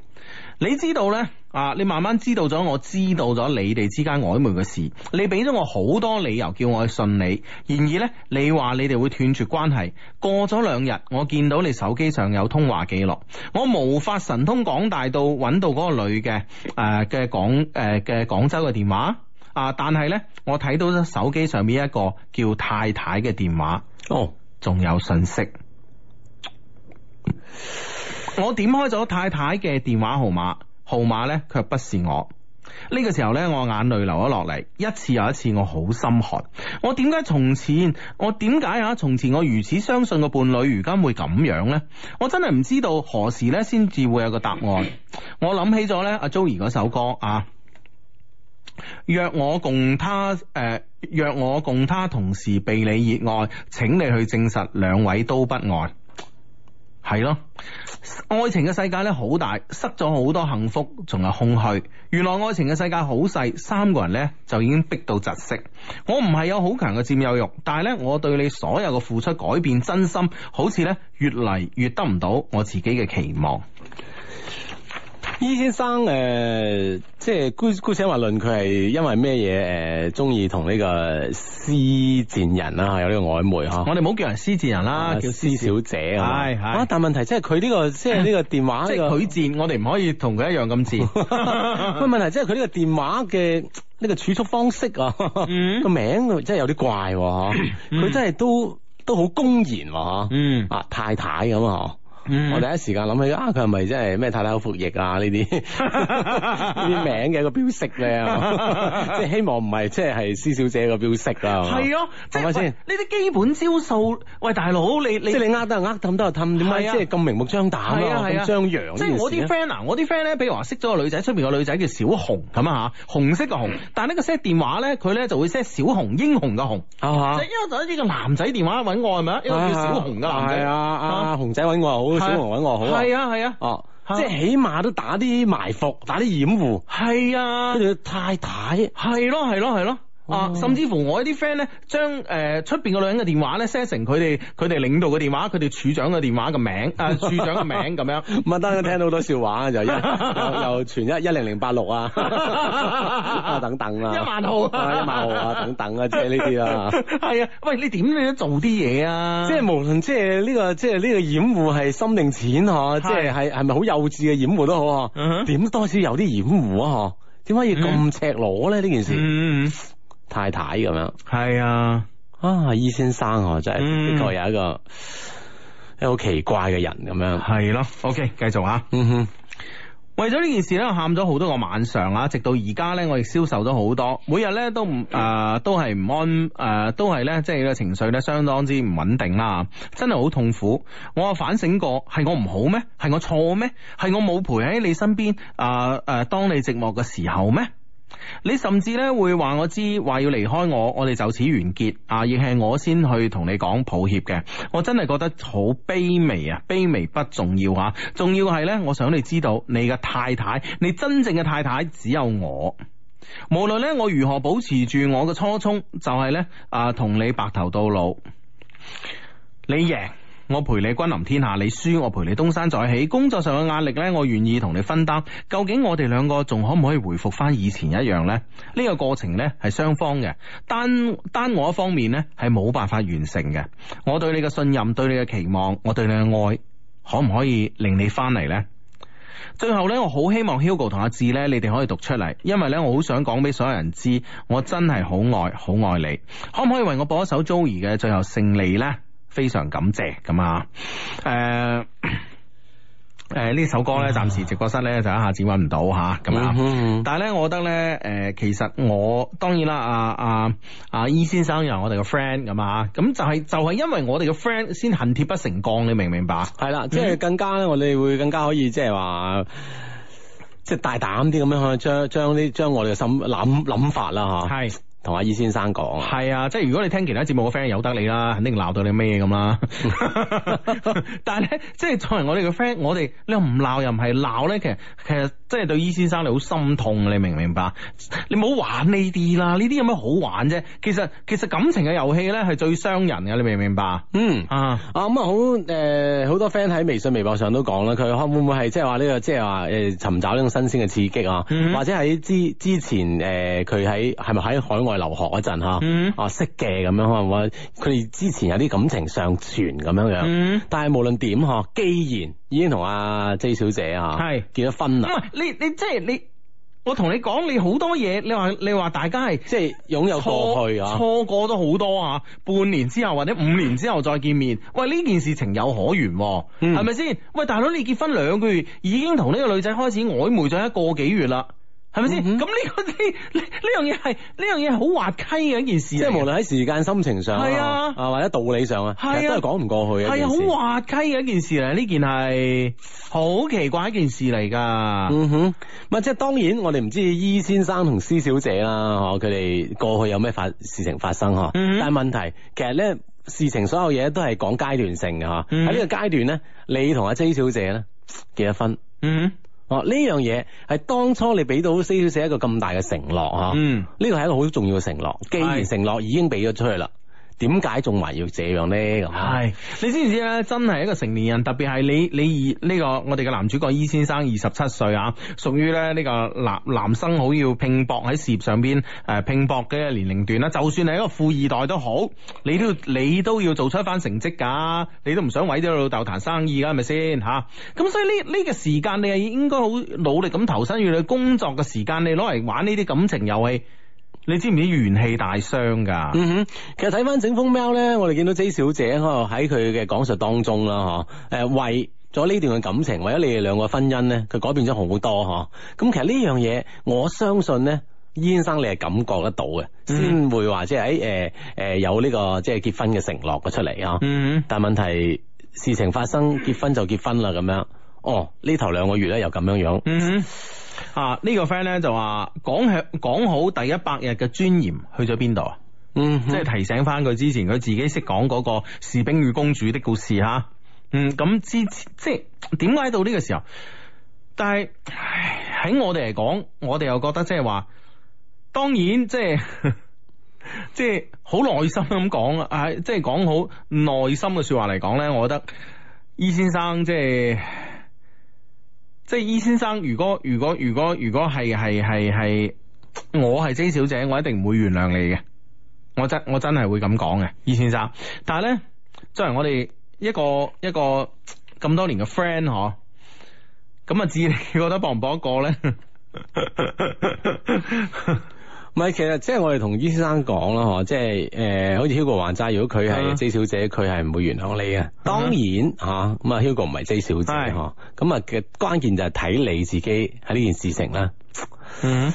[SPEAKER 1] 你知道咧啊，你慢慢知道咗，我知道咗你哋之間曖昧嘅事，你俾咗我好多理由叫我去信你。然而咧，你話你哋會斷絕關係。過咗兩日，我見到你手機上有通話記錄，我無法神通廣大到揾到嗰個女嘅誒嘅廣誒嘅廣州嘅電話。啊！但係咧，我睇到咗手機上面一個叫太太嘅電話，
[SPEAKER 3] 哦，
[SPEAKER 1] 仲有信息。我點開咗太太嘅電話號碼，號碼呢卻不是我。呢個時候呢，我眼淚流咗落嚟，一次又一次，我好心寒。我點解從前，我點解啊？從前我如此相信個伴侶，如今會咁樣呢？我真係唔知道何時呢先至會有個答案。我諗起咗呢阿 Joey 嗰首歌啊。若我共他誒、呃若我共他同時被你熱愛，請你去證實兩位都不愛。係咯，愛情嘅世界咧好大，塞咗好多幸福，仲有空虛。原來愛情嘅世界好細，三個人咧就已經逼到窒息。我唔係有好強嘅佔有欲，但係咧我對你所有嘅付出改變真心，好似咧越嚟越得唔到我自己嘅期望。
[SPEAKER 3] E 先生誒、呃即係姑姑且話論佢係因為咩嘢誒，中意同呢個施戰人啦，有呢個曖昧嚇。
[SPEAKER 1] 我哋唔好叫人施賤人啦，
[SPEAKER 3] 啊
[SPEAKER 1] 叫
[SPEAKER 3] 施小姐啊，
[SPEAKER 1] 係係
[SPEAKER 3] 啊！但問題即係佢呢個即係 呢個電話
[SPEAKER 1] 即係
[SPEAKER 3] 呢個，
[SPEAKER 1] 佢賤，我哋唔可以同佢一樣咁賤。
[SPEAKER 3] 喂問題即係佢呢個電話嘅呢個儲蓄方式啊，
[SPEAKER 1] 嗯
[SPEAKER 3] 個名真係有啲怪 喎嗬
[SPEAKER 1] 嗯
[SPEAKER 3] 佢真係都都好公然喎嗬
[SPEAKER 1] 嗯
[SPEAKER 3] 啊太太咁啊嗬
[SPEAKER 1] 嗯
[SPEAKER 3] 我第一時間諗起啊，佢係咪真係咩太太口服液啊呢 啲呢啲名嘅一個標識咧？ 即係希望唔係即係係施小姐個標識啦。係嘛
[SPEAKER 1] 係啊咯，即係
[SPEAKER 3] 係咪先
[SPEAKER 1] 喂呢啲基本招數，喂大佬你你
[SPEAKER 3] 即係你呃得就呃，氹得就氹，點
[SPEAKER 1] 係
[SPEAKER 3] 解
[SPEAKER 1] 啊
[SPEAKER 3] 即係咁明目張
[SPEAKER 1] 係
[SPEAKER 3] 膽
[SPEAKER 1] 啊
[SPEAKER 3] 啊？
[SPEAKER 1] 係啊
[SPEAKER 3] 咁張揚呢
[SPEAKER 1] 即
[SPEAKER 3] 件事
[SPEAKER 1] 係
[SPEAKER 3] 呢
[SPEAKER 1] 我啲 friend 啊，我啲 friend 咧，比如話識咗個女仔，出面個女仔叫小紅咁啊嚇，紅色嘅紅，但係呢個 set 電話咧，佢咧就會 set 小紅英雄嘅紅，
[SPEAKER 3] 啊
[SPEAKER 1] 就因為就呢個男仔電話揾我係咪啊？一個叫小紅嘅男仔
[SPEAKER 3] 係啊，阿紅仔揾我好，小紅揾我好，
[SPEAKER 1] 啊係，啊係啊
[SPEAKER 3] 哦，
[SPEAKER 1] 啊
[SPEAKER 3] 即係起碼都打啲埋伏，打啲掩護，
[SPEAKER 1] 係啊
[SPEAKER 3] 跟。住太太，
[SPEAKER 1] 係咯係咯係咯。啊，
[SPEAKER 3] 哦
[SPEAKER 1] 甚至乎我一啲 friend 咧，將誒出邊個女人嘅電話咧 set 成佢哋佢哋領導嘅電話，佢哋處長嘅電話嘅名， 啊處長嘅名咁樣。
[SPEAKER 3] 咁啊，當然聽到好多笑 話就一又又傳一一零零八六啊，啊等等啦，
[SPEAKER 1] 一萬號
[SPEAKER 3] 啊一萬 號啊等等啊，即係呢啲啦。
[SPEAKER 1] 係啊，喂，你點你都做啲嘢啊？
[SPEAKER 3] 即係無論即係呢個即係呢個掩護係心定錢嗬，即係係係咪好幼稚嘅掩護都好
[SPEAKER 1] 嗯哼
[SPEAKER 3] 嗬，點多少有啲掩護啊嗬，點解要咁赤裸咧呢件事？
[SPEAKER 1] 嗯，
[SPEAKER 3] 太太咁樣
[SPEAKER 1] 係啊，
[SPEAKER 3] 啊，醫先生啊，真
[SPEAKER 1] 嗯
[SPEAKER 3] 係的確有一個一個好奇怪嘅人咁樣。
[SPEAKER 1] 係咯。OK，繼續啊。
[SPEAKER 3] 嗯哼，
[SPEAKER 1] 為咗呢件事咧，我喊咗好多個晚上啊，直到而家咧，我亦消受咗好多，每日咧都唔誒、呃都係唔安誒、呃都係咧，即係個情緒咧相當之唔穩定啦，真係好痛苦。我反省過，係我唔好咩？係我錯咩？係我冇陪喺你身邊啊誒，當你寂寞嘅時候咩？你甚至咧會話我知話要離開我，我哋就此完結啊！亦係我先去同你講抱歉嘅，我真係覺得好卑微啊！卑微不重要啊，重要係咧，我想你知道你嘅太太，你真正嘅太太只有我。無論咧我如何保持住我嘅初衷，就係咧啊同你白頭到老，你贏我陪你君臨天下，你輸我陪你東山再起。工作上嘅壓力呢，我願意同你分擔。究竟我哋兩個仲可唔可以回復翻以前一樣呢？呢個過程呢係雙方嘅，單單我一方面呢係冇辦法完成嘅。我對你嘅信任，對你嘅期望，我對你嘅愛，可唔可以令你翻嚟呢？最後咧，我好希望 Hugo 同阿志咧，你哋可以讀出嚟，因為咧，我好想講俾所有人知，我真係好愛，好愛你。可唔可以為我播一首 Joey 嘅《最後勝利》呢？非常感謝咁啊！誒、誒呢首歌咧，暫時直播室咧就一下子揾唔到吓，咁啊。
[SPEAKER 3] 嗯
[SPEAKER 1] 但係咧，我覺得咧，誒、其實我當然啦，啊阿阿阿伊，E 先生又係我哋嘅 friend 咁啊，咁就係、就係、因為我哋嘅 friend 先恨鐵不成鋼，你明唔明白？
[SPEAKER 3] 係啦，即係更加咧，我哋會更加可以即係話，即係大膽啲咁樣去將將啲將我哋嘅心諗諗法啦吓，
[SPEAKER 1] 係。
[SPEAKER 3] 同阿伊先生講啊，
[SPEAKER 1] 係啊，即係如果你聽其他節目嘅 friend 由得你啦，肯定鬧到你咩咁啦。 但係咧，即係作為我哋嘅 friend，我哋你又唔鬧又唔係鬧咧，其實其實即係對伊先生你好心痛，你明唔明白？你唔好玩呢啲啦，呢啲有咩好玩啫？其實其實感情嘅遊戲咧係最傷人嘅，你明唔明白？
[SPEAKER 3] 嗯。
[SPEAKER 1] 啊，
[SPEAKER 3] 啊咁啊好誒，好、多 friend 喺微信、微博上都講啦，佢可會唔會係即係話呢個即係話誒尋找呢種新鮮嘅刺激啊，
[SPEAKER 1] 嗯
[SPEAKER 3] 或者喺之之前誒佢喺係咪喺海外留學嗰陣嚇，
[SPEAKER 1] 嗯
[SPEAKER 3] 啊識嘅咁樣可能話佢哋之前有啲感情上傳咁樣樣，
[SPEAKER 1] 嗯
[SPEAKER 3] 但係無論點嚇，既然已經同阿 J 小姐啊
[SPEAKER 1] 係
[SPEAKER 3] 結咗婚
[SPEAKER 1] 唔
[SPEAKER 3] 啦。
[SPEAKER 1] 係你你即係你，我同你講，你好多嘢，你話你話大家係。
[SPEAKER 3] 即係擁有過去啊！
[SPEAKER 1] 錯過咗好多啊！半年之後或者五年之後再見面，喂呢件事情有可原、喎，
[SPEAKER 3] 嗯
[SPEAKER 1] 係咪先？喂大佬，你結婚兩個月已經同呢個女仔開始曖昧咗一個幾月啦，係咪先？咁
[SPEAKER 3] 嗯哼
[SPEAKER 1] 呢、個呢呢呢樣嘢係呢樣嘢係好滑稽嘅一件事嚟
[SPEAKER 3] 即
[SPEAKER 1] 嘅，
[SPEAKER 3] 係無論喺時間、心情上
[SPEAKER 1] 係啊
[SPEAKER 3] 啊，或者道理上啊，其
[SPEAKER 1] 係
[SPEAKER 3] 實
[SPEAKER 1] 啊
[SPEAKER 3] 都係講唔過去嘅一
[SPEAKER 1] 係
[SPEAKER 3] 件
[SPEAKER 1] 啊，
[SPEAKER 3] 事。
[SPEAKER 1] 好滑稽嘅一件事嚟，呢件係好奇怪一件事嚟㗎。
[SPEAKER 3] 嗯哼，咪即係當然，我哋唔知伊先生同施小姐啦，嗬，佢哋過去有咩發事情發生嗬，
[SPEAKER 1] 嗯哼
[SPEAKER 3] 但係問題其實咧，事情所有嘢都係講階段性嘅吓，
[SPEAKER 1] 嗯
[SPEAKER 3] 喺呢個階段咧，你同阿 J 小姐咧結咗婚，
[SPEAKER 1] 嗯
[SPEAKER 3] 哦呢樣嘢係當初你俾到 C 小姐一個咁大嘅承諾吓，
[SPEAKER 1] 嗯
[SPEAKER 3] 呢個係一個好重要嘅承諾，既然
[SPEAKER 1] 係
[SPEAKER 3] 承諾已經俾咗出去啦，點解仲還要這樣咧咁？
[SPEAKER 1] 係，你知唔知咧？真係一個成年人，特別係你你而呢、個我哋嘅男主角伊先生二十七歲啊，屬於咧呢個男男生好要拼搏喺事業上邊誒、呃拼搏嘅年齡段啦。就算你係一個富二代都好，你都要你都要做出一番成績㗎，你都唔想毀咗老豆談生意㗎，係咪先吓？咁、所以呢呢、個時間你係應該好努力咁投身於你工作嘅時間，你攞嚟玩呢啲感情遊戲，你知唔知元氣大傷㗎？
[SPEAKER 3] 嗯哼，其實睇翻整封 mail 咧，我哋見到 J 小姐可能喺佢嘅講述當中啦，嗬，誒為咗呢段嘅感情，為咗你哋兩個婚姻咧，佢改變咗好多嗬。咁其實呢樣嘢，我相信咧。伊先生，你係感覺得到嘅，
[SPEAKER 1] 嗯
[SPEAKER 3] 先會話即係喺誒誒有呢、個即係結婚嘅承諾嘅出嚟啊！
[SPEAKER 1] 嗯。
[SPEAKER 3] 但問題事情發生，結婚就結婚啦咁樣。哦，呢頭兩個月咧又咁樣樣，
[SPEAKER 1] 嗯哼，啊、呢個 friend 咧就話講好講好第一百日嘅尊嚴去咗邊度啊？
[SPEAKER 3] 嗯哼，
[SPEAKER 1] 即係提醒翻佢之前佢自己識講嗰個《士兵與公主》的故事吓。嗯，咁之即係點解到呢個時候？但係唉喺我哋嚟講，我哋又覺得即係話，當然即係 即係好耐心咁講啊，啊即係講好耐心嘅說話嚟講咧，我覺得伊先生即係。即係伊先生，如果如果如果如果係係係係，我係 J 小姐，我一定唔會原諒你嘅。我真我真係會咁講嘅，伊先生。但係咧，作為我哋一個一個咁多年嘅 friend 嗬，咁啊，至你覺得搏唔搏得過咧？
[SPEAKER 3] 唔係，其實即係我哋同伊先生講啦，嗬，即係誒、好似 Hugo 話齋，如果佢
[SPEAKER 1] 啊
[SPEAKER 3] 係 J 小姐，佢係唔會原諒你嘅。當然嚇，咁啊 Hugo 唔係 J 小姐
[SPEAKER 1] 嗯係
[SPEAKER 3] 嗬，咁啊嘅關鍵就係睇你自己喺呢件事情啦。
[SPEAKER 1] 嗯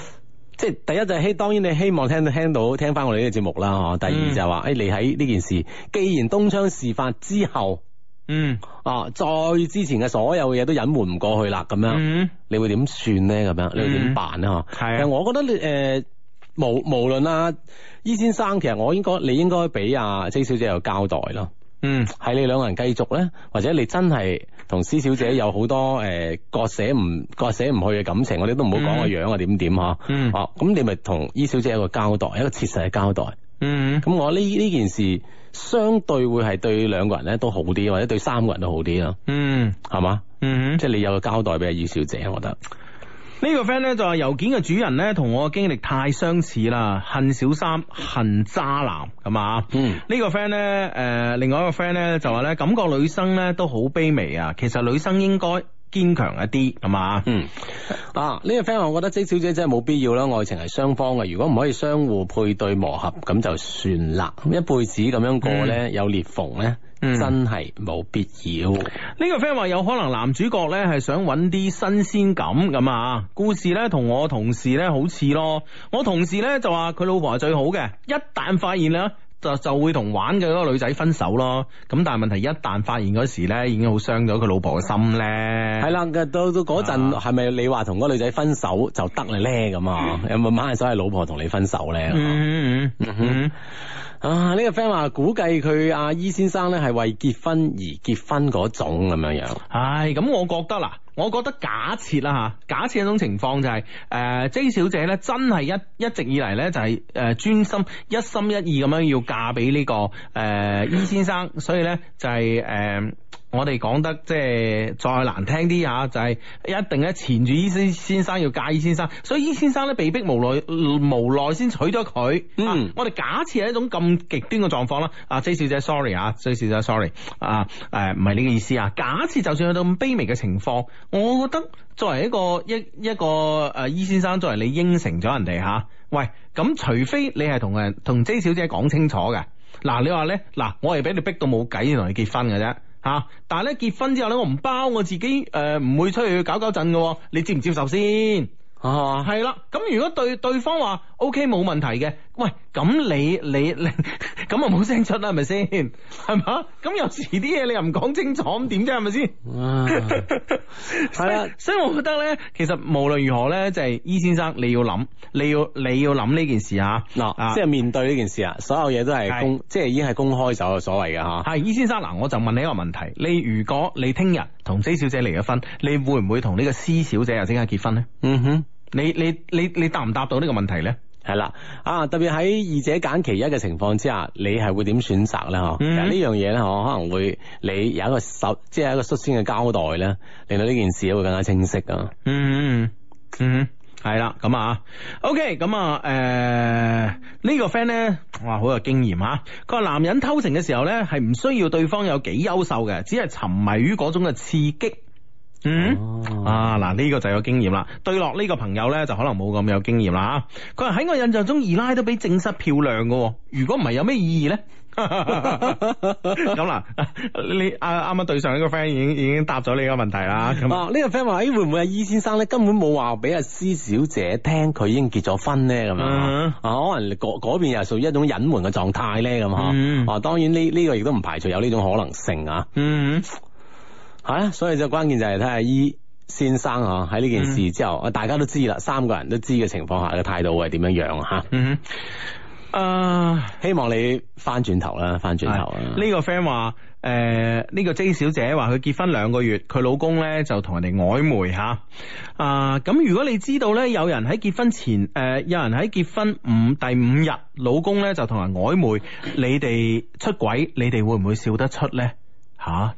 [SPEAKER 3] 即係第一就係希，當然你希望聽到聽到聽翻我哋呢個節目啦，嗬。第二
[SPEAKER 1] 嗯
[SPEAKER 3] 就係話，誒、你喺呢件事，既然東窗事發之後，
[SPEAKER 1] 嗯
[SPEAKER 3] 啊，再之前嘅所有嘢都隱瞞唔過去啦，咁樣。
[SPEAKER 1] 嗯
[SPEAKER 3] 你會點算咧？咁樣你會點辦咧？嗬、
[SPEAKER 1] 係啊
[SPEAKER 3] 其實我覺得你誒、無無論啊，伊先生，其實我應該你應該俾阿 J 小姐有交代咯。
[SPEAKER 1] 嗯
[SPEAKER 3] 係你兩個人繼續咧，或者你真係同施小姐有好多誒割捨唔割捨唔去嘅感情，我哋都唔好講個
[SPEAKER 1] 嗯
[SPEAKER 3] 樣啊點點嗬。
[SPEAKER 1] 嗯
[SPEAKER 3] 哦，咁你咪同伊小姐有個交代，一個切實嘅交代。
[SPEAKER 1] 嗯，
[SPEAKER 3] 咁我呢呢件事相對會係對兩個人咧都好啲，或者對三個人都好啲咯，
[SPEAKER 1] 嗯，
[SPEAKER 3] 係嘛？
[SPEAKER 1] 嗯
[SPEAKER 3] 即係你有個交代俾阿二小姐，我覺得。
[SPEAKER 1] 呢個 friend 咧就話郵件嘅主人咧同我嘅經歷太相似啦，恨小三，恨渣男咁啊。
[SPEAKER 3] 嗯
[SPEAKER 1] 呢個 friend 咧，誒、另外一個 friend 咧就話咧，感覺女生咧都好卑微啊，其實女生應該堅強一啲，係嘛？
[SPEAKER 3] 嗯，啊呢、個 friend 話我覺得 J 小姐真係冇必要啦，愛情係雙方嘅，如果唔可以相互配對磨合，咁就算啦。一輩子咁樣過咧，有裂縫咧，
[SPEAKER 1] 嗯
[SPEAKER 3] 真係冇必要。
[SPEAKER 1] 呢個 friend 話有可能男主角咧係想揾啲新鮮感咁啊，故事咧同我同事咧好似咯，我同事咧就話佢老婆係最好嘅，一旦發現咧。就就會同玩嘅嗰個女仔分手咯，咁但係問題一旦發現嗰時咧，已經好傷咗佢老婆嘅心咧。
[SPEAKER 3] 係啦，到到嗰陣
[SPEAKER 1] 啊
[SPEAKER 3] 係咪你話同嗰個女仔分手就得啦咧咁啊？有冇掹手係老婆同你分手咧？
[SPEAKER 1] 嗯嗯，嗯嗯嗯
[SPEAKER 3] 啊！呢、個 friend 話估計佢阿伊先生咧係為結婚而結婚嗰種咁樣樣。
[SPEAKER 1] 唉，咁我覺得啦，我覺得假設啦吓，假設一種情況就係、呃 J 小姐咧，真係一一直以嚟咧就係、呃專心一心一意咁樣要嫁俾呢、個誒、呃、E 先生，所以咧就係、呃我哋講得即係再難聽啲吓，就係、一定咧纏住 E 先先生要嫁 E 先生，所以 E 先生咧被逼無奈無奈先娶咗佢。
[SPEAKER 3] 嗯
[SPEAKER 1] 啊我哋假設係一種咁極端嘅狀況啦。啊，J 小姐，sorry 啊，J 小姐，sorry 啊，誒唔係呢個意思啊。假設就算去到咁卑微嘅情況，我覺得作為一個一一個誒醫先生，作為你應承咗人哋嚇、喂，咁除非你係同人同 J 小姐講清楚嘅。嗱，你話咧，嗱，我係俾你逼到冇計同你結婚嘅啫。吓、但係咧結婚之後咧，我唔包我自己誒唔、會出去搞搞震嘅喎，你接唔接受先？
[SPEAKER 3] 啊，
[SPEAKER 1] 係啦，咁如果對對方話 O K 冇問題嘅，喂，咁你你 你咁啊冇聲出啦，係咪先？ 係嘛？咁有時啲嘢你又唔講清楚，咁點啫？係咪先？
[SPEAKER 3] 啊
[SPEAKER 1] 係
[SPEAKER 3] 係啊
[SPEAKER 1] 啦，所以我覺得咧，其實無論如何咧，就係、E 先生你要諗，你要你要諗呢件事啊。
[SPEAKER 3] 嗱、
[SPEAKER 1] 啊
[SPEAKER 3] 即係面對呢件事啊，所有嘢都係
[SPEAKER 1] 係
[SPEAKER 3] 公，即係已經係公開手嘅所謂嘅吓。
[SPEAKER 1] 係，伊先生嗱，我就問你一個問題：你如果你聽日同 J 小姐離咗婚，你會唔會同呢個 C 小姐又即刻結婚咧？
[SPEAKER 3] 嗯哼。
[SPEAKER 1] 你你你你答唔答到呢個問題咧？
[SPEAKER 3] 係啦，啊，特別喺二者揀其一嘅情況之下，你係會點選擇咧？嗬、
[SPEAKER 1] 嗯
[SPEAKER 3] 其實呢樣嘢咧，嗬，可能會你有一個首，即係一個率先嘅交代咧，令到呢件事會更加清晰啊。
[SPEAKER 1] 嗯嗯嗯。系啦，咁啊，OK，咁啊，誒、呢個 friend 咧，哇，好有經驗啊！佢話男人偷情嘅時候咧，係唔需要對方有幾優秀嘅，只係沉迷於嗰種嘅刺激。嗯。
[SPEAKER 3] 哦，
[SPEAKER 1] 啊，嗱、呢個就有經驗啦。對落呢個朋友呢，就可能冇咁有經驗啦。佢話喺我印象中，二奶都比正室漂亮嘅喎。如果唔係，有咩意義呢？咁嗱，你啊啱啱對上呢個 friend 已經已經答咗你個問題啦。咁
[SPEAKER 3] 啊，呢個 friend 話：，誒，會唔會阿伊先生咧根本冇話俾阿施小姐聽佢已經結咗婚咧？咁樣
[SPEAKER 1] 嗯
[SPEAKER 3] 啊，可能嗰嗰邊又係屬於一種隱瞞嘅狀態咧，咁
[SPEAKER 1] 嗯
[SPEAKER 3] 嗬。啊，當然呢呢個亦都唔排除有呢種可能性啊。
[SPEAKER 1] 嗯
[SPEAKER 3] 係啊，所以就關鍵就係睇下伊先生啊，喺呢件事之後，啊大家都知啦，三個人都知嘅情況下嘅態度會係點樣樣啊
[SPEAKER 1] 嗯，啊。
[SPEAKER 3] 吓。希望你翻轉頭啦，翻轉頭啊
[SPEAKER 1] 係
[SPEAKER 3] 啦。
[SPEAKER 1] 呢個 friend 話，誒、呢、個 J 小姐話佢結婚兩個月，佢老公呢就同人哋曖昧吓。啊，咁如果你知道呢，有人喺結婚前，誒、呃有人喺結婚五第五日，老公呢就同人曖昧，你哋出軌，你哋會唔會笑得出呢？吓、